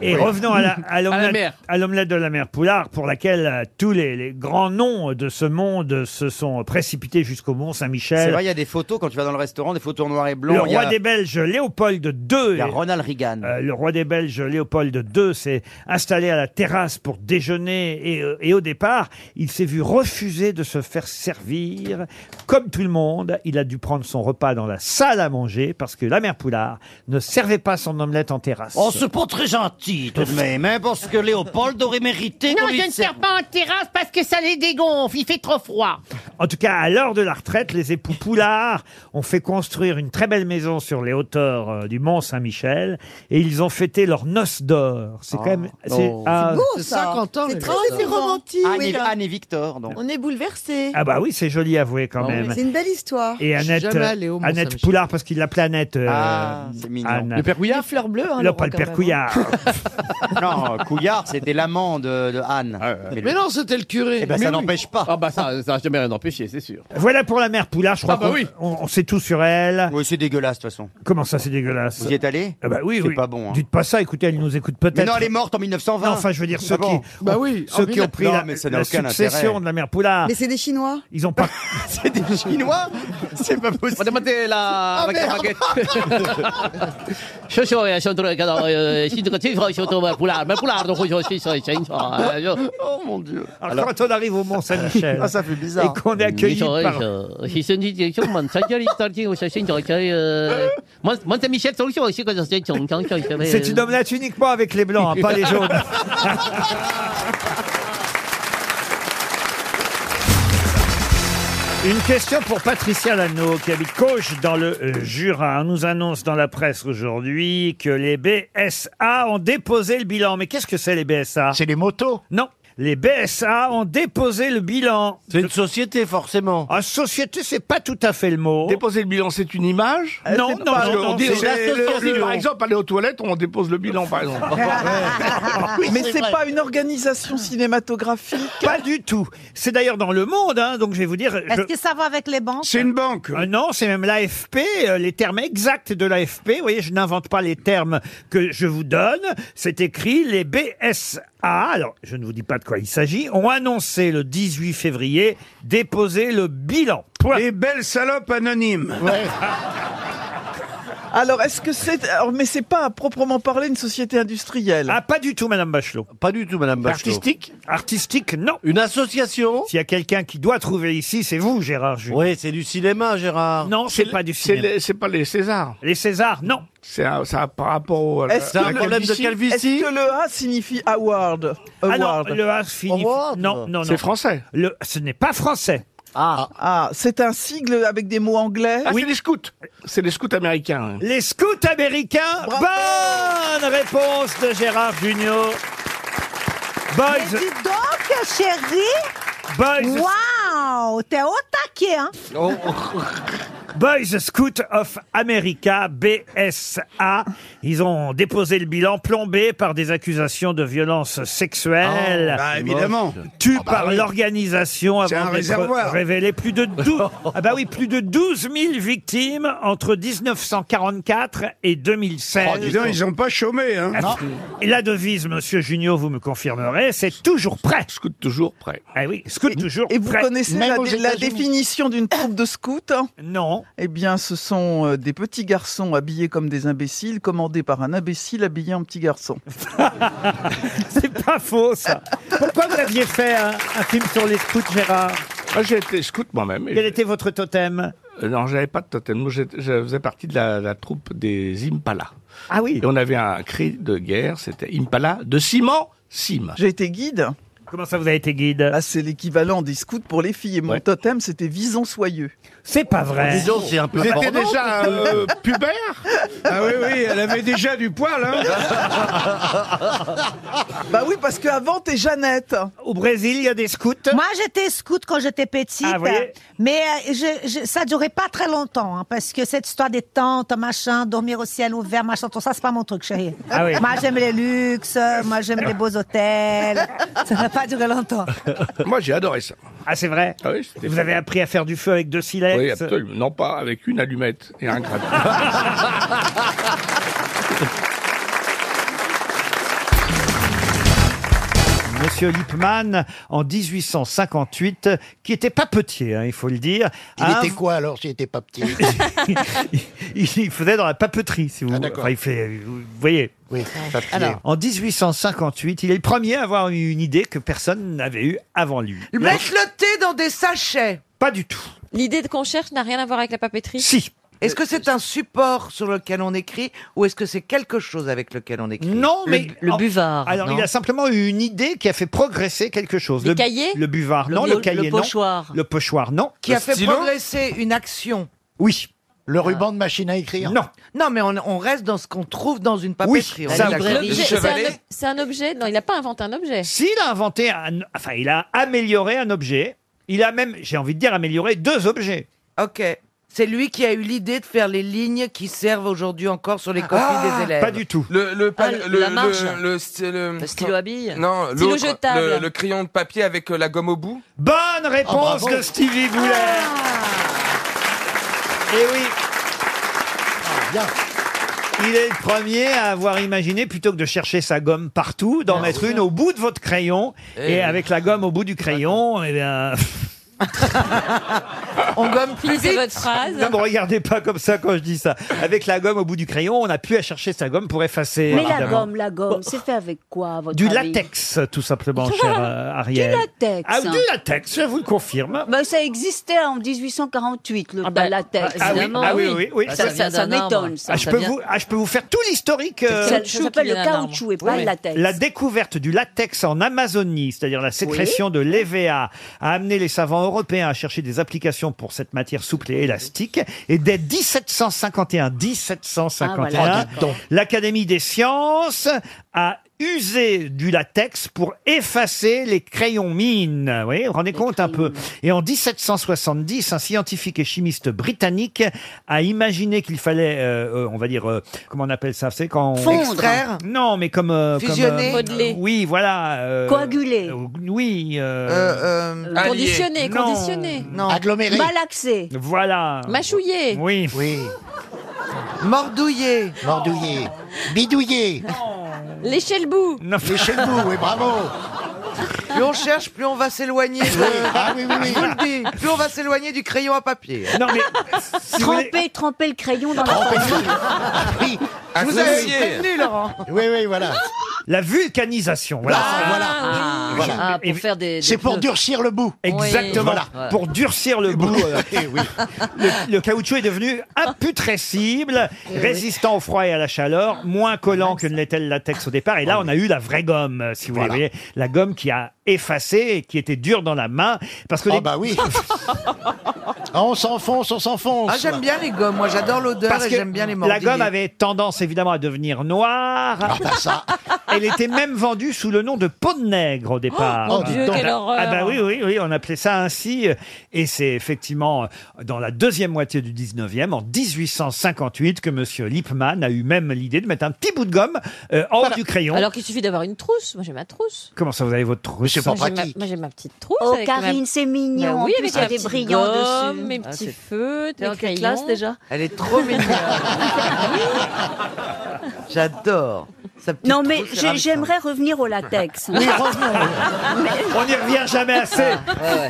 Et Oui. revenons à la- à À la l'omelette mère. à l'omelette de la mère Poulard, pour laquelle euh, tous les, les grands noms de ce monde se sont précipités jusqu'au Mont-Saint-Michel. C'est vrai, il y a des photos quand tu vas dans le restaurant, des photos en noir et blanc. Le il y roi a- des Belges, Léopold II. Il y a Ronald Reagan. Euh, le roi des Belges, Léopold II, s'est installé à la terrasse pour déjeuner et, euh, et au départ, il s'est vu refuser de se faire servir. Comme tout le monde, il a dû prendre son repas dans la salle à manger parce que la mère Poulard ne servait pas son omelette en terrasse. Oh, c'est pas très gentil tout de même, hein, parce que Léopold aurait mérité Non, qu'on lui je ne serve. sers pas en terrasse parce que ça les dégonfle. Il fait trop froid. En tout cas, à l'heure de la retraite, les époux Poulard ont fait construire une très belle maison sur les hauteurs euh, du Mont Saint-Michel et ils ont fêté leur noce d'or. C'est quand même c'est Oh. ah, C'est 50 ans, C'est les très gars. c'est Ah, romantique, Anne, oui, et, là. Anne et Victor, donc. Ah On est bouleversé. ah bah oui, c'est joli avoué quand même. C'est une belle histoire. Et Annette, jamais allée au euh, Mont Annette Saint-Michel. Poulard, parce qu'il l'appelait Annette. euh, Ah, Anne. Couillard fleurs bleues, hein, Non, le pas roi, le quand père même. Couillard. hein. non, Couillard, c'était l'amant de, de Anne. Mais non, c'était le curé. Eh ben, Mais ça oui. n'empêche pas. Ah, bah, ça n'a jamais rien empêché, c'est sûr. Voilà pour la mère Poulard, je crois Ah bah qu'on oui. on, on sait tout sur elle. Oui, c'est dégueulasse, de toute façon. Comment ça, c'est dégueulasse Vous y êtes allé Ah bah oui, C'est oui. pas bon. hein. Dites pas ça, écoutez, elle nous écoute peut-être. Mais non, elle est morte en 1920. Non, enfin, je veux dire, ceux Ah bon qui, Bah ont- oui, ceux en qui mille- ont pris Non, la, mais ça la n'a aucun succession intérêt. de la mère Poulard, Mais c'est des Chinois. ils ont pas. C'est des Chinois C'est pas possible. Demandez la Ah, baguette, merde. baguette. Je suis euh, je suis, euh, je suis, euh, je suis, euh, je suis, euh, Poulard. Mais Poulard, donc, je suis, euh, je suis, euh, je- Oh mon dieu. Alors, quand on arrive au Mont-Saint-Michel Ah, ça fait bizarre. et qu'on est accueilli par. C'est euh, une omelette uniquement avec les blancs, hein, pas les jaunes. Une question pour Patricia Lano, qui habite Cauche dans le euh, Jura. On nous annonce dans la presse aujourd'hui que les BSA ont déposé le bilan. Mais qu'est-ce que c'est les BSA C'est les motos Non. Les BSA ont déposé le bilan. C'est une société, forcément. Ah, société, c'est pas tout à fait le mot. Déposer le bilan, c'est une image Non, non, Parce non, que non, on dit- c'est- c'est le- le- Par exemple, aller aux toilettes, on dépose le bilan, par exemple. Mais c'est pas une organisation cinématographique. Pas du tout. C'est d'ailleurs dans le monde, hein, donc je vais vous dire. Est-ce que ça va avec les banques banque. Ah non, c'est même l'AFP, euh, les termes exacts de l'AFP. Vous voyez, je n'invente pas les termes que je vous donne. C'est écrit les BSA. Alors, je ne vous dis pas de quoi il s'agit. Ont annoncé le 18 février déposer le bilan. Les belles salopes anonymes. Alors, est-ce que c'est. alors, Mais c'est pas à proprement parler une société industrielle. Ah, pas du tout, Madame Bachelot. Pas du tout, Madame Bachelot. Artistique Artistique, non. Une association S'il y a quelqu'un qui doit trouver ici, c'est vous, Gérard Jules. Oui, c'est du cinéma, Gérard. Non, c'est pas du cinéma. les- C'est pas les Césars. Les Césars, non. C'est un- ça a par rapport au. Est-ce que, un le- est-ce que le A signifie award, Ah non, Award. le A signifie- Award non, non, C'est français. Le, ce n'est pas français. Ah. c'est un sigle avec des mots anglais. Ah, c'est les scouts. C'est les scouts américains. Les scouts américains. Bonne réponse de Gérard Junior. Boys. donc, chérie. Boys. Waouh, t'es au taquet, hein. Oh. Boys Scout of America, BSA. Ils ont déposé le bilan plombé par des accusations de violence sexuelle. Ah, bah, évidemment. Tues Ah, bah par oui. l'organisation C'est avant un d'être réservoir. révélé. Plus de, 12, ah bah oui, plus de 12 000 victimes entre 1944 et 2016. Oh, dis donc, ils ont pas chômé, hein. Et Ah, la devise, monsieur Junio, vous me confirmerez, c'est toujours prêt. Scout toujours prêt. Ah oui, scout toujours prêt. et vous Prêt. connaissez Même la, aux dé- la États-Unis. définition d'une troupe de scouts Non. Eh bien, ce sont euh, des petits garçons habillés comme des imbéciles, commandés par un imbécile habillé en petit garçon. C'est pas faux, ça. Pourquoi vous aviez fait un, un film sur les scouts, Gérard Moi, j'ai été scout moi-même. Quel était votre totem Euh, Non, j'avais pas de totem. Moi, j'étais- je faisais partie de la, la troupe des Impala. Ah oui. Et on avait un cri de guerre, c'était Impala de ciment, cime. J'ai été guide. Bah, Comment ça, vous avez été guide C'est l'équivalent des scouts pour les filles. Et mon totem, c'était Vison Soyeux. C'est pas vrai. Dis donc, Oh, c'est un peu Vous étiez porno. déjà, euh, pubère Ah oui, oui, elle avait déjà du poil, hein. hein. Bah oui, parce qu'avant, t'es Jeannette. Au Brésil, il y a des scouts. Moi, j'étais scout quand j'étais petite, Ah, vous voyez. mais euh, je, je- ça durait pas très longtemps, hein, parce que cette histoire des tentes, machin, dormir au ciel ouvert, machin, tout ça, c'est pas mon truc, chérie. Ah oui. Moi, j'aime les luxes, moi, j'aime les beaux hôtels. Ça n'a pas duré longtemps. Moi, j'ai adoré ça. Ah, c'est vrai Ah oui, c'était Vous fou. avez appris à faire du feu avec deux silex Oui, absolument. Non, pas avec une allumette et un grappin. Monsieur Lippmann, en 1858, qui était pas petit, hein, il faut le dire. Il a était inv- quoi alors s'il était pas petit il faisait dans la papeterie, si vous voulez. il fait, vous voyez. Oui, papier. Alors, en 1858, il est le premier à avoir eu une idée que personne n'avait eue avant lui. Ils mettent le thé dans des sachets. Pas du tout. L'idée de qu'on cherche n'a rien à voir avec la papeterie Si. Euh, Est-ce que c'est un support sur lequel on écrit ou est-ce que c'est quelque chose avec lequel on écrit Non, mais en- Alors, non il a simplement eu une idée qui a fait progresser quelque chose. Les le cahiers Le buvard, Le non. bio- le cahier, le non. pochoir. Le pochoir, non. Qui Le a fait stylo progresser une action. Oui. Ah. Le ruban de machine à écrire Non. Non, mais on, on reste dans ce qu'on trouve dans une papeterie. on ça, est le d'accord. librairie. Le C'est un- chevalet. C'est un objet Non, il n'a pas inventé un objet. S'il a inventé un... Enfin, il a amélioré un objet. Il a même, j'ai envie de dire, amélioré deux objets. Ok. C'est lui qui a eu l'idée de faire les lignes qui servent aujourd'hui encore sur les copies des élèves. Ah. Pas du tout. Le, le, Ah, pa- le- le- la le- marge. le sti- le- Le stylo à billes. Non, Stylo l'autre, jetable. Le, le crayon de papier avec euh, la gomme au bout. Bonne réponse bravo. de Stevie Boulet. Et oui. Il est le premier à avoir imaginé, plutôt que de chercher sa gomme partout, d'en mettre une au bout de votre crayon. Et, Eh. avec la gomme au bout du crayon, eh bien... on gomme plus Ah, Finissez vite. votre phrase. Ne me regardez pas comme ça quand je dis ça. Avec la gomme au bout du crayon, on a pu à chercher sa gomme pour effacer. Mais la évidemment. gomme, Ah la gomme, c'est fait avec quoi, à votre Du avis latex, tout simplement, cher euh, Ariel. Du latex, Ah, du hein. latex, je vous le confirme. Ben, ça existait en 1848, le bal latex. Ah oui, ah oui, oui, oui. Ça, ça- ça m'étonne, ça. Ah, je, peux vous, ah, je peux vous faire tout l'historique. euh, Ça- ça s'appelle le caoutchouc et pas le latex. La découverte du latex en Amazonie, c'est-à-dire la sécrétion de l'EVA, a amené les savants européens à chercher des applications pour cette matière souple et élastique. Et dès 1751, 1751, Ah, voilà, d'accord. l'Académie des sciences a usé du latex pour effacer les crayons mines. Vous voyez, vous vous rendez compte un peu. Et en 1770, un scientifique et chimiste britannique a imaginé qu'il fallait, euh, euh, on va dire, euh, comment on appelle ça, c'est quand on... Fondre. Extraire. Non, mais comme... euh, comme, euh, Fusionner. Modeler. oui, voilà. euh, Coaguler. euh, oui. euh, Euh, conditionner, Non. conditionner. Non. Malaxé. Voilà. Mâchouiller. Oui. Oui. Mordouillé. Mordouillé. Bidouillé. Lécher le bout. Non. Léchez-le-vous, oui, bravo. Plus on cherche, plus on va s'éloigner. de- Ah oui, oui, oui. Je vous le dis, plus on va s'éloigner du crayon à papier. Non mais Tremper, tremper le crayon dans la Je oui, Ah, vous avais prévenu, Laurent. Oui, oui, voilà. La vulcanisation, voilà. Ah, Voilà. ah, Et- pour faire des. des C'est pour pneus. durcir le bout. Exactement. Oui. Voilà. Pour durcir le bout. euh, le, le caoutchouc est devenu imputrescible, Eh oui. résistant au froid et à la chaleur, moins collant que ne l'était le latex au départ. Et là, on a eu la vraie gomme, euh, si vous Voilà. voulez, la gomme qui a effacé et qui était dure dans la main. Parce que Ah bah oui. Ah, on s'enfonce, on s'enfonce. Ah, j'aime bien les gommes. Moi, j'adore l'odeur Parce et que j'aime bien les La mordillés. gomme avait tendance évidemment à devenir noire. Elle était même vendue sous le nom de peau de nègre au départ. Oh, mon Dieu, Ah, quelle bah- horreur. Ah bah oui, oui, oui, on appelait ça ainsi. Et c'est effectivement euh, dans la deuxième moitié du 19e, en 1858, que Monsieur Lippmann a eu même l'idée de mettre un petit bout de gomme euh, hors du crayon. Alors qu'il suffit d'avoir une trousse. Moi, j'ai ma trousse. Comment ça, vous avez votre trousse Moi, j'ai ma- Moi, j'ai ma petite trousse. Oh, avec ma- Karine, c'est mignon. Bah oui, en avec plus, ma il y a des petite brillants gomme, dessus. mes Ah, petits c'est- feutres, T'es mes en quelle crayons. classe, déjà Elle est trop mignonne. J'adore. Sa petite Non, mais trousse, j'ai- c'est ravissant. j'aimerais revenir au latex. Oui, revenons. On n'y revient jamais assez. Ah.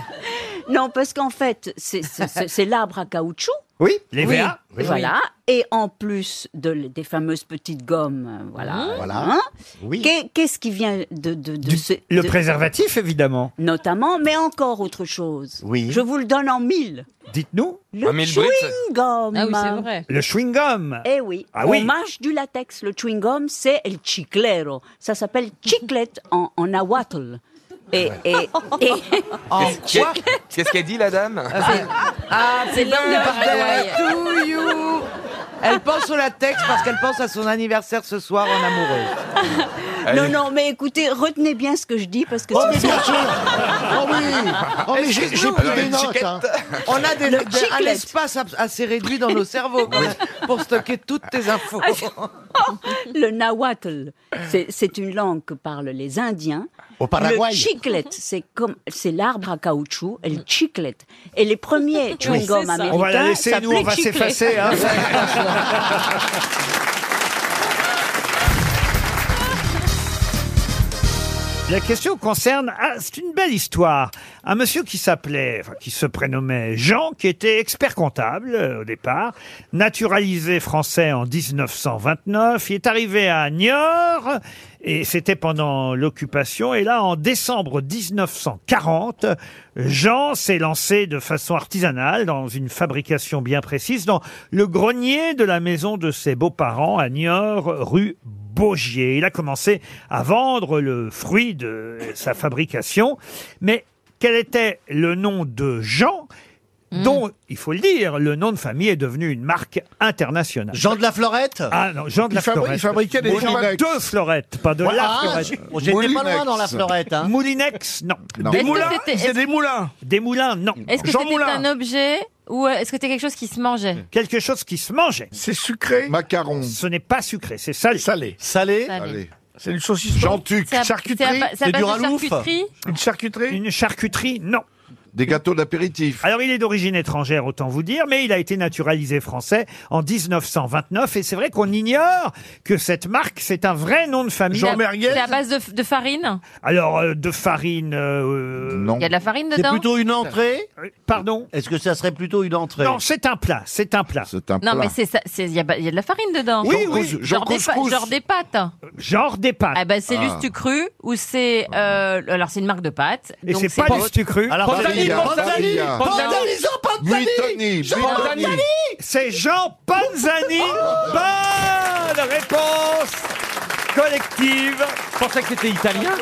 Non, parce qu'en fait, c'est- c'est c'est- c'est l'arbre à caoutchouc. Oui, les Oui, VA. Oui. Voilà. Et en plus de, l- des fameuses petites gommes, euh, voilà. Voilà. hein, Oui. qu'est- Qu'est-ce qui vient de, de, de ce. Le de- préservatif, évidemment. Notamment, mais encore autre chose. Oui. Je vous le donne en mille. Dites-nous. Le chewing-gum. Ah oui, c'est vrai. Le chewing-gum. Eh oui. Ah oui. On mâche du latex. Le chewing-gum, c'est el chiclero. Ça s'appelle chiclette en, en nahuatl. Et, et, et- Oh. Qu'est-ce qu'elle- qu'est-ce qu'elle dit, la dame Ah, C'est c'est bien l'odeur birthday to d'Hawaï. you. Elle pense au latex parce qu'elle pense à son anniversaire ce soir en amoureuse. Non, non, mais écoutez, retenez bien ce que je dis parce que Oh, ce mais sont- bien sûr. Oh oui. Oh, mais j'ai- j'ai pris des notes, hein. On a des, Le des- un chiclette. espace ab- assez réduit dans nos cerveaux quand même, pour stocker toutes tes infos. Ah, oh, Le nahuatl, c'est- c'est une langue que parlent les Indiens. Au Paraguay. Le chiclette, c'est comme c'est l'arbre à caoutchouc, et le chiclette. Et les premiers chewing gum américains. On va la laisser, nous, on s'appelaient va chiclette. s'effacer. hein. hein. La question concerne, ah, c'est une belle histoire. Un monsieur qui s'appelait, enfin, qui se prénommait Jean, qui était expert comptable euh, au départ, naturalisé français en 1929. Il est arrivé à Niort et c'était pendant l'occupation. Et là, en décembre 1940, Jean s'est lancé de façon artisanale dans une fabrication bien précise dans le grenier de la maison de ses beaux-parents à Niort, rue Baugier. Il a commencé à vendre le fruit de sa fabrication. Mais quel était le nom de Jean Hmm. dont, il faut le dire, le nom de famille est devenu une marque internationale. Jean de la Florette Ah non, Jean de Il la fabri- Florette. il fabriquait des Il fabrique Moulinex. deux Florettes, pas de la Ah, je- Florette. j'étais pas Moulinex. loin dans la Florette, hein. Moulinex, non. Non. Des Est-ce que moulins, c'était- c'est est-ce- des moulins. Des moulins, non. Est-ce que Jean c'était Moulin. un objet ou euh, est-ce que c'était quelque chose qui se mangeait Quelque chose qui se mangeait. C'est sucré Macaron. Ce n'est pas sucré, c'est salé. Salé. Salé, Salé. C'est une saucisse Jantuc. C'est à- c'est à ba- c'est à base de charcuterie Une charcuterie Une charcuterie, non. Des gâteaux d'apéritif. Alors, il est d'origine étrangère, autant vous dire, mais il a été naturalisé français en 1929. Et c'est vrai qu'on ignore que cette marque, c'est un vrai nom de famille. C'est à base de, f- de farine Alors, euh, de farine. euh, Non. Il y a de la farine dedans C'est plutôt une entrée Euh, Pardon Est-ce que ça serait plutôt une entrée Non, c'est un plat. C'est un plat. C'est un Non, mais c'est ça- c'est- il y, a ba- il y a de la farine dedans. Oui, Jean oui. Couscous, Jean Genre, des, pa- couscous. genre des pâtes. Genre des pâtes. Ah ben c'est l'ustu cru ou c'est euh, alors c'est une marque de pâtes. Et donc c'est pas l'autre. l'ustu cru. Alors, Pantalini, Pantalini, Pantalini, Pantalini. Panzani. C'est Jean Panzani. Bonne réponse collective. Je pensais que c'était italien.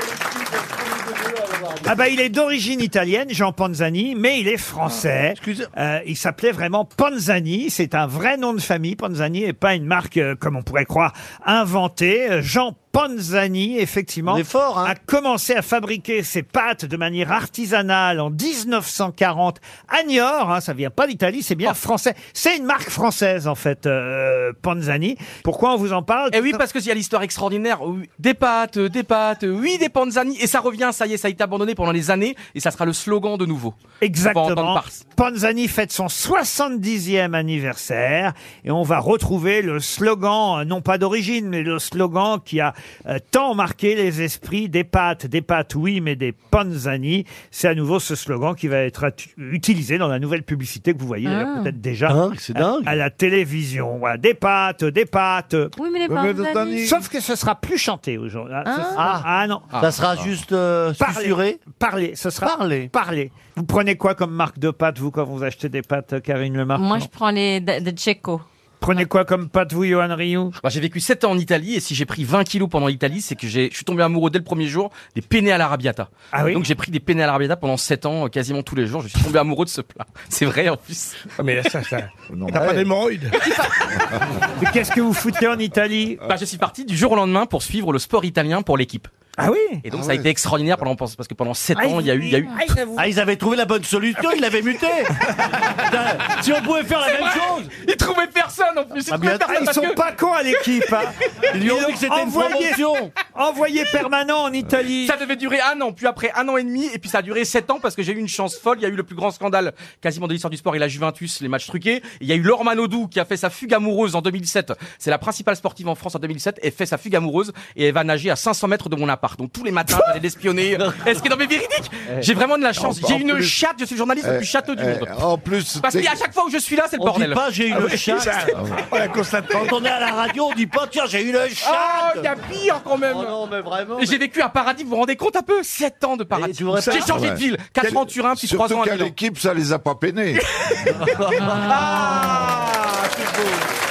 Ah bah il est d'origine italienne, Jean Panzani, mais il est Ah, français. Euh, il s'appelait vraiment Panzani, c'est un vrai nom de famille. Panzani et pas une marque, euh, comme on pourrait croire, inventée. Euh, Jean Panzani, effectivement, hein. a commencé à fabriquer ses pâtes de manière artisanale en 1940 à Niort. Hein, ça vient pas d'Italie, c'est Oh. bien français. C'est une marque française en fait, euh, Panzani. Pourquoi on vous en parle Eh oui, parce que il y a l'histoire extraordinaire. Oui, Des pâtes, euh, des pâtes, euh, oui, des panzani. Et ça revient, ça y est, ça a été abandonné pendant les années. Et ça sera le slogan de nouveau. On va entendre Exactement. par- Panzani fête son 70e anniversaire et on va retrouver le slogan, euh, non pas d'origine, mais le slogan qui a euh, tant marqué les esprits des pâtes, des pâtes oui, mais des panzani. C'est à nouveau ce slogan qui va être atu- utilisé dans la nouvelle publicité que vous voyez d'ailleurs, Ah. peut-être déjà Hein, c'est à- dingue. À, la télévision. Voilà, des pâtes, des pâtes. Oui, mais les Oui, mais panzani. Panzani. Sauf que ce sera plus chanté aujourd'hui. Ah, ce Ah. sera- ah, non. Ça sera juste, euh, parler, parler, ce sera parler. parler. Vous prenez quoi comme marque de pâtes, vous, quand vous achetez des pâtes, euh, Karine Lemarque Moi, je prends les de, de Tchéco. Prenez quoi comme pâte, vous, Johan Rioux Bah, J'ai vécu 7 ans en Italie et si j'ai pris 20 kilos pendant l'Italie, c'est que j'ai- je suis tombé amoureux dès le premier jour des penne à l'arabiata. Ah oui Donc j'ai pris des penne à l'arabiata pendant 7 ans, euh, quasiment tous les jours. Je suis tombé amoureux de ce plat. C'est vrai en plus. Ah, mais là, ça, Ah, ça- T'as pas d'hémorroïdes Mais qu'est-ce que vous foutiez en Italie bah, Je suis parti du jour au lendemain pour suivre le sport italien pour l'équipe. Ah oui Et donc Ah ça a ouais. été extraordinaire pendant, parce que pendant 7 ans, il y a eu... il Y a eu... Ah, ils avaient trouvé la bonne solution, ils l'avaient muté. Putain, si on pouvait faire la C'est même vrai. chose. Ils trouvaient personne en plus. Ah, bien, ah, ils sont pas cons à l'équipe, hein. Ils lui ont dit que c'était une envoyé- promotion. Envoyé permanent en Italie. Ça devait durer un an, puis après un an et demi, et puis ça a duré sept ans parce que j'ai eu une chance folle. Il y a eu le plus grand scandale quasiment de l'histoire du sport et la Juventus, les matchs truqués. Il y a eu Lorman Odou qui a fait sa fugue amoureuse en 2007. C'est la principale sportive en France en 2007 et fait sa fugue amoureuse et elle va nager à 500 mètres de mon appart. Donc tous les matins, j'allais l'espionner. Est-ce que non mais véridique J'ai vraiment de la chance. En- J'ai Ah, bah, en une plus- chatte. Je suis le journaliste le plus château du Eh, monde. eh, en plus, parce c'est- qu'à chaque fois où je suis là, c'est le On dit bordel. pas j'ai eu Ah le oui, chat. ça- Quand on est à la radio, on dit pas tiens j'ai eu le chat. Oh Ah, il y a pire quand même. Et J'ai vécu un paradis, vous vous rendez compte un peu 7 ans de paradis. ça J'ai changé de ville. 4 ans en Turin, puis 3 ans Surtout à qu'à Milan. Ah. l'équipe, ça les a pas peinés. Ah, c'est beau.